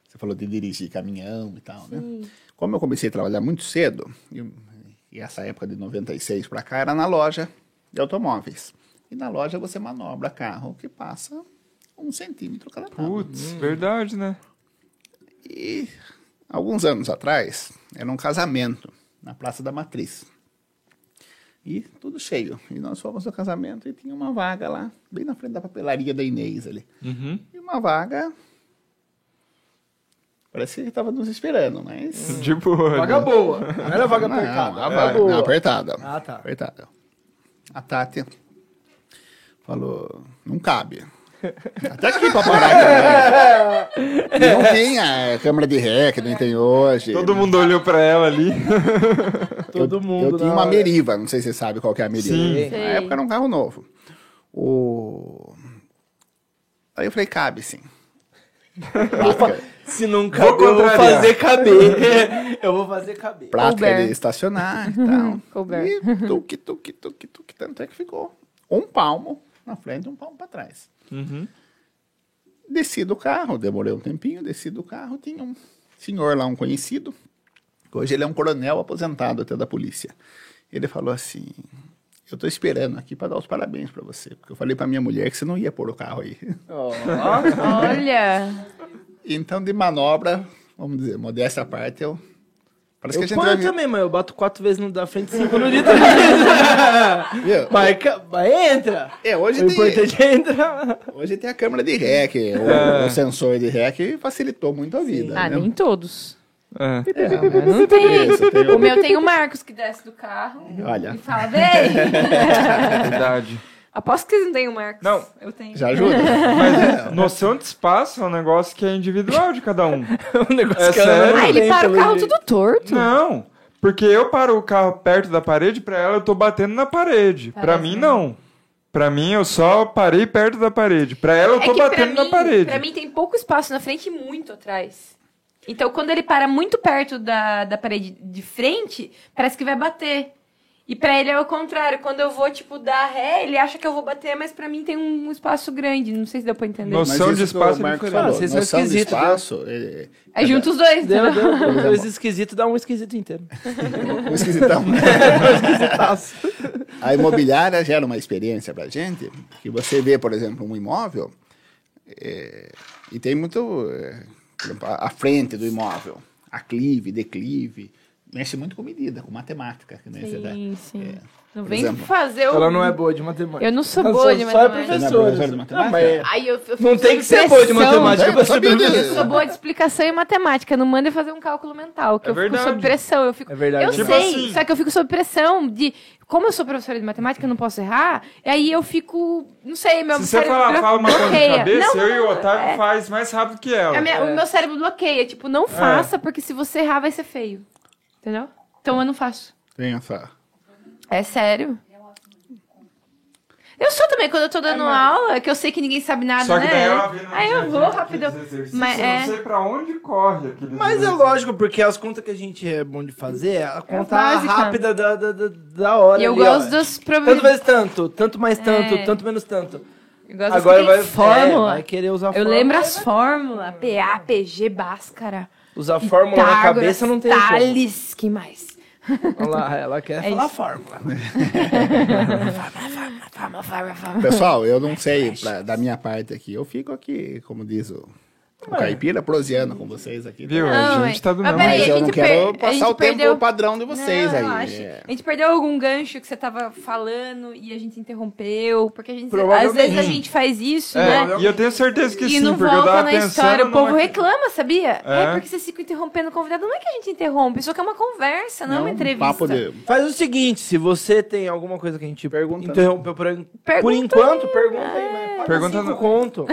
Você falou de dirigir caminhão e tal, né? Como eu comecei a trabalhar muito cedo, e, e essa época de 96 pra cá era na loja de automóveis. E na loja você manobra carro que passa um centímetro cada tábua.
Putz, verdade, né?
E alguns anos atrás, era um casamento na Praça da Matriz. E tudo cheio. E nós fomos no casamento e tinha uma vaga lá, bem na frente da papelaria da Inês ali. E uma vaga. Parece que estava nos esperando, mas.
De boa.
Vaga
né?
boa. Não era vaga
Não,
apertada.
a
Era
vaga-
vaga
não,
boa.
apertada.
Ah, tá.
Apertada. A Tati falou: não cabe. Até aqui pra parar aqui. E Não tinha câmera de ré que nem tem hoje.
Todo mundo olhou pra ela ali.
Todo mundo.
Eu tinha
na
uma
hora.
Meriva, não sei se você sabe qual que é a Meriva.
Sim.
Na
Sei.
época era um carro novo. O... Aí eu falei, cabe sim. Placa,
Se não caber, eu vou
contrariar.
fazer caber. eu vou fazer caber.
placa
Colbert.
de estacionar e tal.
Colbert.
E tuque, tuque, tuque, tuque, tanto é que ficou um palmo na frente e um palmo pra trás.
Uhum.
Desci do carro, demorei um tempinho, desci do carro, tinha um senhor lá, um conhecido, que hoje ele é um coronel aposentado até da polícia. Ele falou assim, eu tô esperando aqui pra dar os parabéns pra você, porque eu falei pra minha mulher que você não ia pôr o carro aí.
Olha.
Então, de manobra, vamos dizer, modéstia à parte, eu... Parece que a
Eu
gente vai...
ponho
vir-
também, mas eu bato quatro vezes no da frente e cinco no de trás.
Viu?
mas, ca- mas entra.
É,
O
hoje tem,
importante é entrar.
hoje tem a câmera de rec, o, o sensor de rec facilitou muito a vida,
Ah,
né?
nem todos.
É.
Não tem.
Esse tem
O
o-
meu tem o Marcos que desce do carro
Olha,
e fala, vem!
É Verdade.
Aposto que vocês não têm o Marcos.
Não.
Eu tenho.
já ajuda.
Mas noção de espaço é um negócio que é individual de cada um.
um negócio
É
que ela não
sério?
Ah, ele
tem,
para o
pelo
né?
carro
jeito.
tudo torto.
Não, porque eu paro o carro perto da parede, pra ela eu tô batendo na parede. pra
Parece
mim,
mesmo.
não. Pra mim, eu só parei perto da parede. Pra ela, eu
É
tô
que pra
batendo
mim-
na parede.
Pra mim tem pouco espaço na frente e muito atrás. Então, quando ele para muito perto da, da parede de frente, parece que vai bater. E pra ele é o contrário. Quando eu vou, tipo, dar ré, ele acha que eu vou bater, mas pra mim tem um espaço grande. Não sei se deu pra entender.
Nossa. Noção
Mas
de
isso que
espaço
o Marcos
é diferente.
falou,
Ah, vocês são
noção de
esquisitos, né?
espaço, é,
Aí junta os dois,
Deu,
entendeu?
deu. deu. Esse esquisito dá um esquisito inteiro.
é, o esquisitão.
Esquisitaço.
A imobiliária gera uma experiência pra gente, que você vê, por exemplo, um imóvel, é, e tem muito... é, por exemplo, a a frente do imóvel, aclive, declive, mexe muito com medida, com matemática. Que nem você dá.
Sim, sim. Não
é Por
vem
exemplo,
fazer o...
Ela não é boa de matemática.
Eu não sou
Ela
boa
só-
de
Só é
matemática.
Você não é
professora.
professora de matemática?
Não, mas é-
Aí eu, eu
não
fico
tem que ser
sob
boa de
pressão.
matemática
Eu
pra
sabia
saber
disso.
disso.
Eu sou boa de explicação e matemática. Não manda eu fazer um cálculo mental, que
É
eu fico
verdade.
sob pressão. Eu, fico,
É verdade,
eu
né? Tipo
sei,
assim.
só que eu fico sob pressão de... Como eu sou professora de matemática, eu não posso errar. E aí eu fico... Não sei, meu
Se você falar,
cérebro
fala uma coisa de
bloqueia.
cabeça,
Não,
eu e o Otávio
é.
faz mais rápido que ela.
a minha- O meu cérebro bloqueia. Tipo,
É.
não faça, porque se você errar, vai ser feio. Entendeu? Então eu não faço.
Tem essa...
É sério. Eu sou também, quando eu tô dando aula, que eu sei que ninguém sabe nada,
É, Só que
né?
daí ela vê no
Aí
dia a
eu
dia
vou
aqueles
rápido.
exercícios,
Mas
eu
é.
não sei pra onde corre aquele
Mas é lógico, porque as contas que a gente é bom de fazer, é a conta
básica.
rápida da, da, da, da hora.
E eu
ali,
gosto
ó.
dos
Tanto
problemas.
vezes tanto, tanto mais tanto,
É.
tanto menos tanto.
Eu gosto
Agora
das que
vai,
tem fórmula.
é, vai querer usar
eu
fórmula.
lembro as fórmulas. PA, PG, Bhaskara.
Usar fórmula na
Pitágoras,
cabeça não tem como.
Tales, que mais?
Olha lá, ela quer
É
falar
isso.
fórmula.
Fórmula, fórmula, fórmula.
Pessoal, eu não sei pra- da minha parte aqui. Eu fico aqui, como diz o, o
É.
Caipira, proseando com vocês aqui.
Viu?
Não, é.
a gente tá do
mas
mesmo
peraí,
Mas
a
eu
gente
não quero
per- a gente
passar o tempo
perdeu-
padrão de vocês
Não,
aí.
relaxa.
É.
A gente perdeu algum gancho que você tava falando e a gente interrompeu. Porque a gente, às
Provavelmente.
vezes a gente faz isso, né?
É, e eu tenho certeza que
e
sim,
não
porque eu
volta
tava
na
pensando
história. O
numa-
povo reclama, sabia? É.
É.
porque vocês ficam interrompendo o convidado. Não é que a gente interrompe, só que é uma conversa, não é uma entrevista.
um Papo de...
Faz o seguinte, se você tem alguma coisa que a gente
Pergunta.
interrompeu por, por
Pergunta
enquanto, pergunta aí, mas paga
Pergunta
cinco
no-
conto.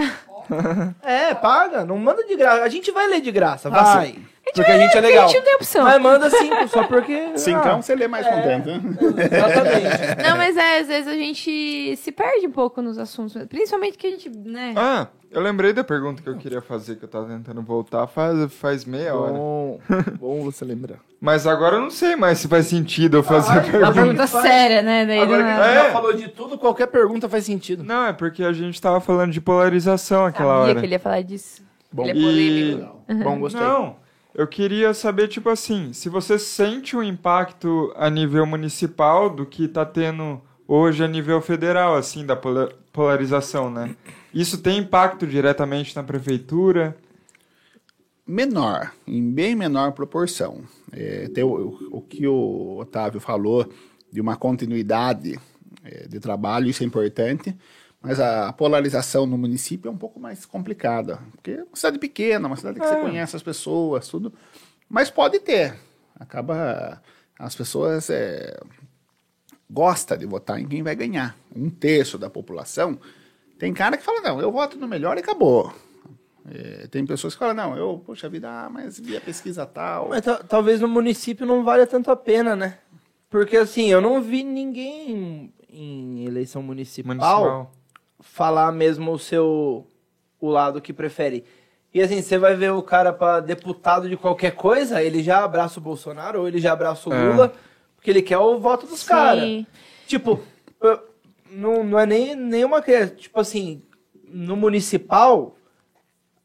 é, paga, não manda de graça. A gente vai ler de graça, vai. Porque a gente é
Porque a
legal.
gente não tem opção.
Mas manda cinco, é só porque...
Ah.
Cincão, então você lê
É.
mais contento, né?
ah, Exatamente.
Não, mas é, às vezes a gente se perde um pouco nos assuntos. Principalmente que a gente, né?
Ah, eu lembrei da pergunta que eu queria fazer, que eu tava tentando voltar faz, faz meia hora.
Bom, Então, bom você lembrar.
Mas agora eu não sei mais se faz sentido eu fazer a
Uma
pergunta.
pergunta séria, né? Daí
Agora
não
que
é-
a gente já
É.
falou de tudo, qualquer pergunta faz sentido.
Não, é porque a gente tava falando de polarização aquela
é sabia
hora.
que ele ia falar disso.
Bom,
ele é
e-
polêmico.
Bom, gostei.
Não, eu queria saber, tipo assim, se você sente um impacto a nível municipal do que tá tendo hoje a nível federal, assim, da pola- polarização, né? Isso tem impacto diretamente na prefeitura?
menor, em bem menor proporção. É, tem o, o que o Otávio falou de uma continuidade é, de trabalho, isso é importante, mas a polarização no município é um pouco mais complicada, porque é uma cidade pequena, uma cidade que você conhece as pessoas, tudo, mas pode ter. Acaba, as pessoas é, gosta de votar em quem vai ganhar. Um terço da população tem cara que fala, não, eu voto no melhor e acabou. É, tem pessoas que falam, não, eu, poxa vida, ah, mas vi a pesquisa tal.
Mas ta- talvez no município não valha tanto a pena, né? Porque assim, eu não vi ninguém em eleição municipal,
Municipal.
falar mesmo o seu o lado que prefere. E assim, você vai ver o cara pra deputado de qualquer coisa, ele já abraça o Bolsonaro ou ele já abraça o
É.
Lula, porque ele quer o voto dos caras. Tipo, eu- não, não é nem nenhuma que tipo assim, no municipal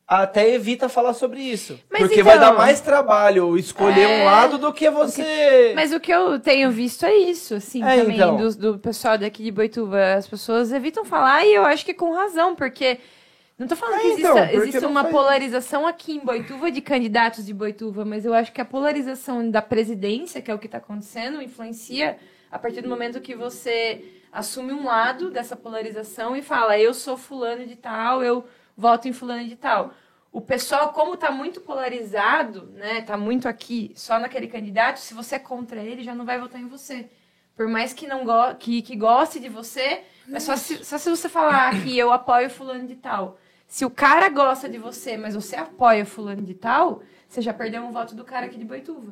até evita falar sobre isso,
Mas
porque vai
então-
dar mais trabalho escolher
É.
um lado do que você
Mas o que eu tenho visto é isso, assim,
É,
também,
então.
dos- do, pessoal daqui de Boituva. As pessoas evitam falar e eu acho que é com razão, porque. Não tô falando
É,
que
então,
exista,
porque
existe
não
uma
faz-
polarização aqui em Boituva de candidatos de Boituva, mas eu acho que a polarização da presidência, que é o que tá acontecendo, influencia a partir do momento que você assume um lado dessa polarização e fala, eu sou fulano de tal, eu voto em fulano de tal. O pessoal, como tá muito polarizado, né, tá muito aqui só naquele candidato, se você é contra ele, já não vai votar em você. Por mais que não go que, que goste de você, mas só se, só se você falar que eu apoio fulano de tal. Se o cara gosta de você, mas você apoia fulano de tal, você já perdeu um voto do cara aqui de Boituva.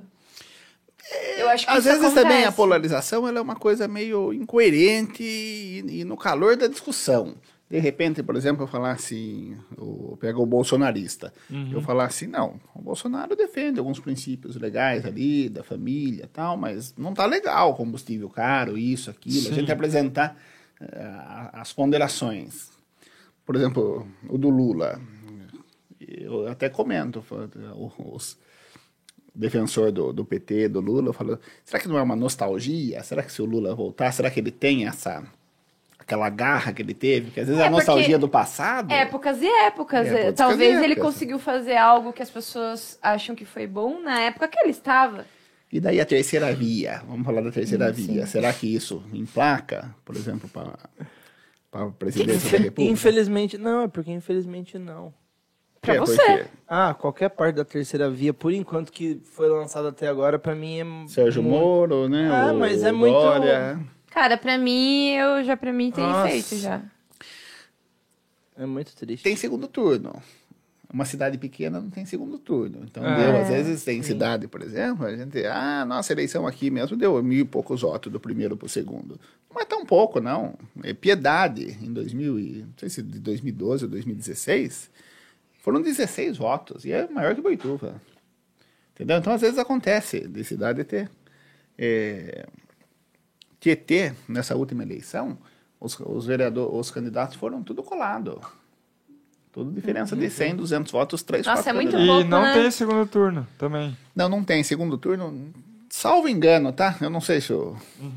Eu acho que
É, Às
isso
vezes também a
acontece.
polarização ela é uma coisa meio incoerente e, e no calor da discussão. De repente, por exemplo, eu falar assim, eu pego o bolsonarista, eu falar assim, não, o Bolsonaro defende alguns princípios legais ali, da família e tal, mas não tá legal o combustível caro, isso, aquilo. A gente apresentar eh, a- as ponderações. Por exemplo, o do Lula. Eu até comento, fa- os, defensor do, do PT, do Lula, falou: será que não é uma nostalgia? Será que se o Lula voltar, será que ele tem essa aquela garra que ele teve? Que às vezes
É,
a
porque- é,
nostalgia do passado.
Épocas e épocas.
Épocas e
Talvez ele
épocas.
conseguiu fazer algo que as pessoas acham que foi bom na época que ele estava.
E daí a terceira via, vamos falar da terceira via. Será que isso emplaca, por exemplo, para para a presidência da República?
Infelizmente, não, é porque infelizmente não.
Pra
É,
você.
porque
Ah, qualquer parte da terceira via, por enquanto que foi lançada até agora, pra mim é.
Sérgio
muito-
Moro, né?
Ah,
o
mas é muito-
Dória.
Cara, pra mim, eu já pra mim tem
Nossa.
efeito já.
É muito triste.
Tem segundo turno. Uma cidade pequena não tem segundo turno. Então,
É.
deu, às vezes tem cidade, por exemplo, a gente, ah, nossa eleição aqui mesmo deu mil e poucos votos do primeiro para o segundo. Não é tão pouco, não. É piedade, em 2000 e, não sei se de 2012 ou 2016, foram 16 votos, e é maior que Boituva. Entendeu? Então, às vezes acontece de cidade ter. É, Tietê, nessa última eleição, os, os, vereador, os candidatos foram tudo colado. Tudo diferença de 100, 200 votos, 3,
Uhum. Nossa,
4
é muito
E
pouco,
não
né?
tem segundo turno também.
Não, não tem. Segundo turno, salvo engano, tá? Eu não sei se o,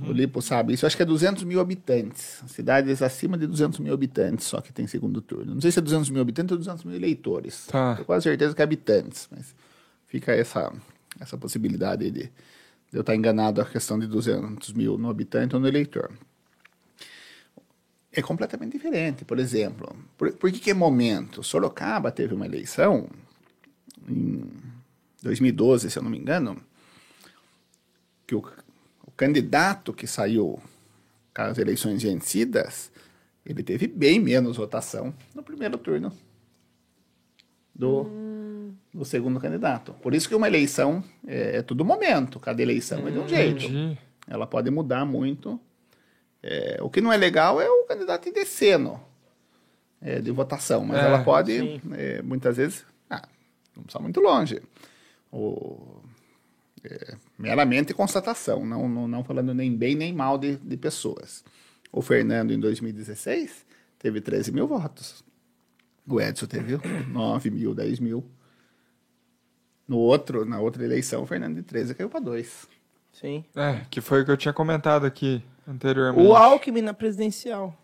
o Lipo sabe isso. Acho que é 200 mil habitantes. Cidades acima de 200 mil habitantes só que tem segundo turno. Não sei se é 200 mil habitantes ou 200 mil eleitores.
Tá.
Tenho quase certeza que é habitantes, mas fica essa, essa possibilidade aí de, de eu estar enganado a questão de 200 mil no habitante ou no eleitor. É completamente diferente, por exemplo. Por, por que, que é momento? Sorocaba teve uma eleição 2012, se eu não me engano, que o, o candidato que saiu com as eleições vencidas, ele teve bem menos votação no primeiro turno do, do segundo candidato. Por isso que uma eleição é, é todo momento, cada eleição é de um jeito.
Entendi.
Ela pode mudar muito. É, o que não é legal é o candidato indeceno é, de votação, mas
É,
ela pode, é, muitas vezes, ah, não precisa muito longe. O, é, meramente constatação, não, não, não falando nem bem nem mal de, de pessoas. O Fernando, em 2016, teve 13 mil votos. O Edson teve 9 mil, 10 mil. No outro, na outra eleição, o Fernando de 13 caiu para 2.
Sim.
É, que foi o que eu tinha comentado aqui Anteriormente.
O Alckmin na presidencial.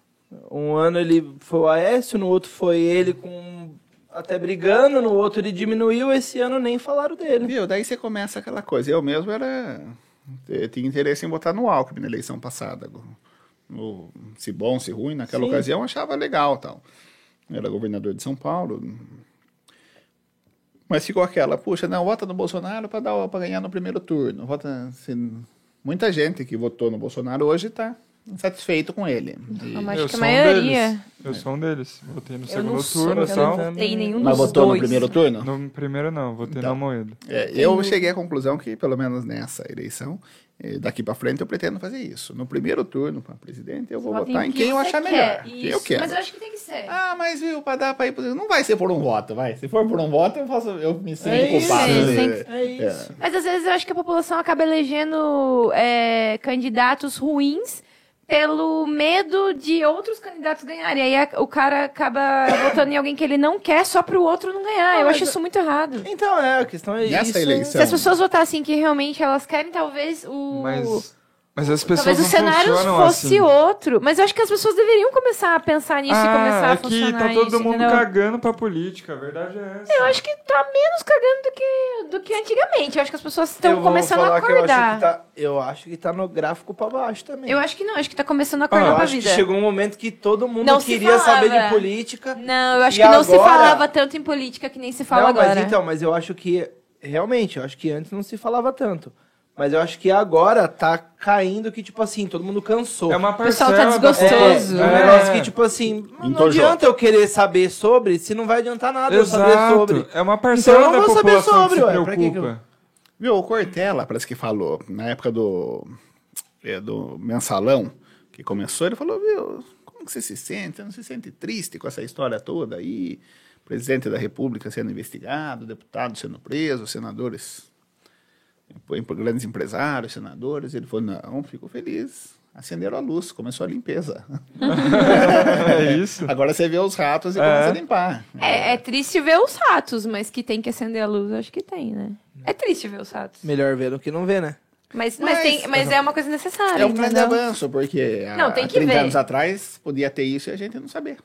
Um ano ele foi o Aécio, no outro foi ele com até brigando, no outro ele diminuiu, esse ano nem falaram dele.
Viu? Daí você começa aquela coisa. Eu mesmo era. eu tinha interesse em botar no Alckmin na eleição passada. No- se bom, se ruim, naquela
Sim.
ocasião eu achava legal tal. Era governador de São Paulo. Mas ficou aquela, puxa, não, vota no Bolsonaro para dar para ganhar no primeiro turno. Vota, assim, muita gente que votou no Bolsonaro hoje está insatisfeito com ele. E-
Ah, mas
Eu
acho que a
sou um
maioria.
deles. Eu sou um deles. Votei no
Eu não
segundo
sou,
turno
eu
e tal.
não-
Tem nenhum
mas
dos
votou
dois.
no primeiro turno?
No primeiro não, votei
Então.
na Moeda.
É, eu cheguei à conclusão que, pelo menos nessa eleição, eh, daqui pra frente eu pretendo fazer isso. No primeiro turno para presidente, eu vou
Vota
votar em quem eu
você
achar
quer.
melhor. Quem eu
Isso,
quero.
Mas é- eu acho que tem que ser.
Ah, mas viu, para dar para ir. pro- Não vai ser por um voto, vai. Se for por um voto, eu, faço, eu me sinto
É isso,
culpado.
é, tem
É,
É isso.
Mas às vezes eu acho que a população acaba elegendo é, candidatos ruins pelo medo de outros candidatos ganharem. E aí a- o cara acaba votando em alguém que ele não quer só pro outro não ganhar. Eu
mas
acho isso muito errado.
Então é, a questão é
Nessa
isso.
eleição.
Se as pessoas votassem que realmente elas querem, talvez o.
Mas, mas as pessoas
Talvez o
não
cenário
funcionam
fosse
assim.
outro. Mas eu acho que as pessoas deveriam começar a pensar nisso e começar
Ah,
a
é que
funcionar
tá todo
isso,
mundo
entendeu?
cagando pra política, a verdade é essa.
Eu acho que tá menos cagando do que, do que antigamente. Eu acho que as pessoas
Eu
estão
vou
Então, começando a
falar que eu acho que
acordar.
tá- Eu acho que tá no gráfico pra baixo também.
Eu acho que não, acho que tá começando a
Eu
acordar pra
acho que
vida.
chegou um momento que todo mundo
Não se
queria
falava.
saber de política.
Não, eu acho
E
que não se
agora?
falava tanto em política que nem se fala
não,
agora.
mas então, mas eu acho que realmente, eu acho que antes não se falava tanto. Mas eu acho que agora tá caindo que tipo assim, todo mundo cansou.
É uma
pessoal
parcela
tá
da
desgostoso.
É,
população.
um
É.
negócio que, tipo assim, não
Entojou.
adianta eu querer saber sobre se não vai adiantar nada eu saber
Exato.
sobre.
É uma parcela
Então eu não
da
vou saber
população
sobre,
que se
ué, pra que que eu-
preocupa.
Viu, o Cortella parece que falou, na época do, é, do mensalão que começou, ele falou, viu, como que você se sente? Você não se sente triste com essa história toda aí? Presidente da República sendo investigado, deputado sendo preso, senadores, em- por grandes empresários, senadores. Ele falou, não, fico feliz. Acenderam a luz, começou a limpeza.
É isso.
Agora você vê os ratos e começa a limpar.
É, é triste ver os ratos, mas que tem que acender a luz, eu acho que tem, né? É triste ver os ratos.
Melhor ver do que não ver, né?
Mas, mas, tem, mas é uma coisa necessária.
É um grande
entendeu?
avanço, porque há
Não, tem que
30
ver.
anos atrás podia ter isso e a gente não sabia.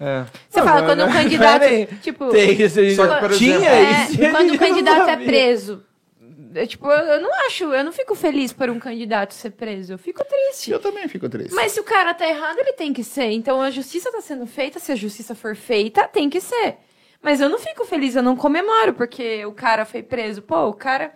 É.
Você fala, quando um
Peraí.
candidato. Tipo,
é Tem isso, a gente
Só que, por
tinha
exemplo-
é,
isso. né? e a
quando
gente
um
não
candidato é
sabia.
preso. Eu, tipo, eu, eu não acho, eu não fico feliz por um candidato ser preso. Eu fico triste.
Eu também fico triste.
Mas se o cara tá errado, ele tem que ser. Então a justiça tá sendo feita, se a justiça for feita, tem que ser. Mas eu não fico feliz, eu não comemoro porque o cara foi preso. Pô, o cara.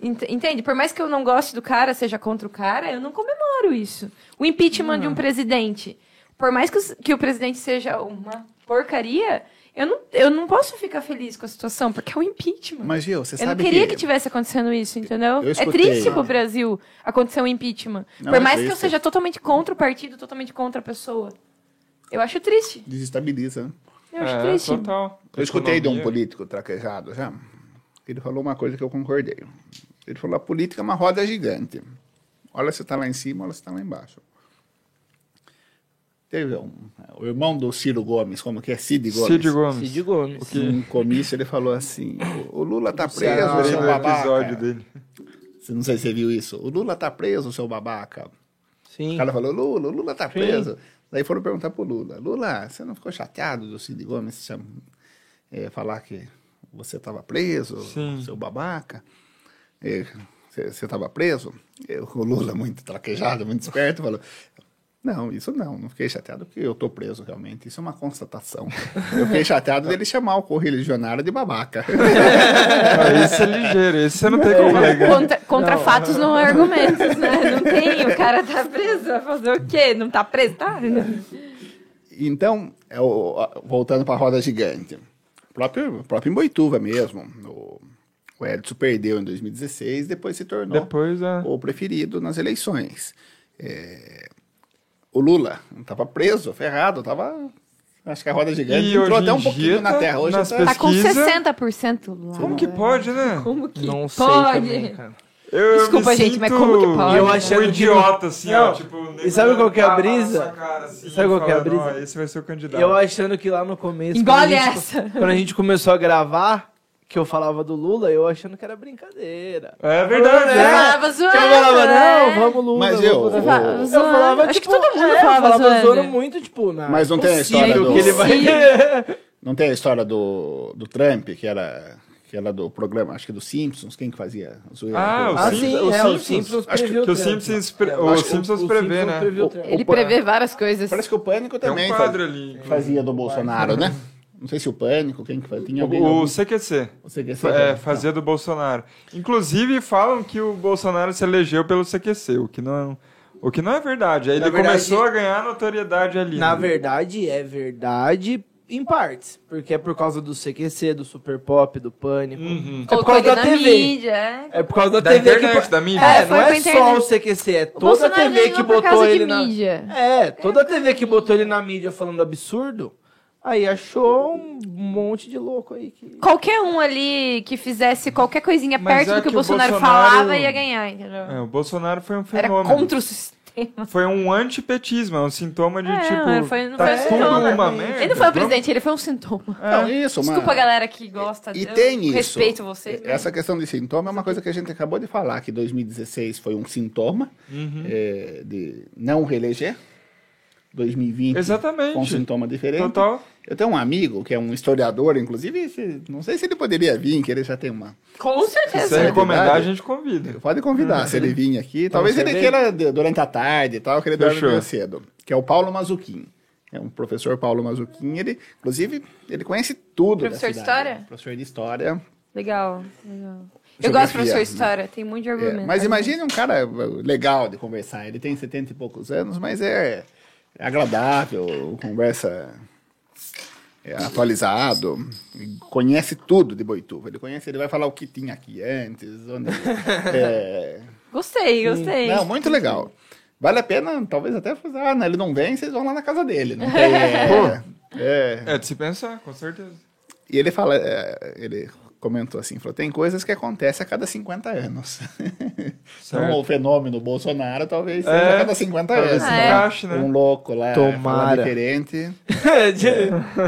Ent- Entende? Por mais que eu não goste do cara, seja contra o cara, eu não comemoro isso. O impeachment de um presidente. Por mais que, os- que o presidente seja uma porcaria, eu não, eu não posso ficar feliz com a situação, porque é um impeachment.
Mas, Gil, você
Eu não
sabe
queria que... tivesse acontecendo isso, entendeu?
Eu
É
escutei.
triste pro Brasil acontecer um impeachment.
Não,
Por
é
mais que eu
triste.
seja totalmente contra o partido, totalmente contra a pessoa. Eu acho triste.
Desestabiliza. né?
Eu acho
é,
triste.
total.
Eu escutei de um
Economia.
político traquejado já. Ele falou uma coisa que eu concordei. Ele falou: a política é uma roda gigante. Olha se está lá em cima, olha se está lá embaixo. Teve um, o irmão do Ciro Gomes, como que é? Cid Gomes.
Cid Gomes.
Cid Gomes.
Num comício ele falou assim: o o Lula tá preso,
Eu lembrei
seu
do episódio
babaca.
dele.
Você Não sei se você viu isso. O Lula tá preso, seu babaca. O
Sim.
cara falou, Lula, o Lula tá preso. Daí foram perguntar pro Lula, Lula, você não ficou chateado do Cid Gomes cham- eh, falar que você tava preso,
Sim.
seu babaca? Eh, Você você tava preso? Eh, o Lula, muito traquejado, muito esperto, falou... Não, isso não, não fiquei chateado porque eu tô preso realmente. Isso é uma constatação. Eu fiquei chateado dele chamar o correligionário de babaca.
Ah, esse é ligeiro, esse você não tem como negar.
Contra, contra fatos não há argumentos, né? Não tem, o cara tá preso, vai fazer o quê? Não tá preso, tá?
Então, é o- a- voltando para a roda gigante, o próprio, o próprio Boituva mesmo, o, o Edson perdeu em 2016, depois se tornou
Depois é. né? a.
o preferido nas eleições. É, o Lula estava preso, ferrado, estava... Acho que a roda gigante
E
entrou
hoje
até um
em
pouquinho
dia
na
tá
terra. Hoje
nas
tá...
Tá com
Pesquisa.
60% lá.
Como que pode, né?
Como que
Não sei também,
pode?
cara.
Eu- eu
Desculpa,
me
gente, mas
sinto
como que pode?
Eu achando
um
que-
idiota, assim,
Não.
ó. Tipo,
E sabe qual que é a brisa?
sabe qual que é a brisa? esse vai ser o
Eu
candidato.
achando que lá no começo.
Engole
quando a gente-
essa.
Quando a gente começou a gravar, que eu falava do Lula, eu achando que era brincadeira.
É verdade,
Eu
né?
falava zoando.
Eu falava, não,
né?
vamos Lula.
Mas
vamos
eu-
Lula.
eu
falava
eu
zoando.
falava,
Acho
tipo,
que todo mundo
é,
falava
falava
zoando.
muito, tipo, na
Mas não tem a
possível
história do-
que ele vai...
Não tem a história do, do Trump, que era, que era do programa, acho que do Simpsons, quem que fazia? a zoeira?
Ah,
O-
Ah,
Sim-
sim,
o
é, o
Simpsons.
Simpsons
Acho
previu
que o
Trump.
Simpsons pre-
É,
o
acho que
Simpsons prevê, né?
previu
O-
Trump.
Ele
Opa.
prevê várias coisas.
Parece que o Pânico
Tem
também
um
faz-
quadro ali.
fazia do Bolsonaro, né? Não sei se o Pânico, quem que fazia? Tinha alguém...
O
algum-
o CQC.
Você quer ser-
É, fazia do Bolsonaro. Inclusive, falam que o Bolsonaro se elegeu pelo CQC, o que não, um- o que não é verdade. Aí
Na
ele
verdade-
começou a ganhar notoriedade ali.
Na
né?
verdade, é verdade em partes. Porque é por causa do CQC, do Super Pop, do Pânico.
Uhum.
É por causa
ele
da
na
TV.
mídia, é.
É por causa da,
Da
TV
internet,
que...
da mídia.
É,
É,
não
foi pra
é só
internet.
o CQC, é
O
toda a
Bolsonaro
TV
ganhou
que
por
botou
causa de
ele na...
mídia.
É, toda a TV que botou ele na mídia falando absurdo, aí achou um monte de louco aí que...
Qualquer um ali que fizesse qualquer coisinha
Mas
perto
é
do que,
que
o
o
Bolsonaro,
Bolsonaro-
falava ia ganhar, entendeu?
É, o Bolsonaro foi um
Era
fenômeno.
contra o sistema.
Foi um antipetismo, é um sintoma de
É,
tipo.
não foi- não
tá
foi
tudo
sintoma.
uma merda.
Ele não foi o
vamos-
presidente, ele foi um sintoma.
Não, isso, mano.
Desculpa a galera que gosta.
E
eu
tem isso.
Respeito vocês. mas-
Essa questão de sintoma é uma coisa que a gente acabou de falar, que 2016 foi um sintoma eh, de não reeleger. 2020 foi um
Exatamente.
sintoma diferente.
Total.
Eu tenho um amigo que é um historiador, inclusive, esse- não sei se ele poderia vir, que ele já tem uma.
Com
Se
certeza.
você
é
recomendar,
verdade.
a gente convida.
Pode convidar, se ele vir aqui. Talvez ele
cerveja?
queira de- durante a tarde e tal, que ele dorme
Fechou.
meio cedo. Que é o Paulo Mazuquim. É um professor Paulo Mazuquim. Ele, inclusive, ele conhece tudo. da
Professor de
cidade. né?
história?
Professor de história.
Legal, legal.
Geografia,
Eu gosto do professor
né?
História, tem muito de
É,
argumento.
mas imagine um cara legal de conversar. Ele tem 70 e poucos anos, mas é agradável, conversa é atualizado, conhece tudo de Boituva. Ele conhece, ele vai falar o que tinha aqui antes, onde. é,
Gostei, gostei.
não, muito legal. Vale a pena, talvez até fazer. Ah, não, ele não vem, vocês vão lá na casa dele. Né? É, é.
É de se pensar, com certeza.
E ele fala, é, ele comentou assim, falou, tem coisas que acontecem a cada 50 anos.
Certo.
então, o fenômeno Bolsonaro talvez seja
É,
a cada 50
Talvez
anos.
se
É.
encaixe, né?
Um louco lá, falar
Tomara.
diferente.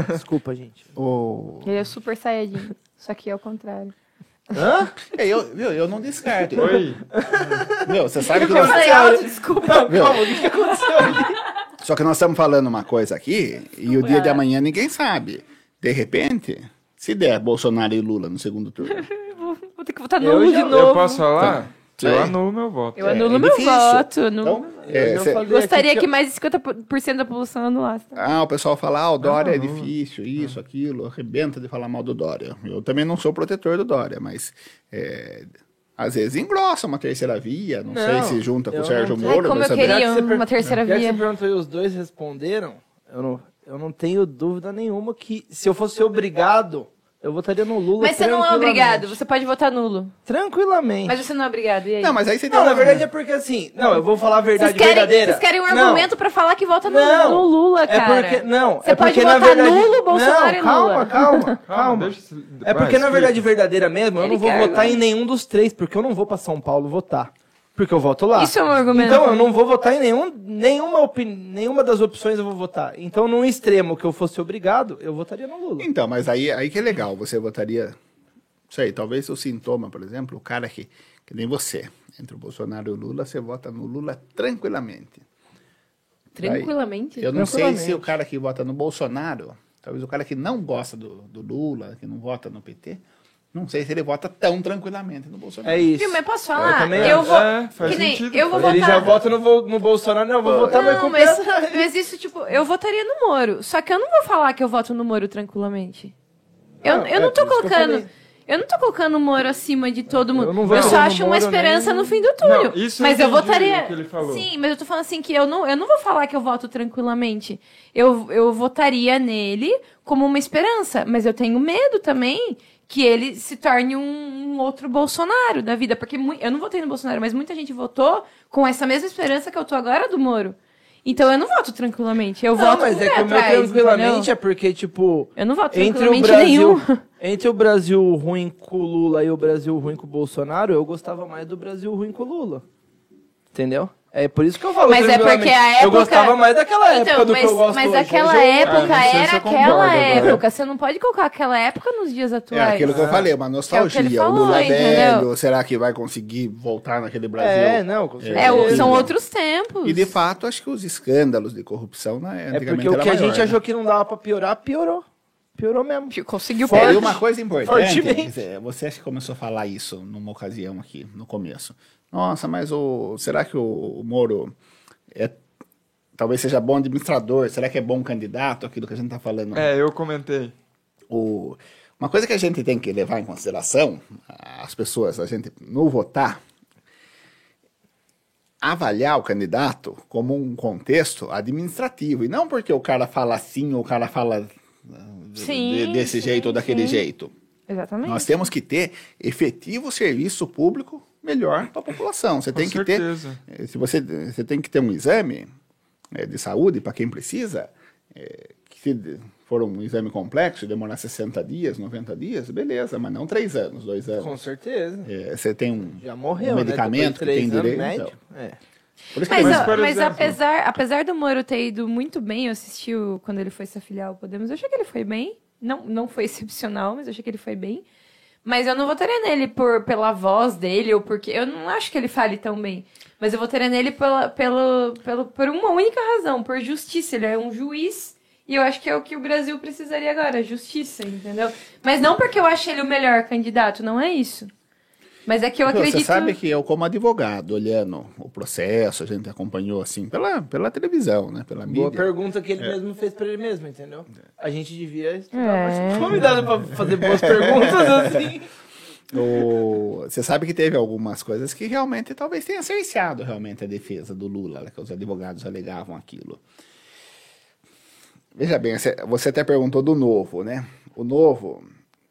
Desculpa, gente.
O...
Ele é super saiyajin, só que é o contrário.
Hã?
É, eu, viu, eu não descarto.
Oi.
Meu, você sabe que
Eu
nós...
falei alto, desculpa.
Meu,
Calma, o que que aconteceu ali? É.
Só que nós estamos falando uma coisa aqui e o dia de
cara.
amanhã ninguém sabe. De repente, se der Bolsonaro e Lula no segundo turno.
Vou ter que votar
Eu
nulo
já-
de
eu
novo.
Eu posso falar?
Tá.
Eu
É.
anulo meu voto.
Eu anulo
é
meu
difícil.
voto. anulo-
Então, é,
Eu já
cê-
falei
Gostaria
aqui
que mais de 50% da população anulasse.
Ah, o pessoal fala, ah, o Dória é
não.
difícil, isso, aquilo, arrebenta de falar mal do Dória. Eu também não sou protetor do Dória, mas é, às vezes engrossa uma terceira via, não, sei
Não,
se junta com
eu
o Sérgio
não-
Ai,
Moro,
É como
vai
eu
saber.
queria
Já que você per-
uma terceira
Já que
via.
você perguntou e os dois responderam, eu não, eu não tenho dúvida nenhuma que se eu fosse obrigado, eu votaria no Lula
Mas você não é
tranquilamente.
obrigado, você pode votar nulo.
Tranquilamente.
Mas você não é obrigado, e aí?
Não, mas aí você tem
Não, na
uma-
verdade é porque assim. Não, eu vou falar a
vocês,
verdade
querem,
verdadeira.
vocês querem um
Não,
argumento pra falar que vota no,
Não.
no Lula,
É
cara.
porque. Não,
Você
é
pode
porque, na
votar
verdade...
nulo, Bolsonaro
não,
e
calma,
Lula.
calma, calma.
deixa-
É
vai,
porque, na
explica.
verdade, verdadeira mesmo, eu
Ele
não vou
quer
votar
agora.
em nenhum dos três, porque eu não vou pra São Paulo votar. Porque eu voto lá.
Isso é um argumento.
Então, eu não vou votar em nenhum, nenhuma, opini- nenhuma das opções eu vou votar. Então, num extremo que eu fosse obrigado, eu votaria no Lula.
Então, mas aí, aí que é legal, você votaria, não sei, talvez o sintoma, por exemplo, o cara que, que nem você, entre o Bolsonaro e o Lula, você vota no Lula tranquilamente.
Tranquilamente.
Eu não sei
Tranquilamente.
se o cara que vota no Bolsonaro, talvez o cara que não gosta do, do Lula, que não vota no PT, não sei se ele vota tão tranquilamente no Bolsonaro.
É isso.
Viu, mas posso
Eu
falar?
também
Eu,
acho.
vou.
É, faz
que nem,
sentido.
eu vou
Ele
votar.
já vota no, vo- no Bolsonaro, não, eu vou votar, mas
Não,
com
mas,
pena.
mas isso, tipo, eu votaria no Moro. Só que eu não vou falar que eu voto no Moro tranquilamente. Eu,
Ah,
eu não tô
é, por isso que eu
colocando.
falei.
Eu não tô colocando o Moro acima de todo mundo.
Eu não
Eu,
vou
só
votar no
acho uma
Moro,
esperança
nem-
no fim do túnel.
Não, isso eu
mas eu
entendi
votaria.
o que ele falou.
Sim, mas eu tô falando assim que eu não, eu não vou falar que eu voto tranquilamente. Eu, eu votaria nele como uma esperança. Mas eu tenho medo também que ele se torne um, um outro Bolsonaro da vida. Porque mui- eu não votei no Bolsonaro, mas muita gente votou com essa mesma esperança que eu tô agora do Moro. Então eu não voto tranquilamente. Eu
Não,
voto
mas
com
é
o pé
que o meu
atrás,
tranquilamente
entendeu?
é porque, tipo,
Eu não voto
entre o
tranquilamente
Brasil,
nenhum.
entre o Brasil ruim com o Lula e o Brasil ruim com o Bolsonaro, eu gostava mais do Brasil ruim com o Lula. Entendeu? É por isso que eu falo.
Mas é porque a
tranquilamente. Eu
época-
gostava mais daquela época
Então,
do que
mas,
eu gosto
mas
hoje.
aquela
Hoje eu-
época
não sei se eu
é
era
concordo
aquela
agora.
né,
né?
época. Você não pode colocar aquela época nos dias
É
atuais.
aquilo
Ah.
que eu falei,
É
uma nostalgia. o,
falou,
Lula
entendeu?
velho, será que vai conseguir voltar naquele Brasil?
É, não, com certeza.
É, o-
Entendeu?
são outros tempos.
E de fato, acho que os escândalos de corrupção na
É
antigamente
porque o
era
que a
maior,
gente
né?
achou que não dava pra piorar, piorou. Piorou mesmo.
Conseguiu
É,
pegar.
e uma coisa importante,
Fortemente.
é, você acha que começou a falar isso numa ocasião aqui, no começo. Nossa, mas o, será que o, o Moro é, talvez seja bom administrador? Será que é bom candidato? Aquilo que a gente está falando.
É, eu comentei.
O- uma coisa que a gente tem que levar em consideração, as pessoas, a gente no votar, avaliar o candidato como um contexto administrativo, e não porque o cara fala assim ou o cara fala ah, de-
Sim,
desse
sim,
jeito ou daquele
sim.
jeito.
Exatamente.
Nós temos que ter efetivo serviço público melhor para a população. Você
Com
tem que ter
certeza.
eh, se você, você tem que ter um exame eh, de saúde para quem precisa, eh, que se de- for um exame complexo, demorar 60 dias, 90 dias, beleza, mas não 3 anos, 2
Com
anos.
certeza.
Eh, Você tem um.
Já morreu,
Um
né?
medicamento
Depois de três
que tem
anos,
direito, então.
médio. É.
Por isso que
Mas,
Mas,
ó,
por
mas
exemplo-
apesar, apesar do Moro ter ido muito bem, eu assisti o- quando ele foi se afiliar ao Podemos, eu achei que ele foi bem. Não, não foi excepcional, mas eu achei que ele foi bem. Mas eu não votaria nele por, pela voz dele, ou porque. Eu não acho que ele fale tão bem. Mas eu votaria nele pela, pelo, pelo, por uma única razão, por justiça. Ele é um juiz. E eu acho que é o que o Brasil precisaria agora, justiça, entendeu? Mas não porque eu acho ele o melhor candidato, não é isso. Mas é que eu
Então,
acredito.
Você sabe que eu, como advogado, olhando o processo, a gente acompanhou assim pela, pela televisão, né? Pela
Boa
mídia.
pergunta que ele mesmo fez pra ele mesmo, entendeu? A gente devia estudar
É.
mais. um Convidado pra fazer boas perguntas assim.
O- Você sabe que teve algumas coisas que realmente talvez tenha cerceado realmente a defesa do Lula, né, que os advogados alegavam aquilo. Veja bem, você- você até perguntou do novo, né? O novo,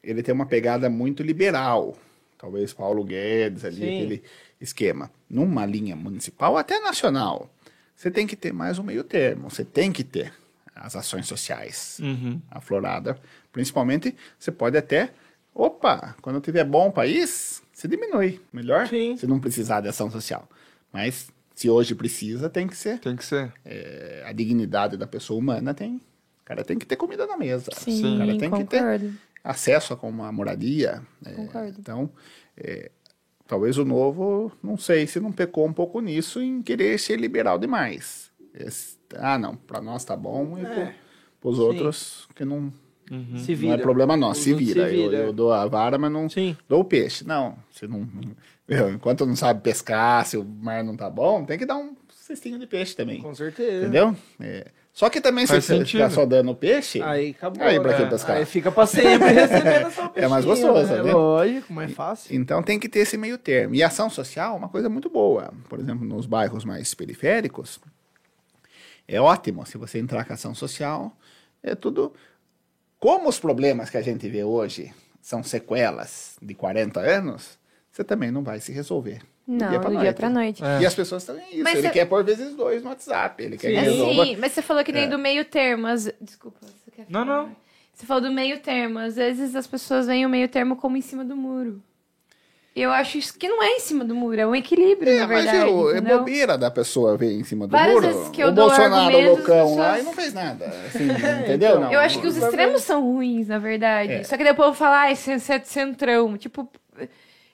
ele tem uma pegada muito liberal. Talvez Paulo Guedes ali,
Sim.
aquele esquema. Numa linha municipal, até nacional. Você tem que ter mais um meio termo. Você tem que ter as ações sociais
Uhum.
aflorada. Principalmente, você pode até. Opa, quando tiver bom o país, você diminui. Melhor
Sim.
você não precisar de ação social. Mas se hoje precisa, tem que ser.
Tem que ser.
é, a dignidade da pessoa humana tem. O cara tem que ter comida na mesa.
Sim,
o cara tem que ter
concordo.
acesso a uma moradia. é,
Concordo.
então, é, talvez o novo, não sei se não pecou um pouco nisso em querer ser liberal demais. Esse- ah, não, para nós tá bom e para os outros que não,
Uhum.
Se
não é problema nosso,
Os
se
outros
vira.
se
Eu-
vira.
Eu, dou a vara, mas não
Sim.
dou o peixe. Não, você não. meu, enquanto não sabe pescar, se o mar não tá bom, tem que dar um cestinho de peixe também.
Com certeza.
Entendeu? É. Só que também se
Faz
você
sentido.
ficar só dando peixe,
Aí acabou.
Aí, pra
né?
quem pescar?
Aí fica pra sempre recebendo essa
É mais
peixinha,
gostoso,
né?
né?
Lógico, mais fácil.
então tem que ter esse meio termo. E ação social é uma coisa muito boa. Por exemplo, nos bairros mais periféricos, é ótimo se você entrar com ação social. É tudo. Como os problemas que a gente vê hoje são sequelas de 40 anos, você também não vai se resolver.
Não, do dia pra noite.
E as pessoas também isso.
Mas
ele
cê-
quer por vezes dois no WhatsApp. Ele quer que
É,
resolva.
sim, mas você falou
É.
que nem do meio termo. As... Desculpa, você quer
Não,
falar?
não.
Você falou do meio termo. Às vezes as pessoas veem o meio termo como em cima do muro. E Eu acho isso que não é em cima do muro, é um equilíbrio,
É,
na
mas
verdade.
eu, é
entendeu?
bobeira da pessoa ver em cima do
Várias
muro.
vezes que eu
o
dou
Bolsonaro
argumentos,
loucão
as
lá
pessoas-
e não fez nada. assim, entendeu? Não,
Eu acho que
não-
os extremos são ruins, na verdade.
É.
Só que daí o povo fala, ah, esse esse é de centrão. Tipo,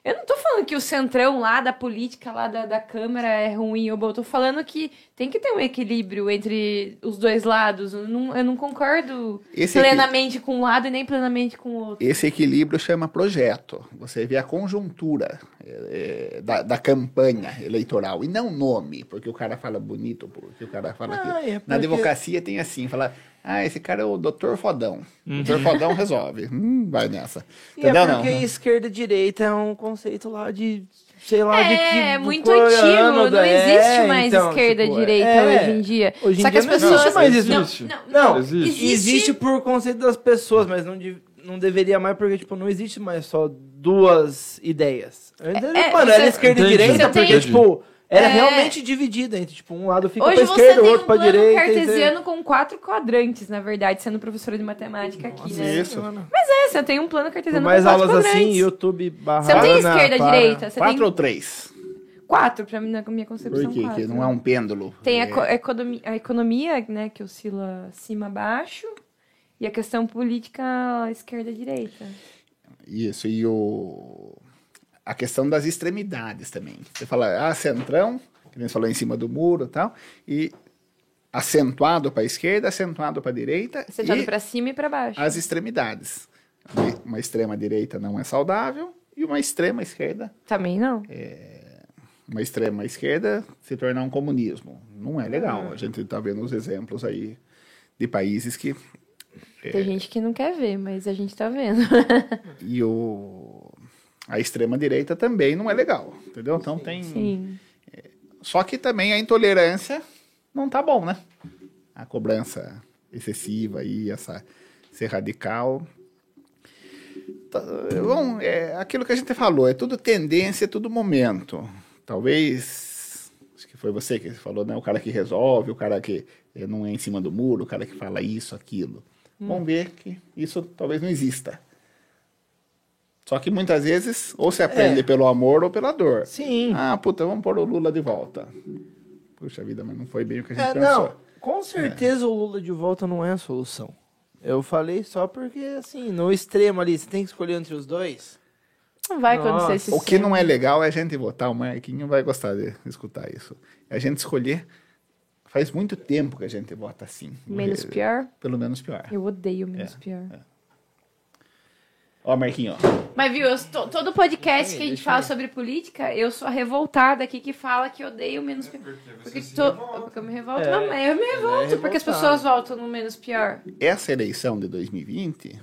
eu não tô falando que o centrão lá da política, lá da, da Câmara é ruim. Eu tô falando que tem que ter um equilíbrio entre os dois lados. Eu não, eu não concordo
Esse aqui.
plenamente com um lado e nem plenamente com o outro.
Esse equilíbrio chama projeto. Você vê a conjuntura é, é, da, da campanha eleitoral e não nome, porque o cara fala bonito, porque o cara fala
Ah,
que.
é
Na
porque-
advocacia tem assim, fala. Ah, esse cara é o doutor Fodão. Doutor Fodão resolve. Hum, vai nessa.
Uhum. E
Entendeu?
é
não.
porque esquerda e direita é um conceito lá de, sei lá, de que...
É,
do
muito
coreano,
antigo. Não
da-
existe
é,
mais
então,
esquerda
tipo,
direita
é.
hoje em dia.
Hoje em
Só que
dia
as
não
pessoas.
existe mais isso.
Não, não,
Não,
não,
existe.
Existe por conceito das pessoas, mas não, de- não deveria mais, porque, tipo, não existe mais só duas ideias. Antes era,
é,
mano,
você-
era esquerda
Entendi.
e direita,
Você tem-
porque, tipo, era
É.
realmente dividida entre, tipo, um lado fica
Hoje
pra
você
esquerda, o
tem
outro
um
pra
plano
direita. e-
cartesiano com quatro quadrantes, na verdade, sendo professora de matemática aqui, né?
Isso.
É, você tem um plano
Por
cartesiano
Tipo, mais
com quatro
aulas assim,
quadrantes.
YouTube barra...
Você não tem
Ana
esquerda,
Clara.
direita, você
Quatro
tem
ou três?
quatro, pra mim, na minha concepção.
Por quê?
quatro.
Que não é
né?
um pêndulo.
Tem a,
É,
eco- a economi- a economia, né, que oscila cima-baixo, e a questão política esquerda-direita.
Isso, e o... a questão das extremidades também. Você fala, ah, centrão, que nem você falou em cima do muro e tal, e acentuado para a esquerda, acentuado para a direita,
Sentado
e
tá pra cima e pra baixo.
as extremidades. Uma extrema direita não é saudável, e uma extrema esquerda,
Também não.
É, uma extrema esquerda se tornar um comunismo. Não é legal, a
Hum.
gente está vendo os exemplos aí de países que é.
Tem gente que não quer ver, mas a gente tá vendo.
e o a extrema direita também não é legal, entendeu? Então tem
Sim.
Só que também a intolerância não tá bom, né? A cobrança excessiva aí, essa ser radical. Tá, Bom, é aquilo que a gente falou, é tudo tendência, é tudo momento. Talvez, acho que foi você que falou, né? O cara que resolve, o cara que eh, não é em cima do muro, o cara que fala isso, aquilo. Vamos ver que isso talvez não exista. Só que muitas vezes, ou se aprende
É.
pelo amor ou pela dor.
Sim.
Ah, puta, vamos pôr o Lula de volta. Puxa vida, mas não foi bem o que a gente
É,
pensou.
não, com certeza o Lula de volta não é a solução. Eu falei só porque, assim, no extremo ali, você tem que escolher entre os dois.
Não vai
Nossa.
acontecer esse
O que não é legal é a gente votar, o Marquinho vai gostar de escutar isso. É a gente escolher. Faz muito tempo que a gente vota assim.
Menos
É,
pior.
Pelo menos pior.
Eu odeio menos pior.
Ó, Marquinho, ó.
Mas viu, eu tô- todo podcast
É,
que a gente fala sobre política, eu sou a revoltada aqui que fala que odeio o menos pior. Porque, tô- porque eu me revolto.
É,
Não, mas eu me revolto, porque as pessoas voltam no menos pior.
essa eleição de 2020,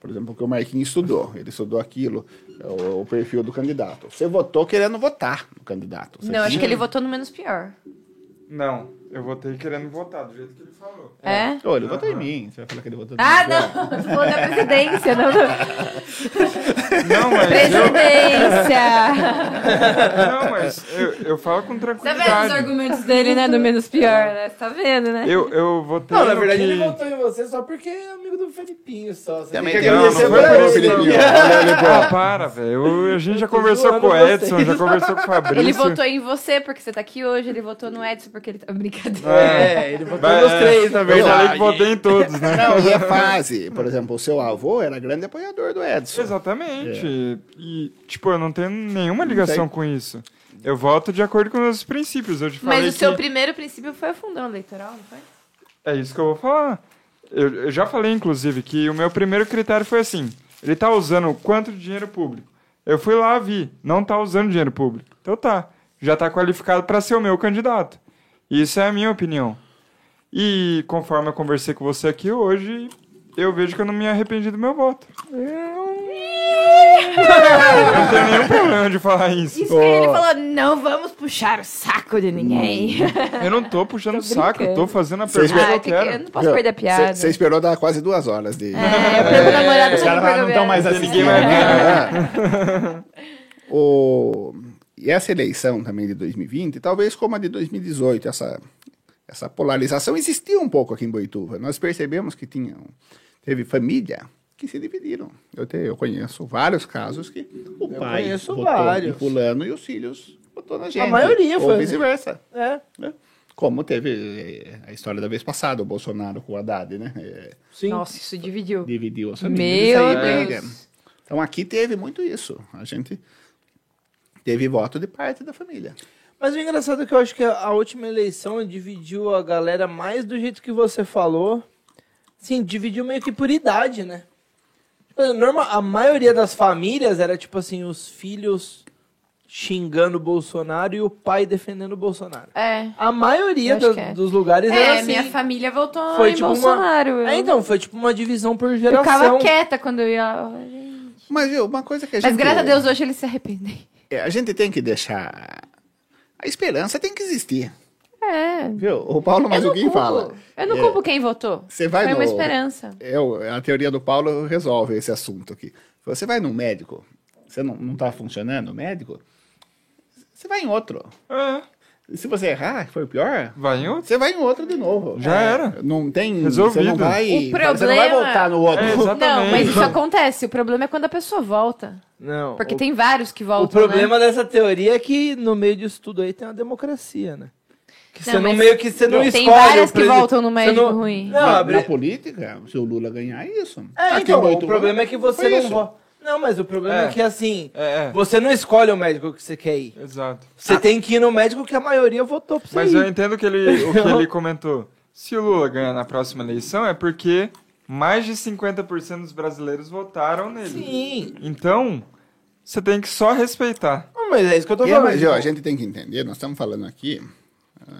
por exemplo, que o Marquinho estudou, ele estudou aquilo, é o, o perfil do candidato. Você votou querendo votar no candidato. Você
não, acho
tinha-
que ele votou no menos pior.
Não, eu votei querendo votar, do jeito que ele falou.
É?
Ô, ele votou em mim. Você vai falar que ele votou em
Ah,
mim.
não! Tô falando da presidência, não da
Não, mas eu,
presidência!
não, mas eu, eu falo com
Tá vendo os
tranquilidade.
argumentos dele, né? Do menos pior, né? Tá vendo, né?
Eu, eu votei no que...
em você só porque é amigo do Felipinho só. Você
Também
tem que
tem-
Não, não
agradecer
foi
por
pra né?
por
isso,
ele.
Felipe.
não.
Olha, Ah, para, velho. Eu- A gente já conversou
zoando
com o
vocês.
Edson, já conversou com o Fabrício.
Ele votou em você porque você tá aqui hoje, ele votou no Edson porque ele tá. Brincadeira.
É, ele votou nos três, na
Eu falei
verdade.
que votei em todos, né?
Não, e é fase. Por exemplo, o seu avô era grande apoiador do Edson.
Exatamente.
É.
E, tipo, eu não tenho nenhuma ligação com isso. Eu voto de acordo com os meus princípios. Eu te falei
Mas o seu
que...
primeiro princípio foi o fundão eleitoral, não foi?
É isso que eu vou falar. Eu, eu já falei, inclusive, que o meu primeiro critério foi assim: ele tá usando quanto dinheiro público? Eu fui lá, vi, não tá usando dinheiro público. Então tá, já tá qualificado para ser o meu candidato. Isso é a minha opinião. E conforme eu conversei com você aqui hoje, eu vejo que eu não me arrependi do meu voto. Eu não tenho nenhum problema de falar isso.
Isso que ele falou, não vamos puxar o saco de ninguém.
Eu não tô puxando o saco, eu tô
brincando.
fazendo a
Vocês
pergunta
ah,
que
eu,
eu
tenho que- eu
quero.
não posso perder a piada.
Você esperou dar quase duas horas de.
É, eu perco o namorado,
Os
você não
caras
perco
lá
a
não
piada.
estão mais assim
Ninguém vai
assistindo. né? o... E essa eleição também de 2020, talvez como a de 2018, essa, essa polarização existia um pouco aqui em Boituva. Nós percebemos que tinham, teve família que se dividiram. Eu, te- eu conheço vários casos que o pai
conheço
votou em
vários.
fulano e os filhos votou na gente.
maioria
Ou
foi-
vice-versa.
É,
né? Como teve eh, a história da vez passada, o Bolsonaro com o Haddad, né? Eh,
sim.
Nossa, isso dividiu.
dividiu as famílias.
Meu
isso aí briga.
Deus.
Então aqui teve muito isso. A gente teve voto de parte da família.
Mas o engraçado é que eu acho que a última eleição dividiu a galera mais do jeito que você falou. Sim, dividiu meio que por idade, né? Tipo, norma- a maioria das famílias era tipo assim, os filhos xingando o Bolsonaro e o pai defendendo o Bolsonaro.
É.
A maioria
Eu acho
da-
que é.
dos lugares
É,
era assim.
minha família voltou
Foi
em
tipo uma-
Bolsonaro. Eu...
É, então, foi tipo uma divisão por
eu
geração.
ficava quieta quando eu ia.
Mas viu, uma coisa que a gente.
Mas graças a Deus hoje eles se arrependem.
é, a gente tem que deixar. A esperança tem que existir.
É.
Viu? O Paulo
eu não
Mazuguinho
culpo.
fala.
Eu não culpo quem votou.
Você vai
Foi
no-
uma esperança.
Eu, a teoria do Paulo resolve esse assunto aqui. Você vai num médico, você não, não tá funcionando o médico, você vai em outro.
É.
Se você errar, foi o pior,
Vai em outro?
você vai em outro de novo. É,
Já era.
Não tem.
Resolvido.
Você não vai.
O
Você não vai
problema-
voltar no outro.
É,
Não,
exatamente.
mas isso acontece. O problema é quando a pessoa volta.
Não.
Porque
o,
tem né? vários que voltam.
o problema dessa teoria é que no meio disso tudo aí tem uma democracia, né? Que
Não,
você não
mas
meio que é você não,
tem
escolhe.
várias
o
que
presi-
voltam no
você
médico
não-
ruim.
Não,
Na,
abre-
na política, se o Lula ganhar, é isso.
É,
Aqui
então,
em
o
Boituva,
problema é que você
foi
não
né? isso.
vo- Não, mas o problema é,
É.
que assim,
É, é.
você não escolhe o médico que você quer ir.
Exato.
Você
Ah.
tem que ir no médico que a maioria votou pra você
Mas
ir.
eu entendo o que ele, o que ele comentou. Se o Lula ganhar na próxima eleição, é porque mais de 50% dos brasileiros votaram nele.
Sim.
Então, você tem que só respeitar.
Não, mas é isso que eu tô
E,
falando.
mas, ó, a gente tem que entender, nós estamos falando aqui,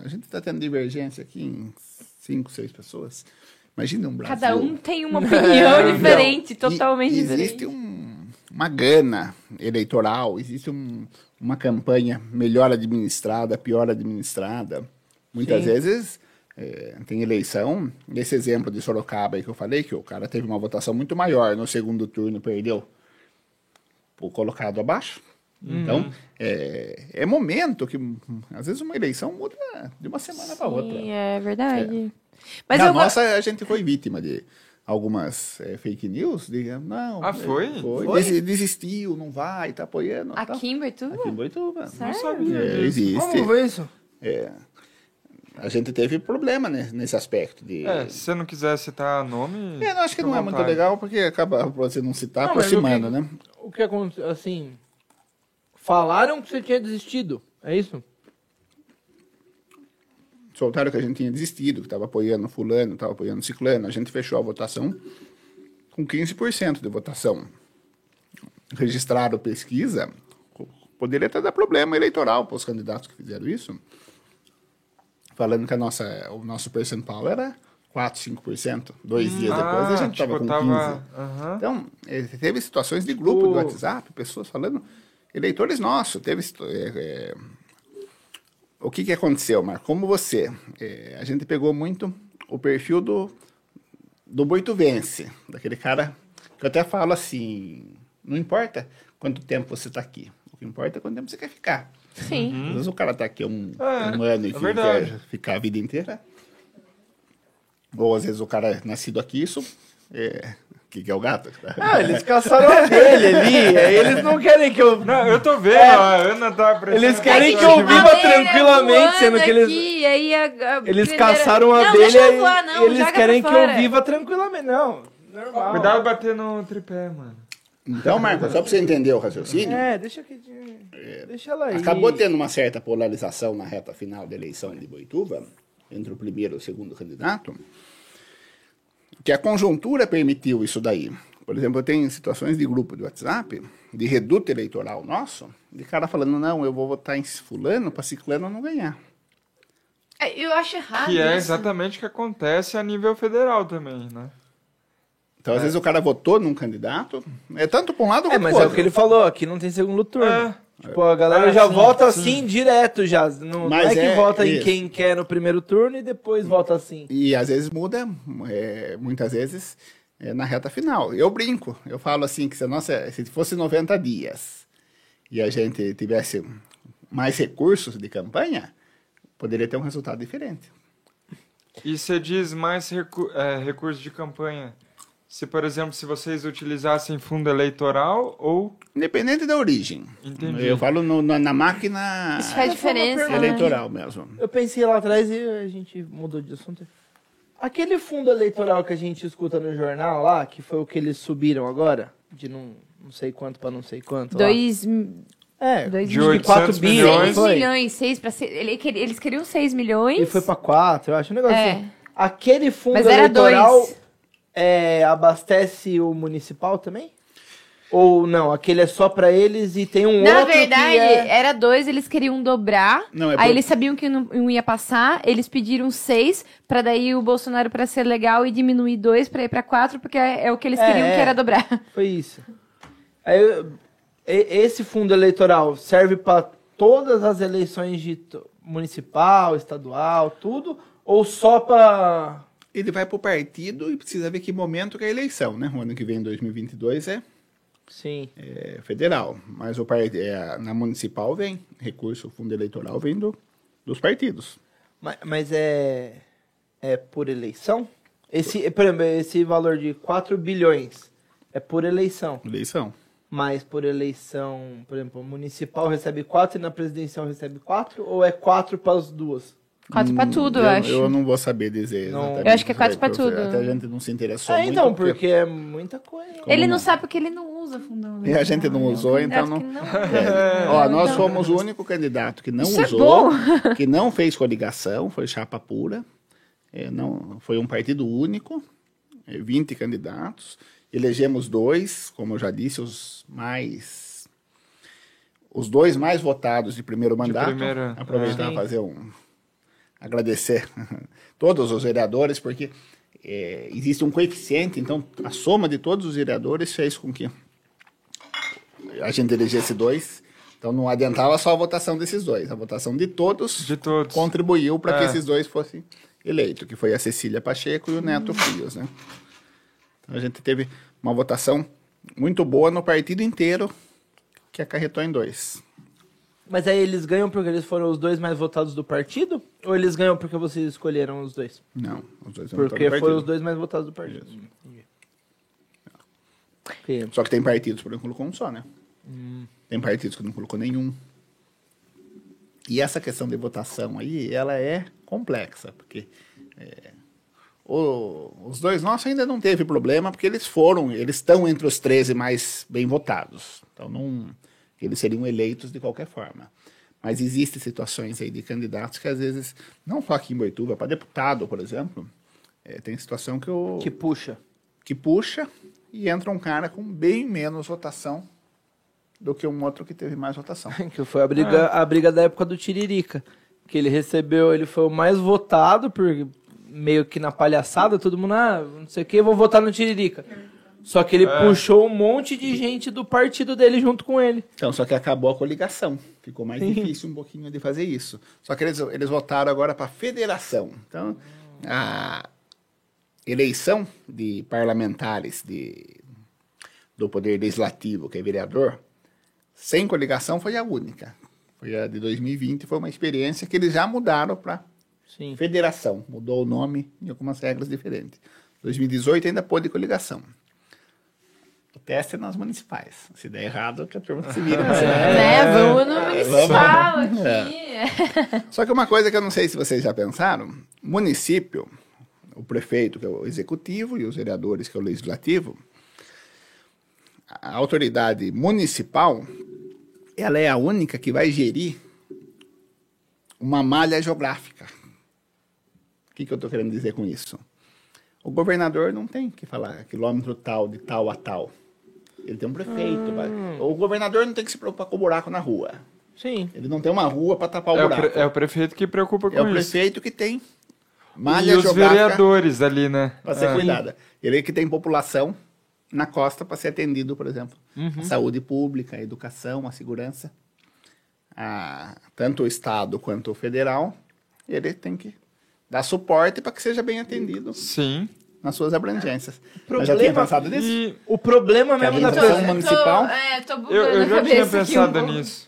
a gente está tendo divergência aqui em cinco, seis pessoas. Imagina um Brasil.
Cada um tem uma opinião diferente,
Não,
totalmente
e-
diferente.
Existe um- uma gana eleitoral, existe um- uma campanha melhor administrada, pior administrada. Muitas vezes é, tem eleição. Nesse exemplo de Sorocaba aí que eu falei, que o cara teve uma votação muito maior no segundo turno, perdeu o colocado abaixo.
Uhum.
Então, é, é momento que hum, às vezes uma eleição muda de uma semana para outra.
Sim, é verdade. Mas
Na
eu go-
nossa, a gente foi vítima de algumas eh, fake news. De, não,
Ah,
eh,
foi?
Des- desistiu, não vai, tá apoiando.
A
tá.
Kimber, tu?
Aqui em Boituva.
Não
Sério?
sabia
É,
disso.
existe.
Como foi isso?
É. a gente teve problema né, nesse aspecto de...
É, se você não quiser citar nome.
É, eu acho que
fica
não
à
é muito
vontade.
legal, porque acaba você não se tá
Não, mas eu
aproximando, né?
O que aconteceu, assim... Falaram que você tinha desistido, é isso?
Soltaram que a gente tinha desistido, que estava apoiando fulano, estava apoiando ciclano. A gente fechou a votação com 15% de votação. Registraram pesquisa, poderia até dar problema eleitoral para os candidatos que fizeram isso. Falando que a nossa, o nosso percentual era 4, 5%. Dois dias depois a gente estava
tipo,
com 15%.
tava- aham.
Então, eh, teve situações de grupo
O-
do WhatsApp, pessoas falando, eleitores nossos, teve... situ- eh, eh, o que, que aconteceu, Marco? Como você, eh, a gente pegou muito o perfil do, do boituvense, daquele cara que eu até falo assim, não importa quanto tempo você está aqui, o que importa é quanto tempo você quer ficar.
Uhum.
Sim.
Às vezes o cara tá aqui um,
É,
um ano e
é
que
verdade.
quer ficar a vida inteira. Ou às vezes o cara é nascido aqui, isso. É... Que, que é o gato?
Ah, eles caçaram a dele ali, aí eles não querem que eu...
Não, eu tô vendo,
É.
a Ana tá prestando
Eles querem
atenção
que eu
em mim.
viva tranquilamente, sendo que eles-
Aqui, aí a, a
Eles
primeira-
caçaram a
não,
abelha
deixa eu
e
voar, não,
eles
joga pra
querem que
fora.
eu viva tranquilamente. Não, normal.
Cuidado bater no tripé, mano.
Então, Marco, só pra você entender o raciocínio,
É, deixa que... Deixa ela aí.
acabou tendo uma certa polarização na reta final da eleição de Boituva, entre o primeiro e o segundo candidato, que a conjuntura permitiu isso daí. Por exemplo, eu tenho situações de grupo de WhatsApp, de reduto eleitoral nosso, de cara falando, não, eu vou votar em fulano pra ciclano não ganhar.
É, Eu acho
Ah,
errado.
Que é
isso.
exatamente o que acontece a nível federal também, né?
Então,
É.
às vezes, o cara votou num candidato. É tanto pra um lado
É,
quanto pro
mas é
outro.
o que ele falou, aqui não tem segundo turno.
É.
Tipo, a galera
Ah,
já
sim,
vota
sim.
assim direto já. Não, não é
Mas
que
é
vota em
isso.
quem quer no primeiro turno e depois vota assim.
E às vezes muda, é, muitas vezes, é, na reta final. Eu brinco, eu falo assim, que se, a nossa, se fosse 90 dias e a gente tivesse mais recursos de campanha, poderia ter um resultado diferente.
E você diz mais recu é, recurso de campanha. Se, por exemplo, se vocês utilizassem fundo eleitoral ou...
Independente da origem.
Entendi.
Eu falo no- na, na máquina
Isso faz diferença. né?
eleitoral mesmo.
Eu pensei lá atrás e a gente mudou de assunto. Aquele fundo eleitoral que a gente escuta no jornal lá, que foi o que eles subiram agora, de não, não sei quanto pra não sei quanto. lá.
Dois,
É,
dois
De
mil-
de 4
800
bilhões.
milhões.
seis
Foi.
milhões, seis pra seis. ele- ele- Eles queriam seis milhões.
E foi pra 4, eu acho. Um negócio
É.
assim. Aquele fundo
Mas era
eleitoral
dois.
é, abastece o municipal também? Ou não? Aquele é só pra eles e tem um
Na
outro
verdade,
que é...
era dois, eles queriam dobrar.
Não, é
aí
pro-
eles sabiam que não, não ia passar, eles pediram seis, pra daí o Bolsonaro pra ser legal e diminuir dois pra ir pra quatro, porque é, é o que eles
É,
queriam
é.
que era dobrar.
Foi isso. Aí, eu- e- esse fundo eleitoral serve pra todas as eleições de to- municipal, estadual, tudo? Ou só pra...
Ele vai pro partido e precisa ver que momento que é a eleição, né? O ano que vem, 2022, é
Sim.
é federal, mas o par- é, na municipal vem recurso, fundo eleitoral vem do dos partidos.
Mas, mas é. É por eleição? Esse, por exemplo, esse valor de 4 bilhões é por eleição.
Eleição.
Mas por eleição, por exemplo, municipal recebe 4 e na presidencial recebe 4? Ou é 4 para as duas?
Quatro pra tudo, eu,
Hum, eu
acho.
Eu não vou saber dizer
Não.
exatamente.
Eu acho que é quatro pra
porque
tudo.
Até a gente não se interessou
Ah,
muito.
então, porque é muita coisa.
Ele não sabe porque ele não usa fundão. né?
E a gente não usou, então não... É. Ó, nós fomos o único candidato que não
Então. Isso é
usou, que não fez coligação, foi chapa pura, é, não, foi um partido único, é, 20 candidatos, elegemos dois, como eu já disse, os mais... Os dois mais votados de primeiro mandato.
primeira,
aproveitar
é.
e fazer um... Agradecer todos os vereadores, porque é, existe um coeficiente, então a soma de todos os vereadores fez com que a gente elegesse dois. Então não adiantava só a votação desses dois, a votação de todos,
De todos.
contribuiu para que
É.
esses dois fossem eleitos, que foi a Cecília Pacheco e o Neto Frios, né? Então a gente teve uma votação muito boa no partido inteiro, que acarretou em dois.
Mas aí eles ganham porque eles foram os dois mais votados do partido? Ou eles ganham porque vocês escolheram os dois?
Não, os dois não
Porque
votaram no
foram os
partido.
dois mais votados do partido. Entendi. Ok.
Só que tem partidos por exemplo, que colocou um só, né? Tem partidos que não colocou nenhum. E essa questão de votação aí, ela é complexa, porque é, o- os dois nossos ainda não teve problema, porque eles foram, eles estão entre os 13 mais bem votados. Então, não, eles seriam eleitos de qualquer forma. Mas existem situações aí de candidatos que, às vezes, não só aqui em Boituva, para deputado, por exemplo, é, tem situação que o
Que puxa.
que puxa e entra um cara com bem menos votação do que um outro que teve mais votação.
Que foi a briga, a briga da época do Tiririca. Que ele recebeu, ele foi o mais votado, por, meio que na palhaçada, todo mundo, ah, não sei o que, vou votar no Tiririca. Só que ele puxou um monte de gente do partido dele junto com ele.
Então, só que acabou a coligação. Ficou mais difícil um pouquinho de fazer isso. Só que eles, eles votaram agora para federação. Então, a eleição de parlamentares de, do Poder Legislativo, que é vereador, sem coligação foi a única. Foi a de 2020, foi uma experiência que eles já mudaram para
Sim.
Federação. Mudou o nome em algumas regras diferentes. 2018 ainda pôde coligação. O teste é nas municipais. Se der errado, que a turma se vira.
Né? Vamos no municipal
É. vamos. É.
aqui.
Só que uma coisa que eu não sei se vocês já pensaram, município, o prefeito, que é o executivo, e os vereadores, que é o legislativo, a autoridade municipal, ela é a única que vai gerir uma malha geográfica. O que, que eu estou querendo dizer com isso? O governador não tem que falar quilômetro tal, de tal a tal. Ele tem um
Ah.
prefeito. vai- O governador não tem que se preocupar com o buraco na rua.
Sim.
Ele não tem uma rua para tapar o
É o,
buraco.
pre- é o prefeito que preocupa com
É o
isso.
prefeito que tem
E
malha
os
geográfica
vereadores ali, né?
para ser
É.
cuidada. Ele que tem população na costa para ser atendido, por exemplo.
Uhum.
A saúde pública, a educação, a segurança. A- tanto o Estado quanto o federal, ele tem que dar suporte para que seja bem atendido
Sim.
nas suas abrangências.
Problema-
Mas já tinha pensado nisso?
E
O problema mesmo da
Então,
pessoa.
Federação municipal?
Tô, é, tô bugando
eu, eu
a
já
cabeça
tinha
aqui um
pensado
pouco.
nisso.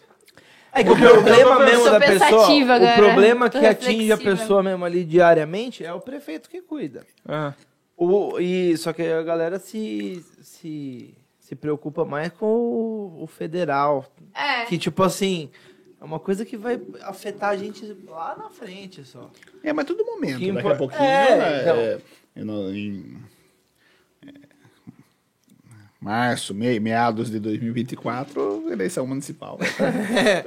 É que o problema
tô
mesmo da pessoa,
pensativa
o
agora.
problema
Tô
que atinge a
reflexiva.
pessoa mesmo ali diariamente é o prefeito que cuida.
É.
O, e, só que a galera se, se, se preocupa mais com o, o federal.
É.
Que, tipo assim, é uma coisa que vai afetar a gente lá na frente só.
É, mas todo momento.
Que
Daqui
impor-
a pouquinho.
É,
É,
então.
é, eu não- em- é, março, mei, meados de 2024, eleição municipal.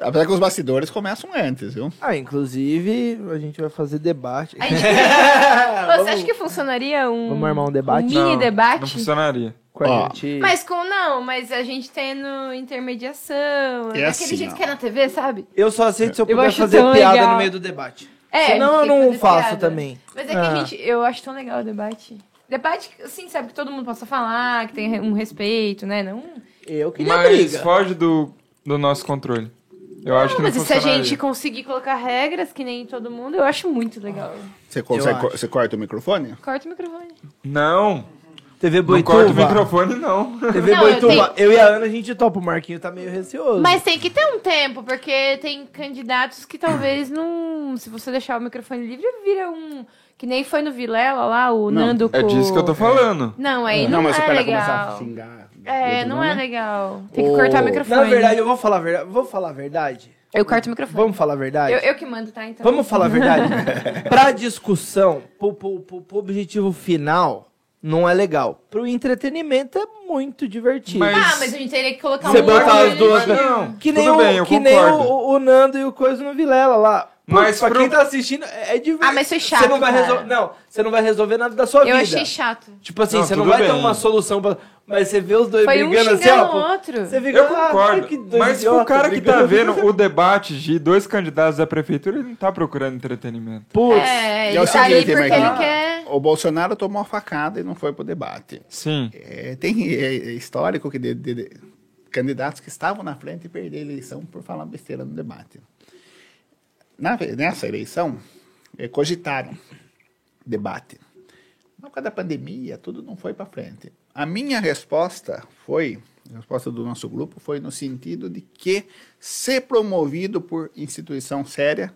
Apesar que os bastidores começam antes, viu?
Ah, inclusive, a gente vai fazer debate.
A gente- Você acha que funcionaria um,
Vamos armar um debate?
mini
não, Não
debate?
funcionaria.
com a
Ó,
gente.
Mas com não, mas a gente tendo intermediação,
É
daquele
assim,
jeito
ó.
que é na TV, sabe?
Eu só aceito se eu
Eu
puder
acho
fazer
tão
piada
legal.
no meio do debate.
É,
Senão eu
tem que
não
fazer
faço
piada.
também.
Mas é que
Ah.
a gente, eu acho tão legal o debate. Debate, assim, sabe, que todo mundo possa falar, que tem um respeito, né? Não.
Eu queria
Mas
briga.
foge do, do nosso controle. Eu acho que não
mas e se a
funcionaria.
gente conseguir colocar regras que nem todo mundo, eu acho muito legal.
Você, consegue,
acho.
co- você corta o microfone?
Corta o microfone.
Não.
TV
Não corta o
Boituva.
microfone, não.
TV
Não, eu
Boituva. Eu e a Ana, a gente topa. O Marquinho tá meio receoso.
Mas tem que ter um tempo, porque tem candidatos que talvez não. Se você deixar o microfone livre, vira um. Que nem foi no Vilela lá, o
Não,
Nando.
É
com-
disso que eu tô falando.
Não, aí não,
mas
é
espera começar a
legal.
xingar.
É,
Eu
não
não,
é
né?
legal. Tem que
Ô.
cortar o
Na
microfone.
verdade, eu vou falar a verdade. Vou falar a verdade.
Eu corto o microfone.
Vamos falar a verdade?
Eu, eu que mando, tá? Então.
Vamos falar a verdade? pra discussão, pro, pro, pro- pro objetivo final, não é legal. Pro entretenimento é muito divertido.
Ah, mas a gente teria que colocar
Você
um.
botar
monte
as
de-
duas-
Não,
Que
tudo
nem, o,
bem, eu
que nem o,
concordo.
o- o Nando e o Coisa no Vilela lá. Pô,
Mas
pra
pro-
quem tá assistindo, é, é divertido.
Ah, mas isso é chato,
Você não vai
cara.
resolver. Não, você não vai resolver nada da sua
Eu
vida.
achei chato.
Tipo assim,
Não,
você não
tudo
vai ter
bem.
uma solução pra. Mas você vê os dois
Foi um
brigando
xingando
assim, ó. pô,
o outro.
Você fica,
Eu
"Ah,
concordo.
que dois
mas pro
idiota
cara que tá
brigando."
vendo o debate de dois candidatos da prefeitura, ele não tá procurando entretenimento.
Putz,
É,
E
ele
é o
tá ali
seguinte,
porque ele
Marquinhos.
quer.
O Bolsonaro tomou a facada e não foi pro debate.
Sim.
É, tem é, é histórico que de- de- de- candidatos que estavam na frente e perderam a eleição por falar besteira no debate. Na ve- nessa eleição, eh, cogitaram debate. Mas por causa da pandemia, tudo não foi para frente. A minha resposta foi, a resposta do nosso grupo foi no sentido de que, ser promovido por instituição séria,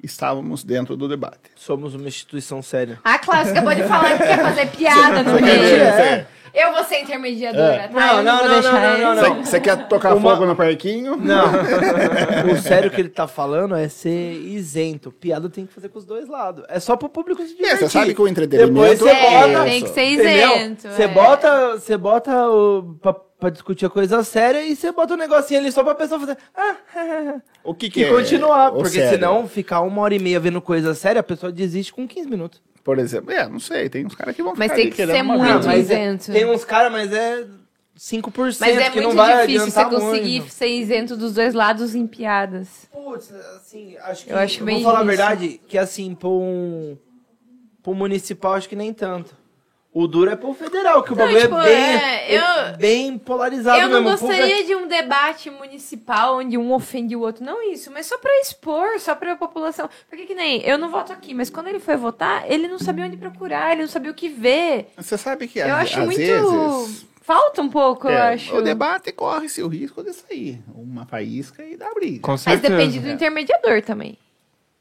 estávamos dentro do debate.
Somos uma instituição séria.
A Cláudia acabou de falar que quer fazer piada no
Você quer
meio.
ver,
É.
você-
Eu vou ser intermediadora, tá?
Não,
Eu
não,
vou
não,
deixar
não, não,
ele.
não, não.
você- Você quer tocar
Uma-
fogo no parquinho?
Não. o sério que ele tá falando é ser isento. Piada tem que fazer com os dois lados. É só pro público se divertir.
É, você sabe que o entretenimento
Depois você
é
bota-
É,
isso.
tem que ser
Entendeu?
isento.
Você
é.
bota, você bota o, pra, pra discutir a coisa séria e você bota um negocinho ali só pra pessoa fazer. Ah,
O que, que
e
é
continuar.
o
Porque
sério?
senão ficar uma hora e meia vendo coisa séria, a pessoa desiste com 15 minutos.
Por exemplo, é, não sei, tem uns caras que vão
Mas
ficar
tem
ali
que
querendo
ser
uma
muito
grana.
isento.
mas é- tem uns caras, mas é 5%.
Mas é
um que não
muito
vai
difícil você
adiantar
conseguir
muito.
ser isento dos dois lados em piadas.
Putz, assim, acho que.
Eu acho
vou
bem
falar a
difícil.
verdade, que assim, pra um. pra um municipal, acho que nem tanto. O duro é pro federal, que o bagulho
tipo,
é
é,
bem.
eu-
bem polarizado
eu não
mesmo. O povo é
gostaria de um debate municipal onde um ofende o outro. Não isso, mas só pra expor, só pra população. Porque que nem, eu não voto aqui, mas quando ele foi votar, ele não sabia onde procurar, ele não sabia o que ver.
Você sabe que
Eu
às,
acho
às
muito...
vezes
Falta um pouco, eu
é,
acho.
o debate corre-se o risco de sair uma faísca e dar briga.
Com
Mas
certeza.
depende
né?
do intermediador também.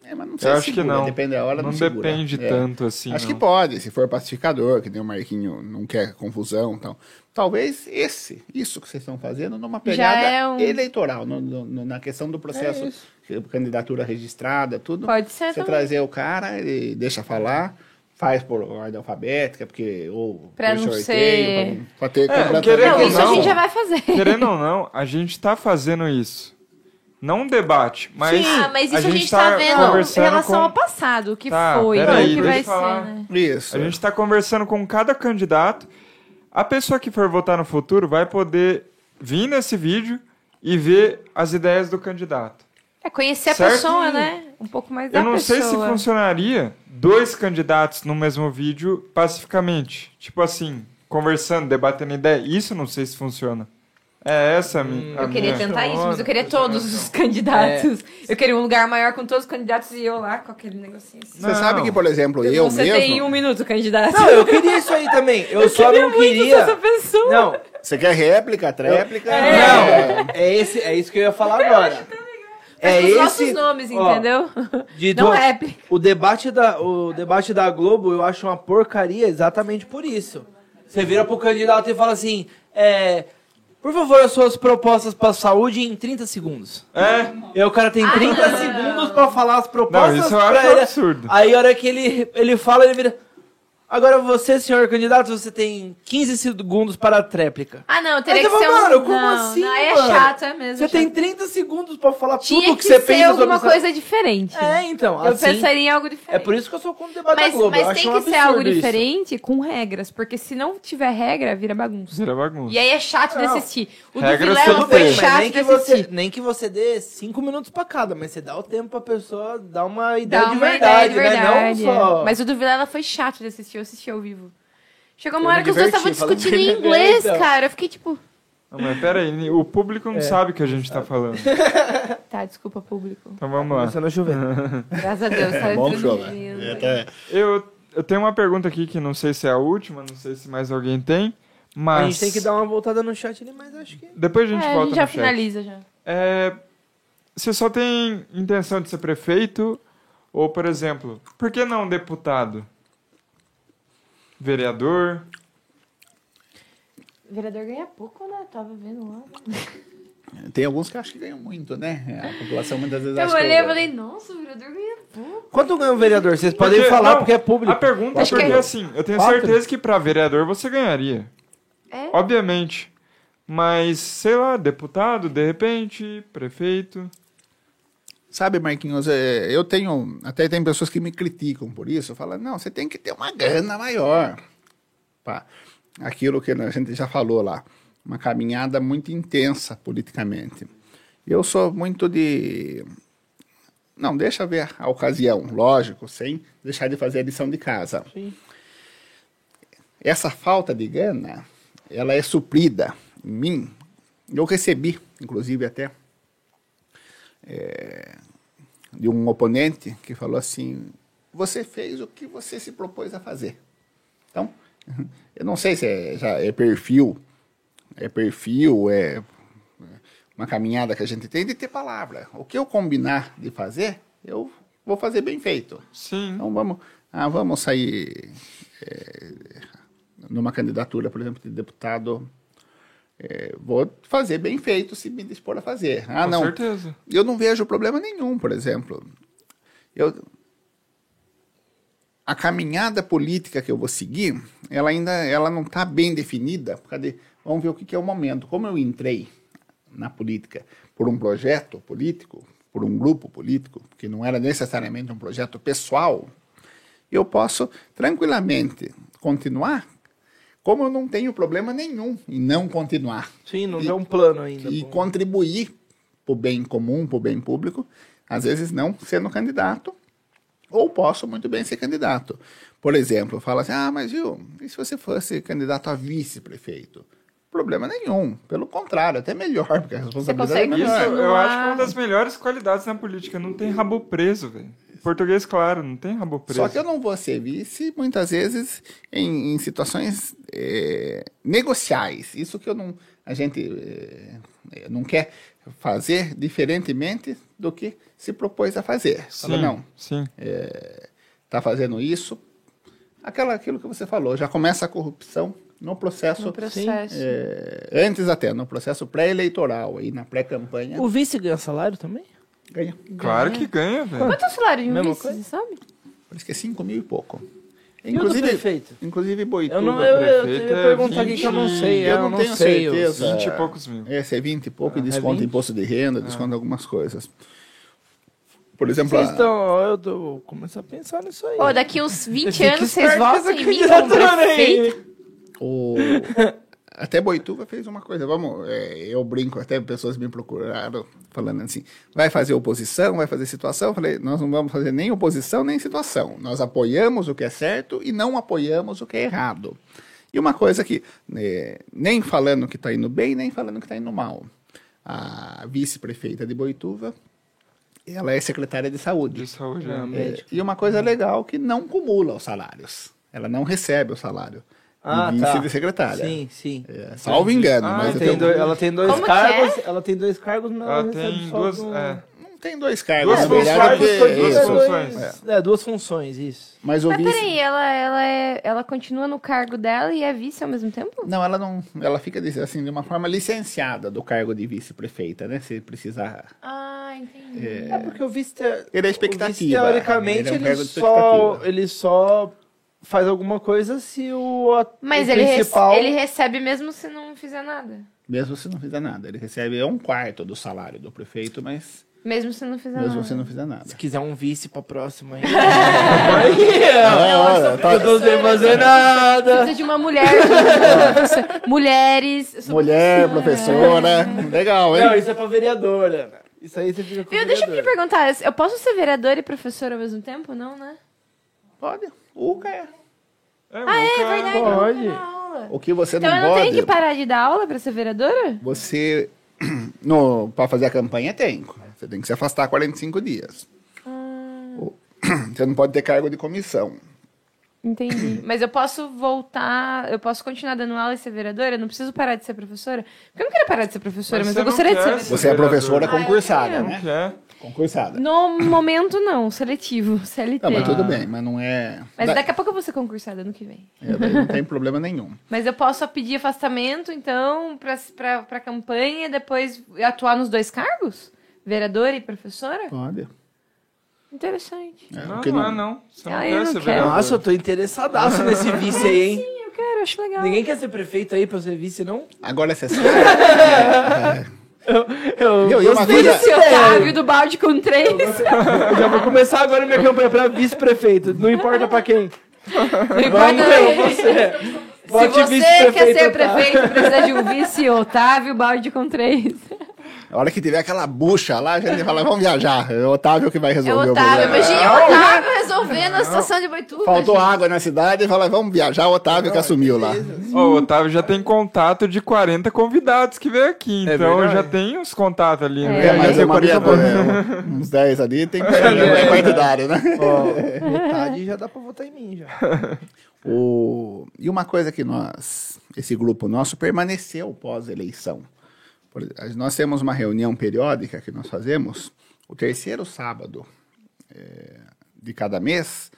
É, mas não sei
Eu
se
acho que
segura,
não.
Depende da hora,
não
não, segura.
depende
É.
tanto assim.
Acho
não.
que pode, se for pacificador, que nem o Marquinho não quer confusão e tal. Talvez esse, isso que vocês estão fazendo, numa pegada
é um-
eleitoral, no- no- no- na questão do
É
processo, candidatura registrada, tudo.
Pode ser
Você
também.
trazer o cara, ele deixa falar, faz por ordem alfabética, porque. Ou
Pra
por
não ser-
sorteio, pra, pra ter
É,
completamente-
querendo
Não,
que
isso a
não.
gente já vai fazer.
Querendo ou não, a gente tá fazendo isso. Não um debate, mas.
ah, mas isso a gente, tá, vendo em
conversando
relação
com-
ao passado, o que
Tá,
foi, não
peraí,
o que
deixa
vai
eu falar.
ser, né?
Isso.
A gente está conversando com cada candidato. A pessoa que for votar no futuro vai poder vir nesse vídeo e ver as ideias do candidato.
É conhecer a
Certo?
pessoa, né? Um pouco mais da
Eu não
pessoa.
sei se funcionaria dois candidatos no mesmo vídeo pacificamente. Tipo assim, conversando, debatendo ideia. Isso eu não sei se funciona. É essa a minha.
Hum, Eu
né?
queria tentar isso, mas eu queria todos os candidatos. Eu queria um lugar maior com todos os candidatos e eu lá com aquele negocinho assim.
Você sabe que, por exemplo,
Porque
eu
Você
mesmo.
tem um minuto, candidato.
Não, eu queria isso aí também. Eu, só
queria
não
muito ser essa
queria.
pessoa.
Não,
Você quer réplica, tréplica?
não. É, esse, é isso que eu ia falar agora.
Mas
É
com os nossos
esse.
nomes,
ó,
entendeu?
de
não
duas-
é.
O debate, da, o debate da Globo eu acho uma porcaria exatamente por isso. Você vira pro candidato e fala assim: é, por favor, as suas propostas pra saúde em 30 segundos. Ah,
É,
E aí o cara tem 30 segundos pra falar as propostas.
Não, isso eu acho
pra ele.
absurdo.
Aí a hora que ele, ele fala, ele vira. Agora você, senhor candidato, você tem 15 segundos para a tréplica.
Ah, não, teria
Aí
que
você
ser um...
fala, "Mano, como
não,
assim,
não, aí é
mano?
chato, é mesmo.
Você
chato.
tem 30 segundos pra falar
Tinha
tudo o
que,
que você
ser
pensa sobre
alguma
essa-
coisa diferente.
É, então,
eu
assim.
pensaria em algo
É
diferente.
por isso que eu sou contra o debate
mas
da Globo. eu
mas
acho
tem
um
que ser
absurdo
algo
isso.
diferente com regras, porque se não tiver regra, vira bagunça.
vira bagunça.
E aí é chato de
Não.
assistir. O do
Regra
Vilela
tudo
foi
bem,
Mas
chato
nem,
de
que
assistir.
você, nem que você dê cinco minutos pra cada, mas você dá o tempo pra pessoa dar uma ideia,
Dá
de,
uma
verdade,
ideia de verdade.
né? Não
é.
só.
Mas o do Vilela foi chato de assistir, eu assisti ao vivo. Chegou uma
Eu
hora
me
que os dois
diverti,
estavam
falando
discutindo em
bem,
inglês,
então.
cara. Eu fiquei tipo,
Não, mas peraí, o público
É.
não sabe o que a gente tá falando.
tá, desculpa, público.
Então vamos lá.
Começando a chover.
É
Graças a Deus, tá
Bom
tranquilo.
show, né? É, tá-
Eu, eu tenho uma pergunta aqui que não sei se é a última, não sei se mais alguém tem, mas.
A gente tem que dar um uma voltada no chat ali, mas acho que.
Depois a gente
É, a
volta
gente já
no chat.
finaliza já.
É, você só tem intenção de ser prefeito? Ou, por exemplo, por que não deputado? Vereador?
O vereador ganha pouco, né? Tava vendo lá.
Tem alguns que acham que ganham muito, né? A população muitas vezes
É. Eu
acha que
é
olhei e falei, nossa, o vereador ganha pouco.
Quanto ganha o vereador? Vocês podem
Porque-
falar
não,
porque é público.
A pergunta é
Acho que
porque,
é-
assim, eu tenho
Quatro?
certeza que pra vereador você ganharia.
É?
Obviamente. Mas, sei lá, deputado, de repente, prefeito.
Sabe, Marquinhos, é, eu tenho. Até tem pessoas que me criticam por isso. Falam, não, você tem que ter uma grana maior. Pá, aquilo que a gente já falou lá. Uma caminhada muito intensa politicamente. Eu sou muito de. Não, deixa ver a ocasião, lógico, sem deixar de fazer a lição de casa. Essa falta de grana, ela é suprida em mim. Eu recebi, inclusive, até de um oponente que falou assim: você fez o que você se propôs a fazer. Então, eu não sei se é, já é perfil, é perfil, é uma caminhada que a gente tem de ter palavra. O que eu combinar de fazer, eu vou fazer bem feito.
Sim.
Então vamos, ah, vamos sair eh, numa candidatura, por exemplo, de deputado. eh, vou fazer bem feito se me dispor a fazer. Ah,
com
não,
certeza.
eu não vejo problema nenhum, por exemplo. Eu... A caminhada política que eu vou seguir, ela ainda ela não está bem definida. Cadê? Vamos ver o que, que é o momento. Como eu entrei na política por um projeto político, por um grupo político, que não era necessariamente um projeto pessoal, eu posso tranquilamente continuar, como eu não tenho problema nenhum em não continuar
Sim, não deu um plano ainda.
e
pô.
contribuir para o bem comum, para o bem público, às vezes não sendo candidato, ou posso muito bem ser candidato. Por exemplo, fala assim, ah, mas Gil, e se você fosse candidato a vice-prefeito? Problema nenhum, pelo contrário, até melhor, porque a responsabilidade é
consegue
Isso
menor.
eu
Não
acho que é
há-
uma das melhores qualidades na política. Não tem rabo preso, velho. Português, claro, não tem rabo preso.
Só que eu não vou ser vice, muitas vezes, em, em situações eh, negociais. Isso que eu não, a gente eh, eh, não quer fazer diferentemente do que se propôs a fazer. Fala,
Sim,
não,
Sim.
tá fazendo isso. Aquela, aquilo que você falou, já começa a corrupção no processo,
No processo.
eh, antes até, no processo pré-eleitoral, aí na pré-campanha,
É O vice ganha salário também?
ganha.
Claro
Né?
que ganha, velho.
Quanto é o salário de um
Mesma
vice,
coisa?
você sabe?
Parece que é 5 mil e pouco.
e o do
Inclusive,
prefeito?
inclusive Boituva,
Eu não, eu, eu, eu
prefeito
ia
é
perguntar aqui que eu não
20,
sei. é,
eu não tenho
sei, eu- tipo,
certeza.
Vinte e poucos mil.
é, se é 20 e pouco, e
Ah, é
desconta
20?
imposto de renda, desconta algumas coisas. Por exemplo,
Vocês
a-
estão, Então, ó, eu tô começando a pensar nisso aí.
Pô, daqui uns 20
Fica
anos vocês
esperto
votam
com essa
em mim como
candidatura aí.
prefeito.
O... até Boituva fez uma coisa, vamos, é, eu brinco, até pessoas me procuraram falando assim, vai fazer oposição, vai fazer situação, eu falei, nós não vamos fazer nem oposição nem situação, nós apoiamos o que é certo e não apoiamos o que é errado. E uma coisa que, né, nem falando que está indo bem, nem falando que está indo mal, a vice-prefeita de Boituva, ela é secretária de saúde.
De saúde,
Ah,
né?
É,
médico.
e uma coisa legal que não cumula os salários. Ela não recebe o salário.
Ah,
vice
tá.
de secretária.
Sim, sim. um-
É, Salvo engano,
Ah,
mas
Ela
eu
entendi.
tem,
tenho-
dois, ela tem dois
Como que é?
cargos, ela tem dois cargos, mas ela,
Ela Ah, tem
recebe só
duas.
do-
É,
não tem dois cargos.
Duas
na verdade,
funções,
porque-
dois- duas
isso.
É, dois-
funções.
É, duas funções, isso.
Mas o
Mas
vice.
peraí, ela, ela, é, ela continua no cargo dela e é vice ao mesmo tempo?
Não, ela não. Ela fica de- assim, de uma forma licenciada do cargo de vice-prefeita, né? Se precisar.
Ah, entendi.
É, porque o vice, te-
Ele é
o
expectativa.
vice, teoricamente,
é um
ele,
cargo de
só,
expectativa.
ele só faz alguma coisa se o, a-
Mas
o
ele, rece-
principal...
ele recebe mesmo se não fizer nada.
Mesmo se não fizer nada. Ele recebe um quarto do salário do prefeito, mas
Mesmo se não fizer
mesmo
nada.
se não fizer nada.
Se quiser um vice pra próxima aí.
Ah, olha, tá-
eu não sei fazer nada.
Precisa de uma mulher. de uma pessoa. Mulheres. sub-
Mulher, professora. Legal, hein?
Não, isso é pra vereadora. né? Isso aí você fica com
Viu, deixa eu me
vereador.
perguntar, eu posso ser vereador e professor ao mesmo tempo? Não, né?
Pode. Uca é.
é, nunca-
É verdade, eu
Pode.
nunca dou aula.
O que você
Então
não
eu não
pode,
tenho que parar de dar aula pra ser vereadora?
você no para fazer a campanha tem. Você tem que se afastar
Ah,
45 dias. O- Você não pode ter cargo de comissão.
Entendi. Mas eu posso voltar, eu posso continuar dando aula e ser vereadora? Eu não preciso parar de ser professora? Porque eu não queria parar de ser professora, mas,
você
eu
não
gostaria de
quer
ser.
ser
Você é professora
Ah, eu
concursada,
quero.
né?
É.
Concursada.
No momento, não. Seletivo, CLT.
Não, mas
mas
tudo bem, mas não é. da-
daqui a pouco eu vou ser concursada ano que vem.
é, daí não tem problema nenhum.
Mas eu posso só pedir afastamento, então, pra, pra, pra campanha, depois atuar nos dois cargos? Vereadora e professora?
Pode.
Interessante.
É,
Não,
o que
não é não. Você não
Ah, eu
quer
não
ser
quero.
vereador.
Nossa, eu tô interessadaço nesse vice aí, hein?
Eu quero, acho legal.
Ninguém quer ser prefeito aí pra ser vice, não?
Agora você sabe.
Eu,
Meu, e uma
gostei
coisa-
desse
Esse Otávio
Otávio.
do balde com três.
Eu já vou começar agora minha campanha pra vice-prefeito. Não importa pra quem.
Não
Vamos
importa.
eu, você.
Se
Vote
você
vice-prefeito,
quer ser
Otávio.
prefeito, precisa de um vice, Otávio, balde com três.
A hora que tiver aquela bucha lá, a gente fala, vamos viajar. É o Otávio que vai
É
resolver
o
o
Otávio,
problema.
imagina o Otávio resolvendo a situação de Boituva.
Faltou água na cidade e fala, vamos viajar, o Otávio que assumiu lá.
Ó, o Otávio já tem contato de 40 convidados que veio aqui.
É
Então
verdade.
já tem uns contatos ali.
É,
Né?
mas
tem
é uma
40
meia, é, um- uns 10 ali tem que é partidário, né?
Ó, metade já dá pra votar em mim, já.
O... E uma coisa que nós, esse grupo nosso permaneceu pós-eleição. Por- Nós temos uma reunião periódica que nós fazemos, o terceiro sábado eh, de cada mês,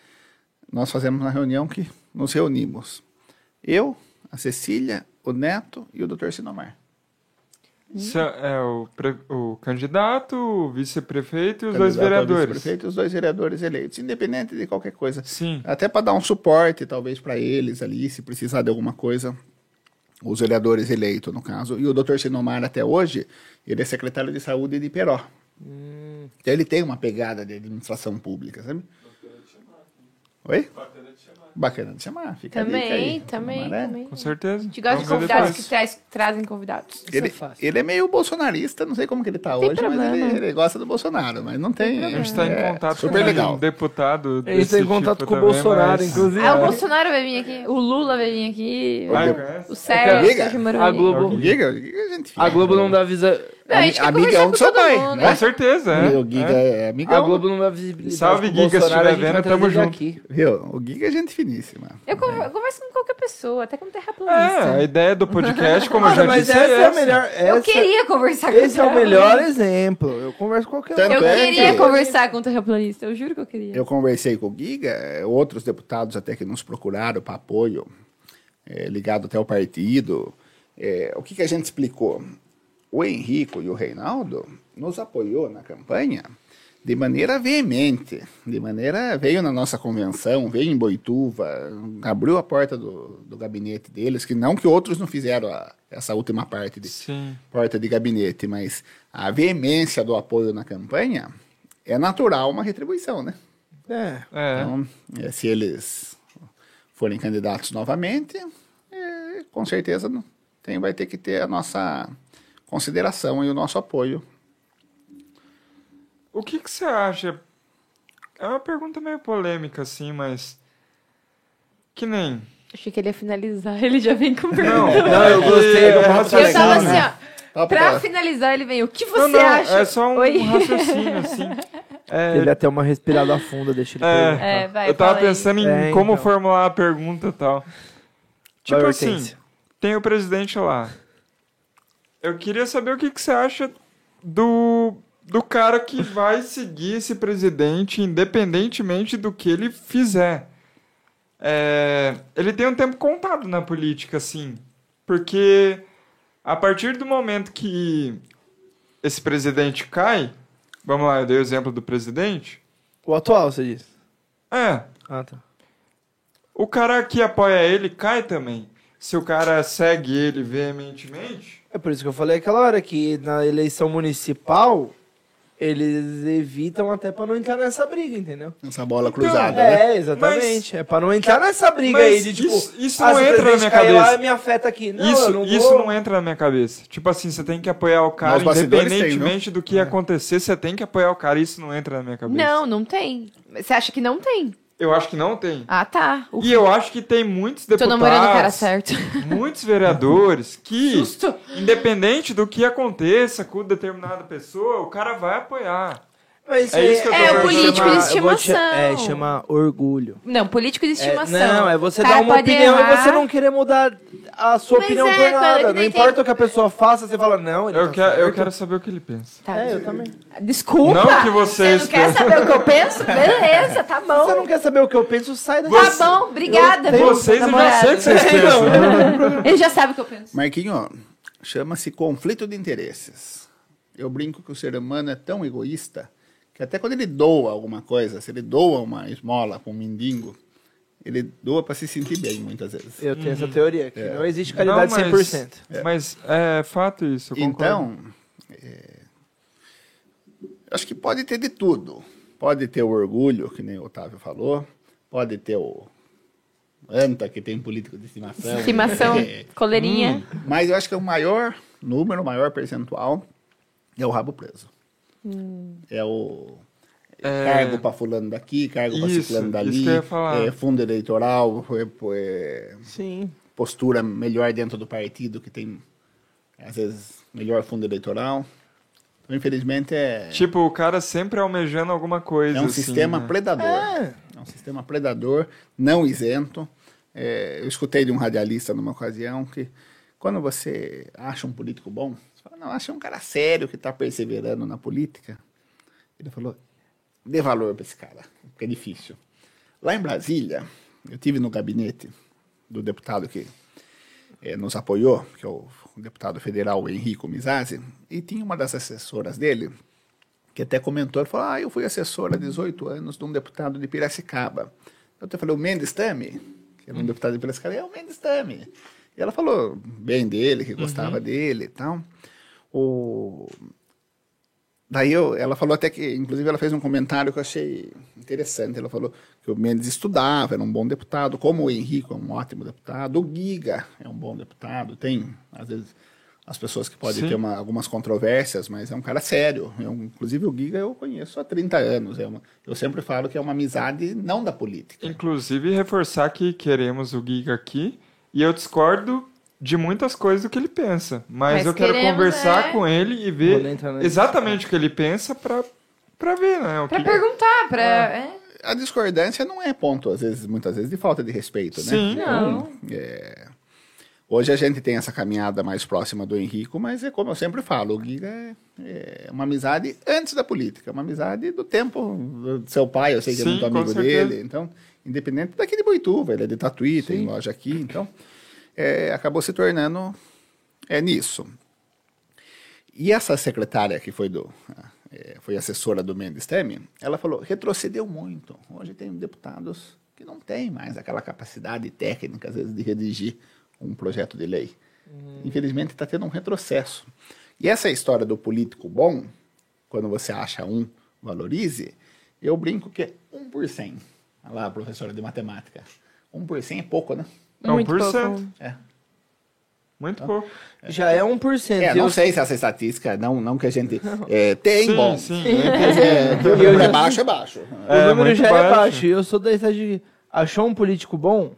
nós fazemos uma reunião que nos reunimos. Eu, a Cecília, o Neto e o Dr. Sinomar.
Isso É é o, pre- o candidato, o vice-prefeito e os dois
Candidato a
vereadores.
vice-prefeito e os dois vereadores eleitos, independente de qualquer coisa.
Sim.
Até para dar um suporte, talvez, para eles ali, se precisar de alguma coisa. Os vereadores eleitos, no caso. E o doutor Sinomar, até hoje, ele é secretário de saúde de Peró.
Hum.
Então, ele tem uma pegada de administração pública, sabe? Oi? Bacana de chamar. Fica a dica aí.
Também, também,
Sinomar é-
também.
Com certeza.
A gente gosta de
Vamos ver
convidados
depois.
que traz- trazem convidados.
Ele,
fácil.
ele é meio bolsonarista, não sei como que ele tá
tem
hoje,
problema.
mas ele, ele gosta do Bolsonaro, mas não tem.
A gente está em
é,
contato
super
com um
legal.
deputado.
Ele
desse
tá em contato
tipo
com o
também,
Bolsonaro,
mas-
inclusive.
Ah, o Bolsonaro vai vir aqui, o Lula vai vir aqui,
Ah, conhece?
o Sérgio
Liga?
que morou
A
ali.
Globo,
O Giga, o Giga a gente fica.
Uhum. a Globo não dá visa...
Não, a gente quer conversar
Amigão
com
do seu
todo
pai,
mundo,
né?
Com certeza, é.
O Giga
é.
é,
né? A
amigão.
Globo não dá visibilidade.
Salve,
pro
Giga, se
Bolsonaro, a
estiver
gente vai
vendo, tamo
trazer ele
junto.
Aqui.
Viu? O Giga é gente finíssima.
Eu, con- eu converso com qualquer pessoa, até com terraplanista.
É, a ideia do podcast, como eu
Mano,
já
mas
disse,
essa é a
essa.
melhor...
eu
essa-
queria conversar com
Esse é o
terraplanista.
melhor exemplo. Eu converso com qualquer um.
Tanto
Eu
é que-
queria conversar com o terraplanista, eu juro que eu queria.
Eu conversei com o Giga, eh, outros deputados até que nos procuraram para apoio, eh, ligado até ao partido. Eh, o que, que a gente explicou? O Henrico e o Reinaldo nos apoiou na campanha de maneira veemente, de maneira veio na nossa convenção, veio em Boituva, abriu a porta do, do gabinete deles, que não que outros não fizeram a- essa última parte de,
Sim.
porta de gabinete, mas a veemência do apoio na campanha é natural uma retribuição, né?
É.
É.
Então, é, se eles forem candidatos novamente, é, com certeza não- tem, vai ter que ter a nossa consideração e o nosso apoio.
O que que você acha? É uma pergunta meio polêmica, assim, mas. Que nem.
Achei que ele ia finalizar, ele já vem com pergunta.
Não, tá
Não, eu gostei
É
do
Eu
raciocínio.
tava
legal,
assim,
né?
ó,
Tá,
pra
pra-
finalizar ele vem, o que você
não, não,
acha?
é só um
Oi?
raciocínio, assim. É,
um. Ele até uma respirada funda, deixa ele
É.
perguntar.
É, vai,
eu tava
fala aí.
pensando em
É,
como
então.
formular a pergunta e tal. Tipo
Vai,
assim,
Hortência.
tem o presidente lá. Eu queria saber o que, que você acha do, do cara que vai seguir esse presidente, independentemente do que ele fizer. É, ele tem um tempo contado na política, assim. Porque a partir do momento que esse presidente cai, vamos lá, eu dei o exemplo do presidente.
O atual, você diz?
É,
Ah, tá.
o cara que apoia ele cai também. Se o cara segue ele veementemente.
É por isso que eu falei aquela hora que na eleição municipal eles evitam até pra não entrar nessa briga, entendeu?
Essa bola
Ah,
cruzada, né?
É, exatamente. É pra não entrar nessa briga
Mas
aí de tipo.
isso, isso
ah,
não
se o
entra na
presidente
minha
cair
cabeça.
Lá, me afeta aqui. Não,
isso
eu não
isso
vou.
não é- entra na minha cabeça. Tipo assim, você tem que apoiar o cara,
Mas os bastidores têm,
independentemente do
É.
que acontecer, você tem que apoiar o cara. Isso não entra na minha cabeça.
Não, não tem. Você acha que não tem?
Eu acho que não tem.
Ah, tá. O...
E eu acho que tem muitos
Tô
deputados,
namorando o cara certo.
muitos vereadores que, independente do que aconteça com determinada pessoa, o cara vai apoiar.
Mas
É isso que eu tô
É,
falando.
o político
chama-
de
eu vou te-
estimação.
É, chama orgulho.
Não, político de
É,
estimação.
não, é você
O cara
dar uma
pode
opinião e
errar.
você não querer mudar a sua
Mas
opinião
é,
por
quando-
nada.
que
Não
nem
importa
tem-
o que a pessoa faça, você fala, não, ele
Eu,
tá
quero, eu
certo.
quero saber o que ele pensa.
Tá,
É, eu também.
Desculpa.
Não que
Você
vocês
não quer
tenham-
saber o que eu penso? Beleza, tá
Se você não
bom.
quer saber o que eu penso, sai da
Você-
Tá bom, obrigada. viu,
Vocês eu já
namorado.
sei o que né? vocês pensam.
Ele já sabe o que eu penso.
Marquinho, ó, chama-se conflito de interesses. Eu brinco que o ser humano é tão egoísta que até quando ele doa alguma coisa, se ele doa uma esmola para um mendigo, ele doa para se sentir bem muitas vezes.
Eu tenho essa teoria,
É.
que não existe
Uhum. Não,
caridade
mas-
100%.
Mas é fato isso, eu concordo.
Então, é, eu acho que pode ter de tudo. Pode ter o orgulho, que nem o Otávio falou. Pode ter o anta, que tem um político de estimação.
Estimação,
É.
Hum.
coleirinha.
Mas eu acho que o maior número, o maior percentual é o rabo preso. É o
É,
cargo para fulano daqui, cargo para
Isso,
ciclano
isso
dali,
que eu ia falar.
é, fundo eleitoral, é, é,
Sim.
postura melhor dentro do partido, que tem, às vezes, melhor fundo eleitoral. Então, infelizmente, é,
Tipo, o cara sempre almejando alguma coisa.
é um
assim,
sistema
né?
predador. É. um sistema predador, não isento. É, eu escutei de um radialista numa ocasião que quando você acha um político bom, você fala, não, acha um cara sério que está perseverando na política. Ele falou, dê valor para esse cara, porque é difícil. Lá em Brasília, eu tive no gabinete do deputado que eh, nos apoiou, que é o deputado federal Henrico Mizazzi, e tinha uma das assessoras dele, que até comentou, ele falou, ah, eu fui assessora há 18 anos de um deputado de Piracicaba. Eu até falei, o Mendes Tame, que era um deputado de Piracicaba, é o Mendes Tame. E ela falou bem dele, que gostava dele e tal. O... Daí eu, ela falou até que, inclusive ela fez um comentário que eu achei interessante, ela falou que o Mendes estudava, era um bom deputado, como o Henrico é um ótimo deputado, o Giga é um bom deputado, tem, às vezes, as pessoas que podem
Sim.
ter uma- algumas controvérsias, mas é um cara sério. Eu, inclusive, o Giga eu conheço há 30 anos. É uma, eu sempre falo que é uma amizade não da política.
Inclusive, reforçar que queremos o Giga aqui. E eu discordo de muitas coisas do que ele pensa. Mas,
Mas
eu quero
queremos,
conversar
é.
com ele e
Vou nem
ver
entrar nesse-
exatamente o que ele pensa pra, pra ver, né? O
Pra
que-
perguntar, pra.
Ah.
é.
A discordância não é ponto, às vezes, muitas vezes, de falta de respeito, né?
Sim.
Não.
Hoje a gente tem essa caminhada mais próxima do Henrico, mas é como eu sempre falo, o Giga é, é uma amizade antes da política, uma amizade do tempo do seu pai, eu sei que
Sim,
é muito
com
amigo
certeza.
dele, então, independente daqui de Boituva, ele é de Tatuí, tem loja aqui, então, é, acabou se tornando é nisso. E essa secretária que foi do eh, foi assessora do Mendes Temin, ela falou, retrocedeu muito. Hoje tem deputados que não têm mais aquela capacidade técnica, às vezes, de redigir um projeto de lei.
Uhum.
Infelizmente, está tendo um retrocesso. E essa é história do político bom, quando você acha um, valorize, eu brinco que é 1 por 100. Olha lá, professora de matemática. 1 por 100 é pouco, né?
É um
Muito
por
pouco.
cento.
É. Tá.
Muito pouco.
Já é 1%.
É,
e eu
não sei se essa estatística, não, não que a gente eh, tem
Sim,
bom.
sim.
Né?
É, que o número é baixo, é baixo.
O
É,
número
muito
já é
baixo.
baixo. E Eu sou da idade de. Achou um político bom?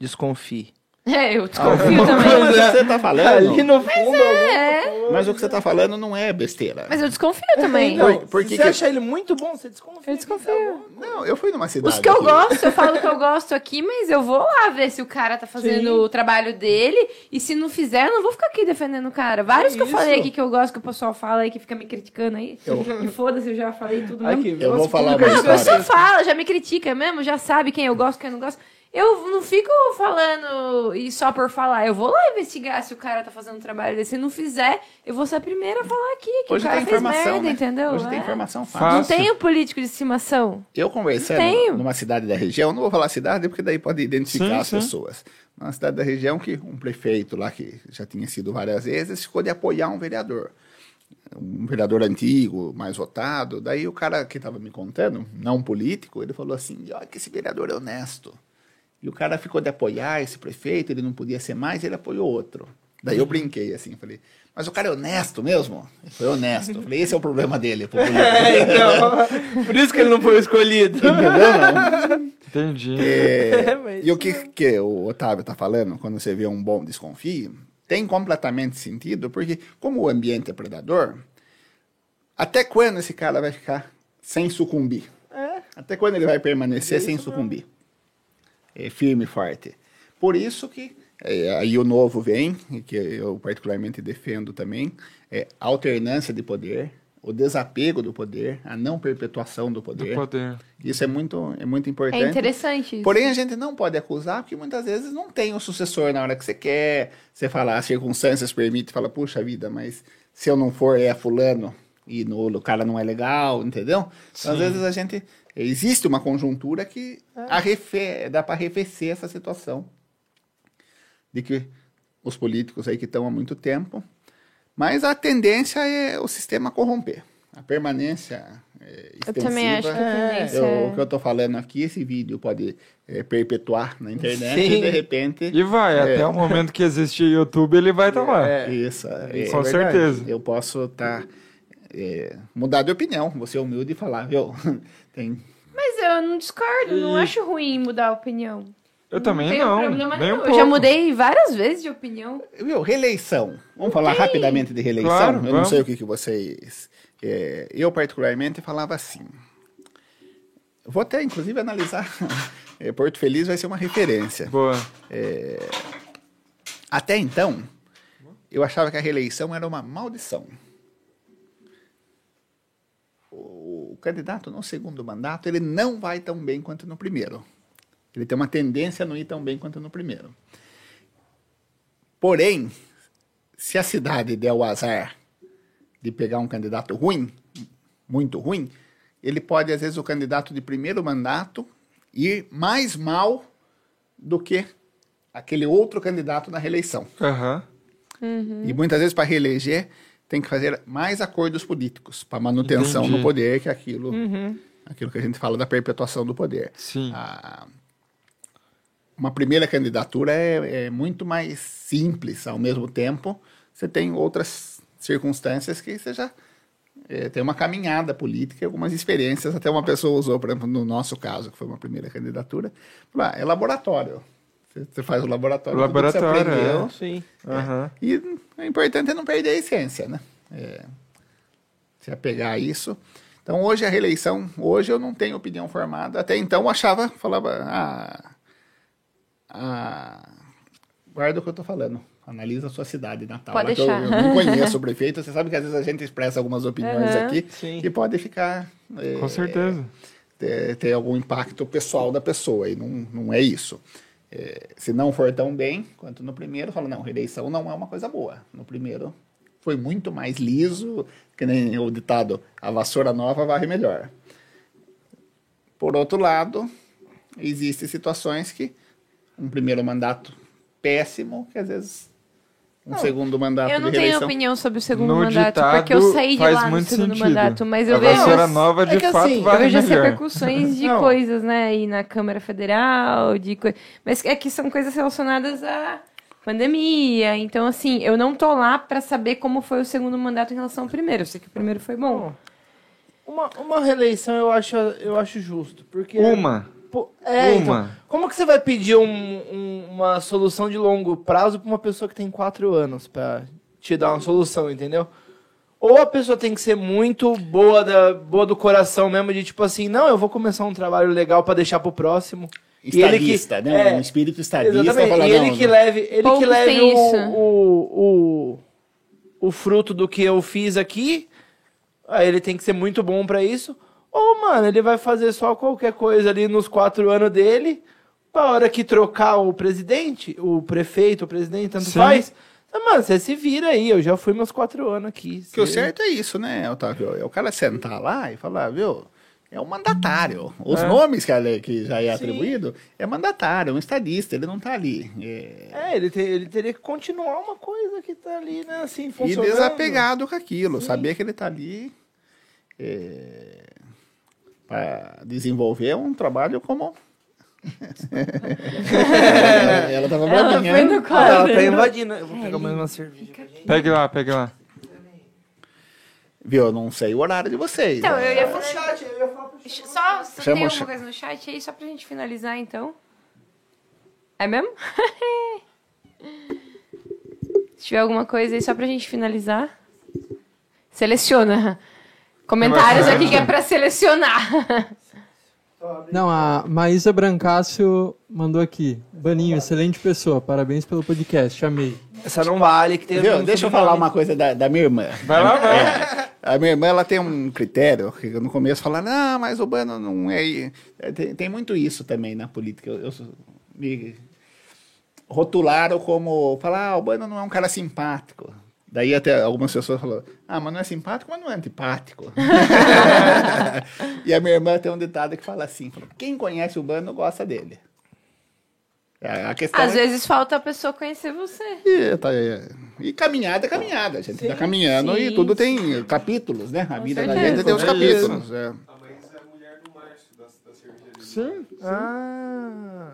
Desconfie.
É, eu desconfio também.
Mas o que você tá
Ali
falando,
no fundo.
É,
mas o que você tá falando não é besteira.
mas eu desconfio também.
Não,
Não,
por
se
que
você
que-
achar ele muito bom, você desconfia. Tá
Eu desconfio.
Não, eu fui numa cidade.
Os que eu
aqui.
gosto, eu falo que eu gosto aqui, mas eu vou lá ver se o cara tá fazendo o trabalho dele. E se não fizer, eu não vou ficar aqui defendendo o cara. Vários que eu
Isso.
falei aqui que eu gosto, que o pessoal fala aí, que fica me criticando aí. E foda-se, eu já falei tudo mesmo.
Aqui,
Eu vou falar uma
A pessoa
história.
fala, já me critica mesmo, já sabe quem eu gosto, quem eu não gosto. Eu não fico falando e só por falar. Eu vou lá investigar se o cara tá fazendo o trabalho dele. Se não fizer, eu vou ser a primeira a falar aqui que
Hoje
o cara
tem
fez
informação,
merda,
né?
entendeu?
Hoje tem
É.
informação
Fácil.
fácil.
Não tem o político de estimação.
Eu conversando
Tenho.
numa cidade da região, não vou falar cidade porque daí pode identificar
Sim,
as
sim.
pessoas. Numa cidade da região que um prefeito lá, que já tinha sido várias vezes, ficou de apoiar um vereador. Um vereador antigo, mais votado. Daí o cara que estava me contando, não político, ele falou assim: olha que esse vereador é honesto. E o cara ficou de apoiar esse prefeito, ele não podia ser mais, ele apoiou outro. Daí eu brinquei assim, falei, mas o cara é honesto mesmo? Ele foi honesto. Eu Falei, esse é o problema dele. pro político."
É, então, por isso que ele não foi escolhido.
Entendi.
É,
mas-
e o que, que o Otávio tá falando, quando você vê um bom desconfio, tem completamente sentido, porque como o ambiente é predador, até quando esse cara vai ficar sem sucumbir. Até quando ele vai permanecer sem sucumbir? É firme e forte. Por isso que é, aí o novo vem, e que eu particularmente defendo também, é a alternância de poder, o desapego do poder, a não perpetuação do poder.
Do poder.
Isso é muito, é muito
É
importante.
interessante isso.
Porém, a gente não pode acusar, porque muitas vezes não tem o sucessor na hora que você quer. Você fala, as circunstâncias permitem, fala, puxa vida, mas se eu não for, é fulano e nulo, o cara não é legal, entendeu? Então, às vezes a gente. Existe uma conjuntura que
É.
arrefe, dá para arrefecer essa situação de que os políticos aí que estão há muito tempo. Mas a tendência é o sistema corromper. A permanência é,
Eu também acho que
extensiva
a tendência
eu-
é...
o que eu tô falando aqui, esse vídeo pode eh, perpetuar na internet
Sim.
e de repente.
E vai, até o momento que existe YouTube, ele vai estar lá.
Isso, É. é,
Com
é verdade.
certeza.
Eu posso estar. mudar de opinião, vou ser humilde e falar, viu? Tem,
Mas eu não discordo, não acho ruim mudar a opinião.
Eu também
tenho
não.
problema
nem um
nenhum.
pouco.
Eu já mudei várias vezes de opinião.
viu, reeleição. Vamos falar rapidamente de reeleição?
Claro,
eu não
vamos.
sei o que, que vocês. eh, eu, particularmente, falava assim. Vou até, inclusive, analisar. eh, Porto Feliz vai ser uma referência.
Boa.
Até então, eu achava que a reeleição era uma maldição. O o candidato no segundo mandato, ele não vai tão bem quanto no primeiro. Ele tem uma tendência a não ir tão bem quanto no primeiro. Porém, se a cidade der o azar de pegar um candidato ruim, muito ruim, ele pode, às vezes, o candidato de primeiro mandato ir mais mal do que aquele outro candidato na reeleição.
Aham.
E muitas vezes, para reeleger, tem que fazer mais acordos políticos para manutenção
Entendi.
no poder, que é aquilo, aquilo que a gente fala da perpetuação do poder.
Sim.
A- uma primeira candidatura é, é muito mais simples, ao mesmo tempo, você tem outras circunstâncias que você já é, tem uma caminhada política, e algumas experiências. Até uma pessoa usou, por exemplo, no nosso caso, que foi uma primeira candidatura, falou, ah, é laboratório. Você- Você faz o laboratório, tudo que você
Laboratório,
aprendeu,
é.
Sim.
Aham.
e o importante é não perder a essência, né? É, se apegar a isso. Então, hoje a reeleição, hoje eu não tenho opinião formada. Até então, eu achava, falava, ah, ah, guarda o que eu tô falando. Analisa a sua cidade natal.
Pode
lá que eu,
deixar.
eu não conheço o prefeito. Você sabe que às vezes a gente expressa algumas opiniões
Aham.
aqui
Sim.
que pode ficar... é,
Com certeza.
ter, é, ter algum impacto pessoal da pessoa, e não, não é isso. É, se não for tão bem quanto no primeiro, fala, não, reeleição não é uma coisa boa. No primeiro foi muito mais liso, que nem o ditado, a vassoura nova varre melhor. Por outro lado, existem situações que um primeiro mandato péssimo, que às vezes um segundo mandato
Eu
de
não tenho
reeleição...
opinião sobre o segundo
No
mandato,
ditado,
porque eu saí de
faz
lá no
muito
segundo
sentido.
mandato, mas eu
A
vejo...
vassoura nova, de
É que
fato,
assim,
Eu
vale
vejo as
melhor.
repercussões de
Não.
coisas, né? E na Câmara Federal, de coi- mas é que são coisas relacionadas à pandemia. Então, assim, eu não tô lá pra saber como foi o segundo mandato em relação ao primeiro. Eu sei que o primeiro foi bom.
Uma, uma reeleição eu acho, eu acho justo, porque...
Uma.
Pô, é,
Uma.
então, como que você vai pedir um- um- uma solução de longo prazo pra uma pessoa que tem quatro anos pra te dar uma solução, entendeu? Ou a pessoa tem que ser muito boa, da, boa do coração mesmo, de tipo assim, não, eu vou começar um trabalho legal pra deixar pro próximo. E ele que-
Estadista, né?
é,
um espírito estadista.
Exatamente.
fala,
E ele
não,
que leve, ele que
Poucos
leve
têm isso.
o, o, o, o fruto do que eu fiz aqui. Aí ele tem que ser muito bom pra isso. Ou, mano, ele vai fazer só qualquer coisa ali nos quatro anos dele. Pra hora que trocar o presidente, o prefeito, o presidente, tanto
Sim.
faz. Então, mano, você se vira aí. Eu já fui meus quatro anos aqui.
Que o
Cê-
certo é isso, né, Otávio? É o cara sentar lá e falar, viu? É um mandatário. Os nomes que, ali- que já é atribuído é mandatário, é um estadista, ele não tá ali. É...
É, ele, te- ele teria que continuar uma coisa que tá ali, né, assim,
E
funcionando.
desapegado com aquilo, saber que ele tá ali para desenvolver um trabalho como. ela, ela tava
Ela
brabinha,
foi
né?
no
Ah, ela tá
quadro.
invadindo. Eu vou pegar mais uma cerveja.
Pegue lá, pegue lá.
Viu? Eu não sei o horário de vocês.
Então,
né?
eu ia falar...
eu ia falar pro
Só, se
Chama
tem
o
alguma
chat.
coisa no chat aí, só pra gente finalizar, então. É mesmo? se tiver alguma coisa aí, só pra gente finalizar. Seleciona. Comentários aqui que é pra selecionar.
Não, a Maísa Brancácio mandou aqui. Baninho, excelente pessoa. Parabéns pelo podcast. Amei.
Essa não vale, que um teve.
Viu? Deixa eu falar uma coisa da, da minha irmã. É,
Vai lá, vai.
A minha irmã, ela tem um critério, que no começo fala, ah, mas o Bano não é... é, Tem, tem muito isso também na política. Eu, eu sou- me rotularam como, falar, ah, o Bano não é um cara simpático. Daí até algumas pessoas falaram, ah, mas não é simpático, mas não é antipático. e a minha irmã tem um ditado que fala assim, fala, quem conhece o Bano gosta dele. É, A questão
Às
é
vezes falta a pessoa conhecer você.
e, tá, é. E caminhada é caminhada, a gente tá caminhando e
sim,
tudo tem capítulos, né? A vida da
certeza.
gente tem os
É
capítulos. é.
Sim.
Ah,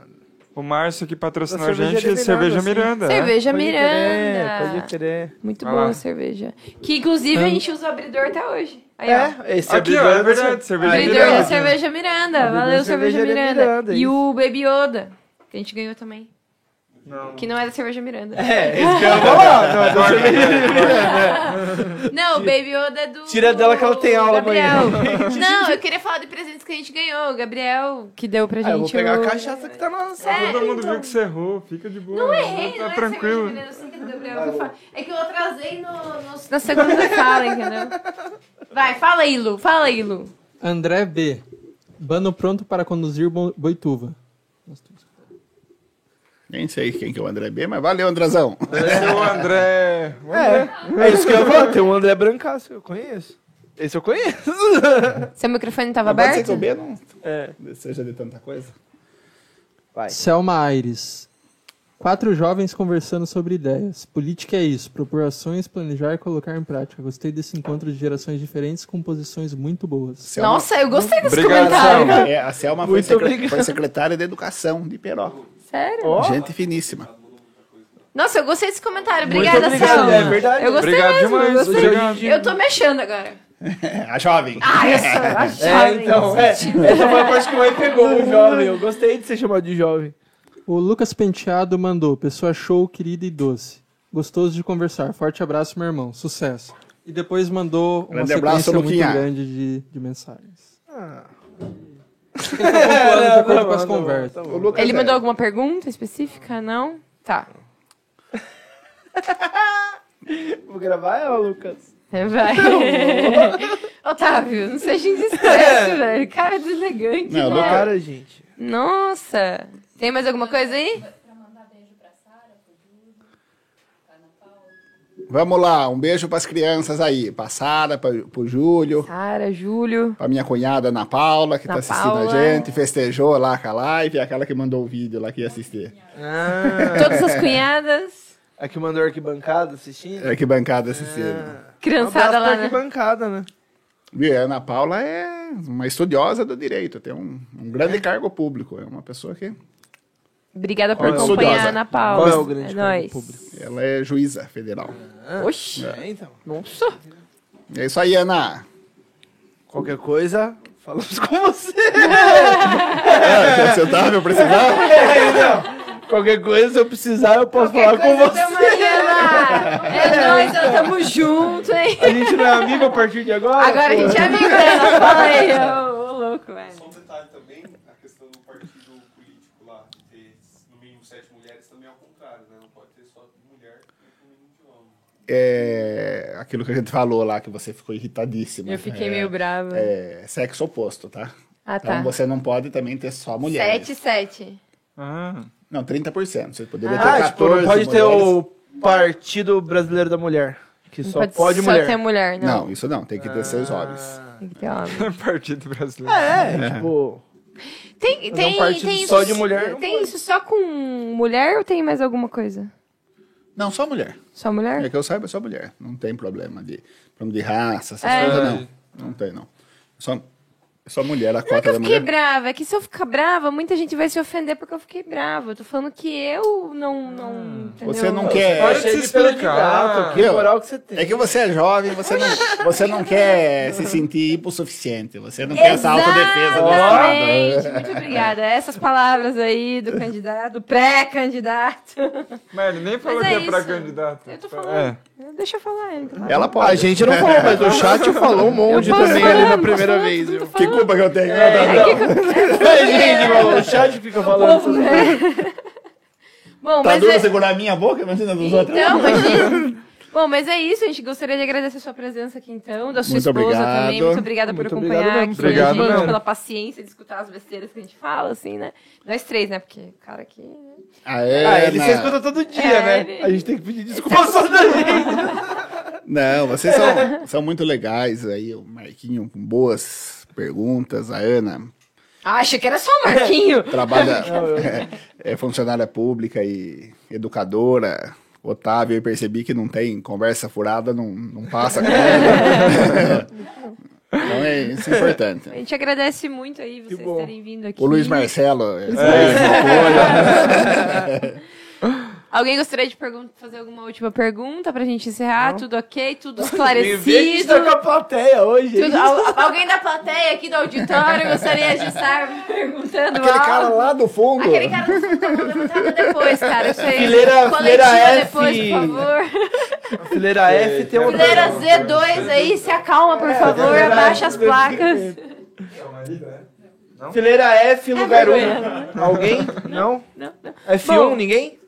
O Márcio que patrocinou
Da
a gente,
cervejaria
Cerveja é Miranda.
Miranda,
é.
cerveja
pode
Miranda.
crer, pode crer.
Muito
Vai
boa
lá.
a cerveja. Que inclusive a gente usa o abridor até hoje. Aí, ó.
É, esse
Aqui, ó,
abridor
é verdade, cerveja
Aí,
Abridor da
Miranda.
Cerveja Miranda.
Abridor
Valeu,
da
Cerveja
Cervejaria
Miranda.
Miranda, É
e
isso.
o Baby Yoda, que a gente ganhou também. Que não é da Cerveja Miranda.
É, esse que eu ia falar, não, da cerveja Miranda.
Não, o Baby Yoda é do.
Tira dela que ela tem aula
Gabriel.
amanhã.
Não, eu queria falar de presentes que a gente ganhou. O Gabriel, que deu pra
Ah,
gente.
eu vou pegar
o-
a cachaça que tá na nossa.
É,
Todo mundo
então.
viu que você errou, fica de boa.
Não errei, não
tá
é cerveja
tranquilo.
mineira, eu sei que é do
Tá
Gabriel que eu falo. É que eu atrasei no, no- na segunda fala, entendeu? Vai, fala aí, Lu, fala aí, Lu.
André B. Bano pronto para conduzir Bo- Boituva.
Nem sei quem que é o André B, mas valeu, Andrezão.
Esse é o André.
É, é isso que eu ia falar. Tem o André Brancaço, eu conheço. Esse eu conheço.
Seu microfone tava
Pode ser
aberto?
que o B não
É.
seja de tanta coisa.
Vai.
Selma Aires. Quatro jovens conversando sobre ideias. Política é isso. Propor ações, planejar e colocar em prática. Gostei desse encontro de gerações diferentes com posições muito boas.
Selma-
Nossa, eu gostei desse
Obrigado,
comentário.
Selma.
É, a Selma foi,
Muito
secre-
obrigado.
foi secretária de Educação de Peró.
Sério?
Ó,
Gente finíssima.
Nossa, eu gostei desse comentário.
Muito
Obrigada,
obrigado,
Selma.
é verdade.
Eu gostei
Obrigado
mesmo.
demais,
eu, gostei.
obrigado.
eu tô mexendo agora.
É, a jovem.
Ah, eu sou a
É,
jovem.
então, é. Essa foi a parte que mais pegou o jovem. Eu gostei de ser chamado de jovem.
O Lucas Penteado mandou. Pessoa show, querida e doce. Gostoso de conversar. Forte abraço, meu irmão. Sucesso. E depois mandou uma
Grande abraço,
sequência muito
Luquinha.
grande de, de mensagens.
Ah.
Ele foi pontuando de acordo com as
Tá bom,
conversas.
tá bom.
O Lucas
Ele
é-
mandou alguma pergunta específica? Não? Tá.
Vou gravar ela, Lucas.
Vai. Otávio, não seja
É.
indiscreto, velho. Cara é deselegante.
Não, o
né?
Lucas-
Cara, gente.
Nossa! Tem mais alguma coisa aí?
Vamos lá, um beijo pras crianças aí. Pra Sara, pra, pro Júlio,
Sara, Júlio.
pra minha cunhada Ana Paula, que
Ana
tá assistindo
Paula.
a gente, festejou lá com a live, e aquela que mandou o vídeo lá que ia assistir.
Ah.
Todas as cunhadas.
A que mandou arquibancada assistindo?
É que bancada assistindo.
É
Criançada lá, né?
um arquibancada, né?
Viu, a Ana Paula é uma estudiosa do direito, tem um, um grande cargo público. É uma pessoa que.
Obrigada por
Olha,
acompanhar
estudiosa.
Ana Paula.
Qual é o grande
é
cargo
nóis.
público?
Ela é juíza federal.
Oxi!
É, então.
Nossa!
É isso aí, Ana.
Qualquer coisa, falamos com você.
É, você tá, eu precisava?
Qualquer coisa, se eu precisar, eu posso falar com
Coisa
você.
da Mariana. É nóis, nós tamo junto, hein?
A gente não é amigo a partir de agora?
Agora a gente é amigo dela, fala aí. Ô, ô, louco, é. velho.
Só um detalhe também, a questão do partido político lá, de ter no mínimo sete mulheres, também é ao contrário, né? Não pode ter só mulher e no mínimo de homem.
É aquilo que a gente falou lá, que você ficou irritadíssima.
Eu fiquei
É,
meio brava.
É sexo oposto, tá?
Ah,
Então
tá.
você não pode também ter só mulheres.
7, 7.
Ah,
Não, 30%. Você poderia ter
Ah,
14
tipo, não pode ter
mulheres.
o Partido Brasileiro da Mulher. Que só pode,
só
mulher.
ter mulher, não.
Não, isso não. Tem que ter seis homens.
Tem que ter homem.
Partido Brasileiro.
É, tipo.
Tem,
Fazer um
tem,
partido
tem
só
isso,
de mulher, não
Tem isso só com mulher ou tem mais alguma coisa?
Não, só mulher.
Só mulher?
É que eu saiba, só mulher. Não tem problema de, problema de raça, essas
É.
coisas, não. Não tem, não. Só, Só mulher, a
Não é que
cota
eu
da
fiquei
mulher.
brava, é que se eu ficar brava, muita gente vai se ofender porque eu fiquei brava. Eu tô falando que eu não. não entendeu?
Você não
Para
quer.
de se
Ele tá pelo
explicar.
gato, Que moral que você tem.
É que você é jovem, você não, você não quer se sentir hipossuficiente. Você não quer essa autodefesa né? do Estado.
Exatamente, muito obrigada. Essas palavras aí do candidato, do pré-candidato.
Mano, nem falou
Mas
que
é
é pra
isso.
candidato.
Eu tô
É.
falando. Deixa eu falar ele. Tá
Ela pode.
A gente não falou, mas o chat falou um monte
posso
também
falar,
ali na
posso
primeira
falar,
vez.
tudo
viu?
Que culpa que eu tenho?
É,
Tá Nada,
então,
não.
É, gente, mano, o chat fica falando.
bom, né? Bom,
Tá
mas
duro
é...
segurar a minha boca, imagina dos outros. né?
Então, imagina. Bom, mas é isso, gente. Gostaria de agradecer a sua presença aqui, então, da sua
Muito
esposa
obrigado.
também. Muito obrigada por
Muito
acompanhar
obrigado mesmo.
aqui
Obrigado
a gente,
mesmo.
pela paciência de escutar as besteiras que a gente fala, assim, né? Nós três, né? Porque o cara aqui.
Ah, é,
Ah, ele
não.
se escuta todo dia,
É,
né?
ele-
A gente tem que pedir desculpa só da gente.
Não, vocês são, são muito legais aí, o Marquinho com boas perguntas, a Ana
Ah, achei que era só o Marquinho.
trabalha, é, funcionária pública e educadora. Otávio, eu percebi que não tem conversa furada, não, não passa. então é isso é importante.
A gente agradece muito aí vocês
bom.
terem vindo aqui.
O Luiz Marcelo, é,
Alguém gostaria de pergun- fazer alguma última pergunta pra gente encerrar? Tudo ok? Tudo esclarecido?
Isso é com a plateia hoje.
Tudo- al- alguém da plateia aqui do auditório gostaria de estar perguntando
aquele
algo?
cara lá do fundo.
Aquele cara do fundo, tá bom, levantada depois, cara. Isso aí.
Fileira-
Coletiva
fileira F. É
depois, por favor.
Fileira F tem um uma.
Fileira Z2 aí, se acalma,
É
por favor. Abaixa as placas. É
Fileira F, lugar
vergonha.
1. Alguém? É Não?
Não, não.
F1,
Bom.
ninguém?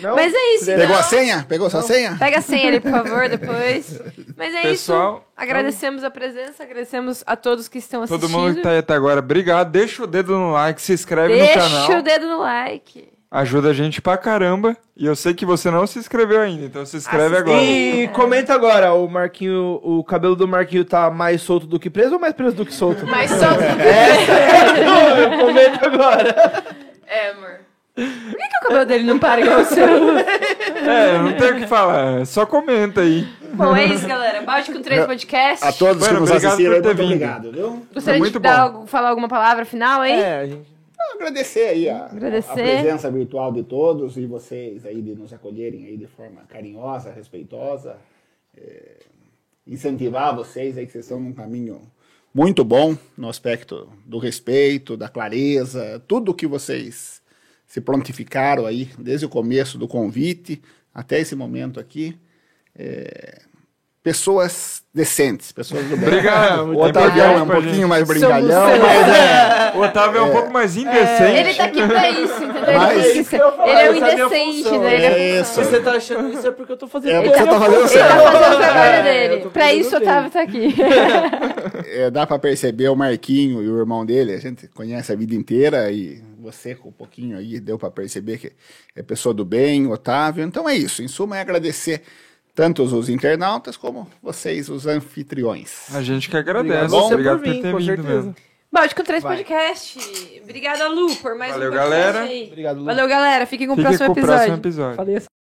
Não?
Mas é isso,
Pegou a
então.
senha? Pegou sua senha?
Pega a senha ali, por favor, depois. Mas é isso.
Pessoal,
Agradecemos a presença, agradecemos a todos que estão assistindo.
Todo mundo que tá aí até agora, obrigado. Deixa o dedo no like, se inscreve no canal.
Deixa o dedo no like.
Ajuda a gente pra caramba. E eu sei que você não se inscreveu ainda, então se inscreve agora.
E comenta agora, o Marquinho, o cabelo do Marquinho tá mais solto do que preso ou mais preso do que solto?
Mas só
comenta agora.
É, amor. Por que, que o cabelo dele não para igual o seu?
É, não tem o que falar. é Só comenta aí.
Bom, é isso, galera. Balde com três podcast.
A todos que
Mano,
nos
obrigado
assistiram,
por ter
muito
vindo.
obrigado, viu?
Gostaria
muito
de dar
bom.
algo- falar alguma palavra final, hein?
É, gente.
agradecer aí a,
Agradecer.
a presença virtual de todos e vocês aí de nos acolherem aí de forma carinhosa, respeitosa, eh, incentivar vocês aí que vocês estão num caminho muito bom no aspecto do respeito, da clareza, tudo que vocês se prontificaram aí desde o começo do convite até esse momento aqui. eh, pessoas decentes, pessoas do bem.
Obrigado.
O Otávio é um pouquinho mais brincalhão, mas
O Otávio é um pouco mais
Ele
indecente.
tá aqui pra isso, entendeu?
Mas-
ele, tem que ser-
Isso que eu ia falar,
ele é o
essa é a minha
indecente,
função,
né? Ele é,
é
ele
isso.
Se você tá achando isso é porque eu tô fazendo.
É porque você tá fazendo
tá
certo.
fazendo o trabalho
É, eu
dele.
tô
Pra isso, o
fazendo
Otávio tá aqui.
É, dá pra perceber o Marquinho e o irmão dele, a gente conhece a vida inteira e você com um pouquinho aí deu pra perceber que é pessoa do bem, Otávio. Então é isso, em suma é agradecer tanto os internautas como vocês, os anfitriões.
A gente que agradece.
Você
Obrigado
por
por
vir,
ter
com
vindo
certeza.
mesmo.
Balde com três podcast. Obrigada, Lu, por mais
Valeu,
um podcast
galera.
aí.
Obrigado, Lu.
Valeu, galera. Fiquem com o
Fique
próximo
com o próximo
episódio.
episódio.
Falei essa